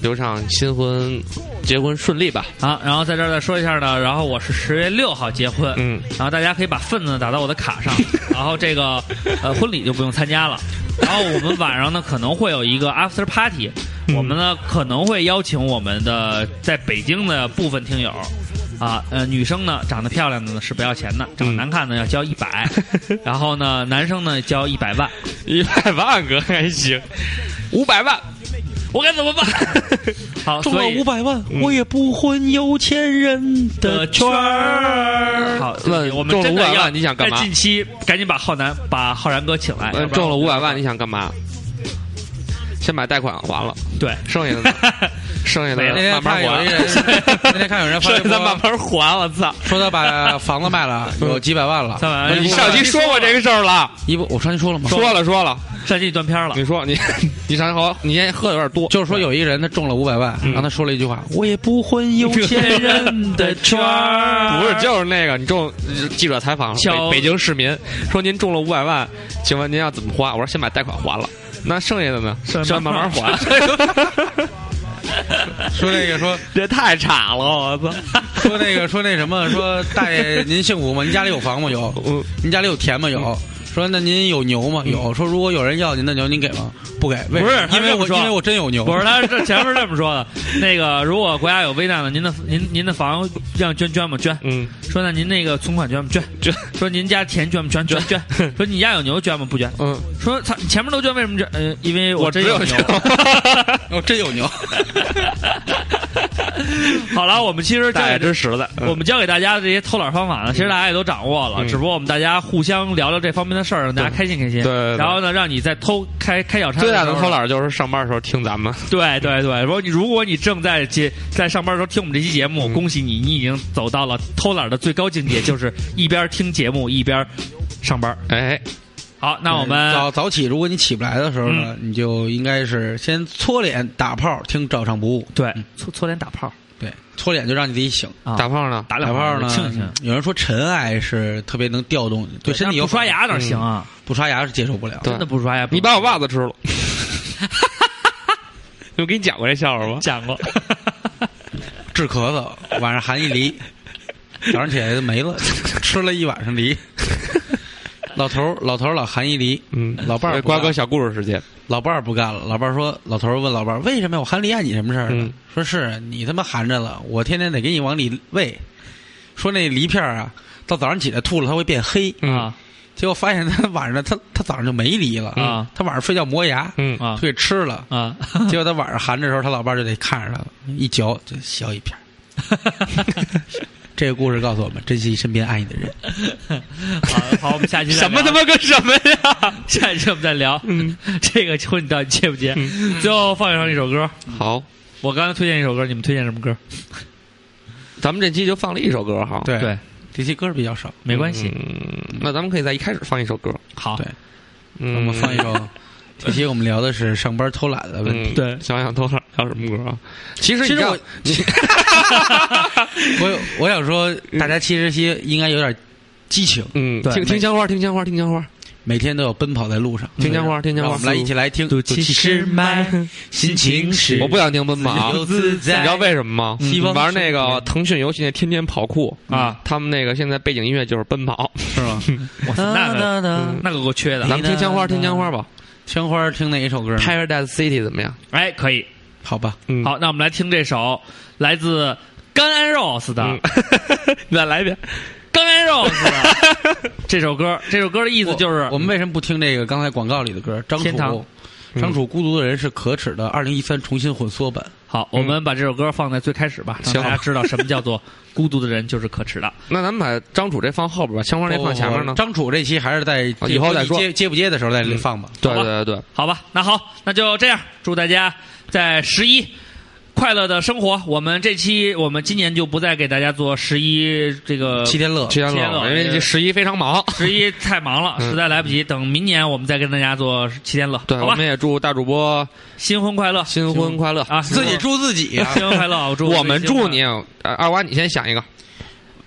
Speaker 4: 刘畅新婚结婚顺利吧。
Speaker 3: 啊，然后在这儿再说一下呢，然后我是十月六号结婚，
Speaker 4: 嗯，
Speaker 3: 然后大家可以把份子打到我的卡上，然后这个呃婚礼就不用参加了。然后我们晚上呢可能会有一个 after party，我们呢可能会邀请我们的在北京的部分听友。啊，呃，女生呢长得漂亮的呢是不要钱的，长得难看的要交一百，然后呢男生呢交一百万，
Speaker 4: 一百万个还行，五百万，
Speaker 3: 我该怎 么办？好，
Speaker 4: 中了
Speaker 3: 所以嗯
Speaker 4: 五百万，我也不混有钱人的圈儿。
Speaker 3: 好，
Speaker 4: 问
Speaker 3: 我们
Speaker 4: 中了
Speaker 3: 真
Speaker 4: 五
Speaker 3: 的
Speaker 4: 百
Speaker 3: 要
Speaker 4: 万，你想干
Speaker 3: 在
Speaker 4: 嘛
Speaker 3: 近？期赶紧把浩南、把浩然哥请来。
Speaker 5: 呃
Speaker 3: 要
Speaker 4: 问呃
Speaker 3: 不然
Speaker 4: 中了
Speaker 3: 我
Speaker 4: 五百万，你想干嘛？先把贷款还了，
Speaker 3: 对，
Speaker 4: 剩下的 剩下
Speaker 3: 对
Speaker 5: 那
Speaker 4: 的
Speaker 5: 天
Speaker 4: 慢慢
Speaker 5: 看有
Speaker 4: 还
Speaker 5: 一。人， 那天看有人发
Speaker 4: 剩
Speaker 5: 微
Speaker 4: 下的慢
Speaker 5: 博
Speaker 4: 慢还，我操！
Speaker 5: 说他把房子卖了，有嗯几百万了。
Speaker 3: 三百万。
Speaker 4: 你上期说过这个事儿了，
Speaker 5: 一不，我上期说了吗？
Speaker 4: 说了说了，
Speaker 3: 上期断片了
Speaker 4: 你，说你 你上回你先喝的有点多，
Speaker 5: 就是说有一人他中了五百万，然后他说了一句话：“我也不混有钱人的圈儿。
Speaker 4: 不是就是那个你中记者采访
Speaker 3: 小
Speaker 4: 北北京市民说您中了五百万，请问您要怎么花？我说先把贷款还了，那剩下的呢？剩
Speaker 3: 剩下
Speaker 4: 下
Speaker 3: 慢
Speaker 4: 慢
Speaker 3: 慢
Speaker 4: 慢还。
Speaker 5: 说那个说
Speaker 4: 这太傻了，我操！
Speaker 5: 说那个说那什么说大爷您幸福吗？您家里有房吗？有。
Speaker 4: 嗯
Speaker 5: 您家里有田吗？有。说那您有牛吗？有。说如果有人要您的牛，您给吗？ 嗯不给。为什么
Speaker 3: 不是他
Speaker 5: 因为
Speaker 3: 这么
Speaker 5: 我
Speaker 3: 说
Speaker 5: 因为我真有牛。
Speaker 3: 不是他这前面这么说的。那个，如果国家有危难了，您的您您的房让捐捐吗？捐。
Speaker 4: 嗯，
Speaker 3: 说那您那个存款捐吗？捐
Speaker 4: 捐。
Speaker 3: 说您家田捐吗？捐 捐捐。说你家有牛捐吗？不捐。
Speaker 4: 嗯，
Speaker 3: 说他前面都捐，为什么捐？嗯，因为我真
Speaker 4: 只有
Speaker 3: 牛。
Speaker 5: 我真有牛。
Speaker 3: 好了，我们其实
Speaker 4: 大爷
Speaker 3: 这
Speaker 4: 真实在。
Speaker 3: 我们教给大家的这些偷懒方法呢，其实大家也都掌握了，
Speaker 4: 嗯
Speaker 3: 只不过我们大家互相聊聊这方面的事儿，让大家开心开心。
Speaker 4: 对对对
Speaker 3: 然后呢，让你在偷开开小差
Speaker 4: 最大的
Speaker 3: 时候
Speaker 4: 偷。懒就是上班的时候听咱们，
Speaker 3: 对对对，如果你如果你正在接在上班的时候听我们这期节
Speaker 4: 嗯
Speaker 3: 目，恭喜你，你已经走到了偷懒的最高境界， 就是一边听节目一边上班。
Speaker 4: 哎，
Speaker 3: 好，那我们
Speaker 5: 嗯早早起，如果你起不来的时候呢，你就应该是先搓脸打泡，听照常不误。
Speaker 3: 对
Speaker 4: 嗯
Speaker 3: 搓搓脸打泡
Speaker 5: 对，搓脸就让你自己醒。
Speaker 3: 啊，
Speaker 4: 打炮呢？嗯
Speaker 3: 打
Speaker 5: 打
Speaker 3: 两
Speaker 5: 泡
Speaker 3: 泡
Speaker 5: 呢，
Speaker 3: 清醒。
Speaker 5: 有人说尘埃是特别能调动对身体有
Speaker 3: 不刷
Speaker 5: 好处，
Speaker 3: 牙哪行啊？
Speaker 5: 不刷牙是接受不了。
Speaker 4: 嗯对
Speaker 3: 真的不刷牙，
Speaker 4: 你把我袜子吃了。我给你讲过这笑话吗？
Speaker 3: 讲过。
Speaker 5: 治咳嗽，晚上含一 梨，早上起来就没了，吃了一晚 上梨。老头儿老头儿老含一梨，
Speaker 4: 嗯，
Speaker 5: 老伴儿不
Speaker 4: 瓜
Speaker 5: 干
Speaker 4: 哥小故事时间，
Speaker 5: 老伴儿不干了。老伴儿说，老头儿问老伴儿为什么呀？我含梨碍啊你什么事儿呢？
Speaker 4: 嗯
Speaker 5: 说是你他妈含着了，我天天得给你往里喂。说那梨片儿啊，到早上起来吐了它会变黑，
Speaker 4: 嗯
Speaker 3: 啊
Speaker 5: 结果发现他晚上他他早上就没梨了
Speaker 3: 啊
Speaker 5: 他晚上睡觉磨牙，
Speaker 4: 嗯
Speaker 5: 他
Speaker 3: 啊
Speaker 5: 给吃了。
Speaker 3: 啊！
Speaker 5: 结果他晚上含着的时候，他老伴儿就得看着他一嚼就削一 片儿。这个故事告诉我们，珍惜身边爱你的人。
Speaker 3: 好，好，我们下期再
Speaker 4: 什么
Speaker 3: 聊
Speaker 4: 他妈跟什么呀？
Speaker 3: 下一期我们再聊。嗯， 这个婚你到底接不接？
Speaker 4: 嗯
Speaker 3: 最后放上一首歌，
Speaker 4: 好，
Speaker 3: 我刚才推荐一首歌，你们推荐什么歌？
Speaker 4: 咱们这期就放了一首歌哈。，
Speaker 5: 对
Speaker 3: 对，
Speaker 5: 这些歌比较少，
Speaker 3: 没关系。
Speaker 4: 嗯，那咱们可以在一开始放一首歌。
Speaker 3: 好，
Speaker 5: 对
Speaker 4: 嗯，
Speaker 5: 我们放一首。这期我们聊的是上班偷懒的问题。
Speaker 4: 嗯，
Speaker 3: 对
Speaker 4: 想想都是还有什么歌啊？其实你知
Speaker 5: 其实
Speaker 4: 道
Speaker 5: 我， 我我想说，大家其实些应该有点激情，
Speaker 4: 嗯，
Speaker 3: 对
Speaker 4: 听听香花，听香花，听香花，
Speaker 5: 每天都要奔跑在路上。
Speaker 4: 嗯听香花，听香
Speaker 5: 让
Speaker 4: 花。
Speaker 5: 我们来一起来听。
Speaker 3: 赌气是麦，
Speaker 5: 心情是
Speaker 4: 我不想听奔 跑，
Speaker 5: 自由
Speaker 4: 你
Speaker 5: 自在。
Speaker 4: 知道为什么吗？
Speaker 5: 希望
Speaker 4: 玩那个腾讯游戏那《天天跑酷》
Speaker 3: 啊，
Speaker 4: 他们那个现在背景音乐就是奔跑。
Speaker 5: 是吗？啊嗯
Speaker 3: 我操那个那个给我缺的。嗯
Speaker 4: 咱们听香花，听香花吧。
Speaker 5: 香花听哪一首歌呢？
Speaker 4: Paradise City 怎么样？
Speaker 3: 哎，可以。
Speaker 5: 好吧，
Speaker 4: 嗯，
Speaker 3: 好，那我们来听这首来自 Guns N' Roses 的
Speaker 4: 嗯你再来一遍。
Speaker 3: Guns N' Roses 的这首歌。这首歌的意思就是
Speaker 5: 我
Speaker 4: 嗯
Speaker 5: 我们为什么不听这个刚才广告里的歌？张
Speaker 3: 天堂
Speaker 5: 楚，张楚《孤独的人是可耻的》，二零一三重新混缩版。
Speaker 3: 好，我们把这首歌放在最开始
Speaker 5: 嗯
Speaker 3: 吧，让
Speaker 4: 行
Speaker 3: 大家知道什么叫做孤独的人就是可耻的。
Speaker 4: 那咱们把张楚这放后边吧，香花那放前面呢
Speaker 5: 不不不。哦张楚这期还是在
Speaker 4: 啊以后再说嗯
Speaker 5: 接接不接的时候再放吧。
Speaker 4: 对
Speaker 3: 好吧
Speaker 4: 对对对，
Speaker 3: 好吧，那好，那就这样，祝大家在十一快乐的生活。我们这期我们今年就不再给大家做十一这个
Speaker 5: 七天乐，
Speaker 4: 嗯七天
Speaker 3: 七天
Speaker 4: 冷，
Speaker 3: 冷
Speaker 4: 因为这十一非常忙。
Speaker 3: 十一太忙了，
Speaker 4: 嗯
Speaker 3: 实在来不及。等明年我们再跟大家做七天乐，
Speaker 4: 对，
Speaker 3: 好
Speaker 4: 我
Speaker 3: 吧
Speaker 4: 们？也祝大主播
Speaker 3: 新婚快乐，
Speaker 4: 新婚快乐
Speaker 3: 啊！
Speaker 5: 自己祝自己 啊！
Speaker 3: 新婚快乐，我祝
Speaker 4: 我们
Speaker 3: 自己新
Speaker 4: 祝
Speaker 3: 婚
Speaker 4: 你，呃二娃，你先想一个。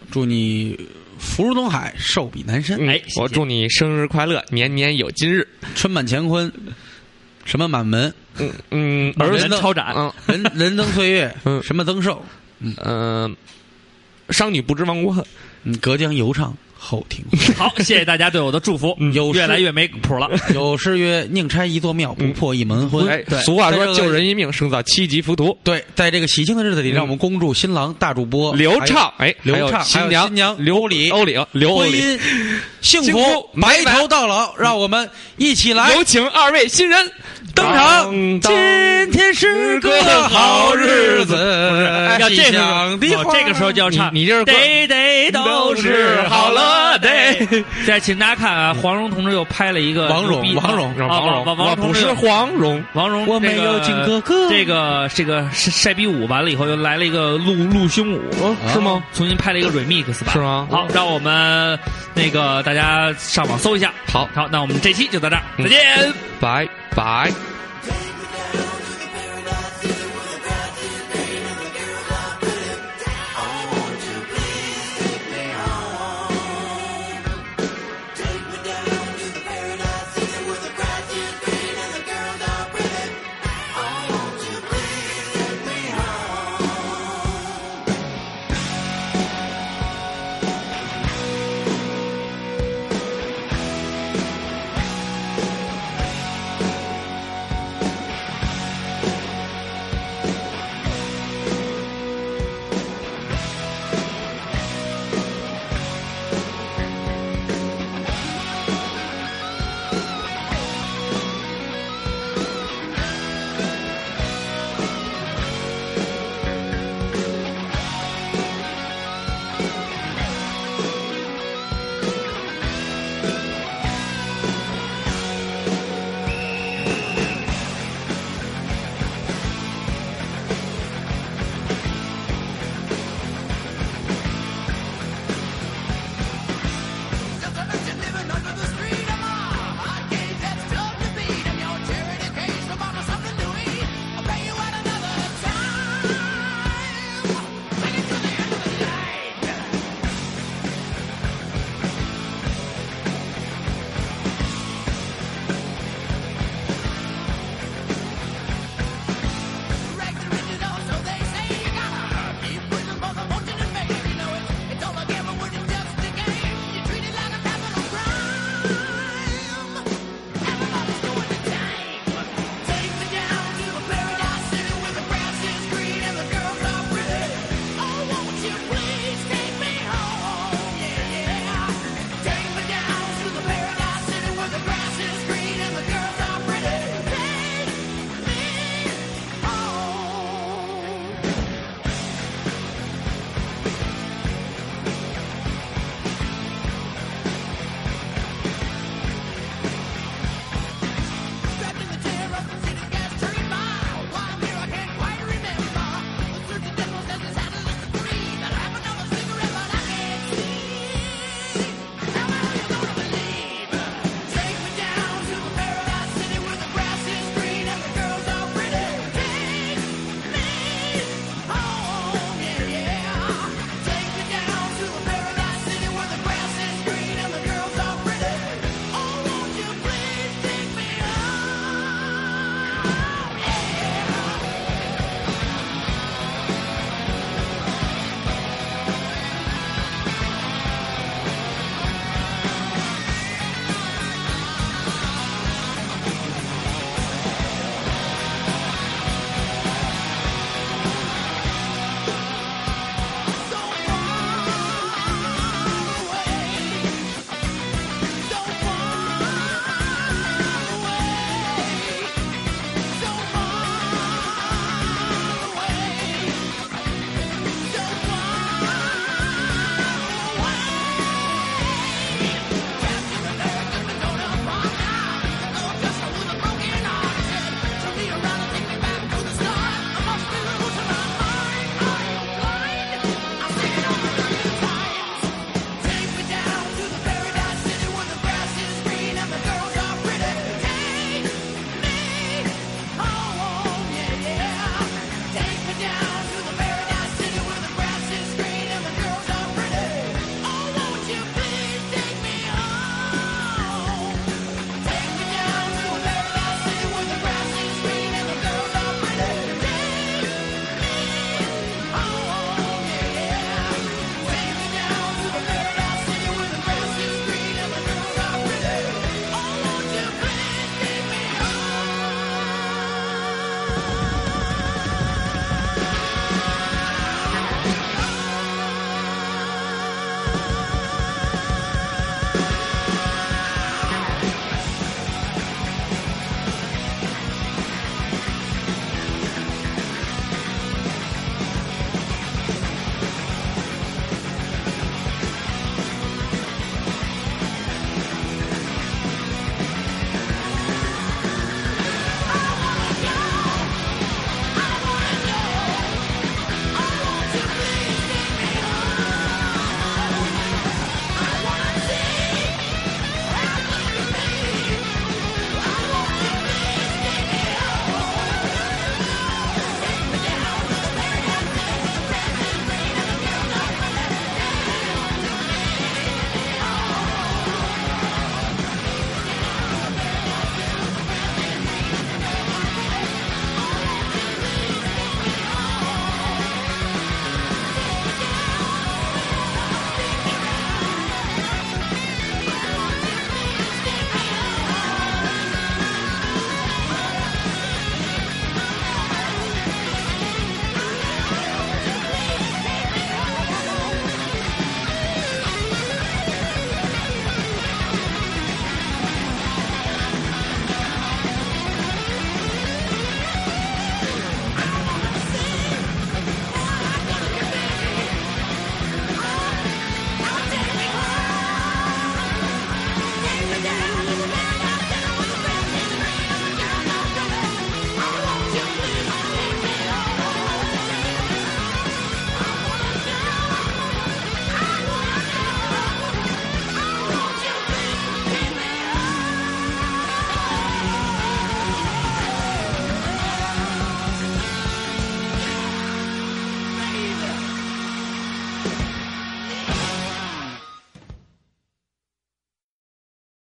Speaker 5: 祝你福如东海，寿比南山，
Speaker 3: 哎
Speaker 4: 嗯我
Speaker 3: 谢谢
Speaker 4: 祝你生日快乐，年年有今日。
Speaker 5: 春满乾坤，什么满门，
Speaker 4: 嗯嗯，
Speaker 3: 快乐
Speaker 4: 儿
Speaker 3: 人
Speaker 5: 子
Speaker 3: 超展，
Speaker 4: 嗯
Speaker 5: 人人增岁月，
Speaker 4: 嗯
Speaker 5: 什么增寿，
Speaker 4: 嗯，商女不知亡国恨。
Speaker 5: 嗯，隔江犹唱 后庭
Speaker 4: 嗯
Speaker 3: 好，谢谢大家对我的祝福，
Speaker 5: 有
Speaker 3: 越
Speaker 5: 诗
Speaker 3: 来越没谱了。
Speaker 5: 有诗曰：“宁拆一座庙，不破一门婚。
Speaker 4: 哎
Speaker 5: 对，
Speaker 4: 俗话
Speaker 5: 在
Speaker 4: 说
Speaker 5: 这个
Speaker 4: 救人一命胜造七级浮屠。
Speaker 5: 对，在这个喜庆的日子里，
Speaker 4: 嗯
Speaker 5: 让我们恭祝新郎大主播
Speaker 4: 刘
Speaker 5: 还有
Speaker 4: 畅，哎，
Speaker 5: 刘畅
Speaker 4: 还有新
Speaker 5: 还有
Speaker 4: 娘
Speaker 5: 新娘
Speaker 4: 刘
Speaker 5: 欧里
Speaker 4: 欧里刘欧
Speaker 5: 婚
Speaker 4: 里，
Speaker 5: 姻幸
Speaker 4: 幸
Speaker 5: 福
Speaker 4: 福
Speaker 5: 白
Speaker 4: 白
Speaker 5: 头到老，让我们一起来
Speaker 4: 有请二位新人登场。
Speaker 5: 今天是个好日子，
Speaker 3: 要这时候
Speaker 5: 想的
Speaker 3: 哦这个时候就要唱，
Speaker 4: 啊你你这是
Speaker 3: 得得都是好了得
Speaker 4: 都是。
Speaker 3: 再请大家看啊，黄蓉同志又拍了一个
Speaker 5: 王
Speaker 3: 牛
Speaker 5: 蓉
Speaker 3: 逼的
Speaker 5: 王蓉
Speaker 3: 啊
Speaker 4: 王
Speaker 3: 王
Speaker 4: 蓉，我
Speaker 3: 王
Speaker 4: 不
Speaker 3: 同志
Speaker 4: 是
Speaker 3: 又
Speaker 4: 黄蓉，
Speaker 3: 王蓉，
Speaker 5: 我没有
Speaker 3: 这
Speaker 5: 靖
Speaker 3: 个
Speaker 5: 哥哥
Speaker 3: 这个这个晒晒逼舞完了以后，又来了一个陆陆胸舞，
Speaker 4: 哦是吗？
Speaker 3: 重新拍了一个 remix 版，
Speaker 4: 是吗
Speaker 3: 好，让我们那个大家上网搜一下。
Speaker 4: 好嗯
Speaker 3: 好，那我们这期就到这儿，再见。
Speaker 4: 拜拜。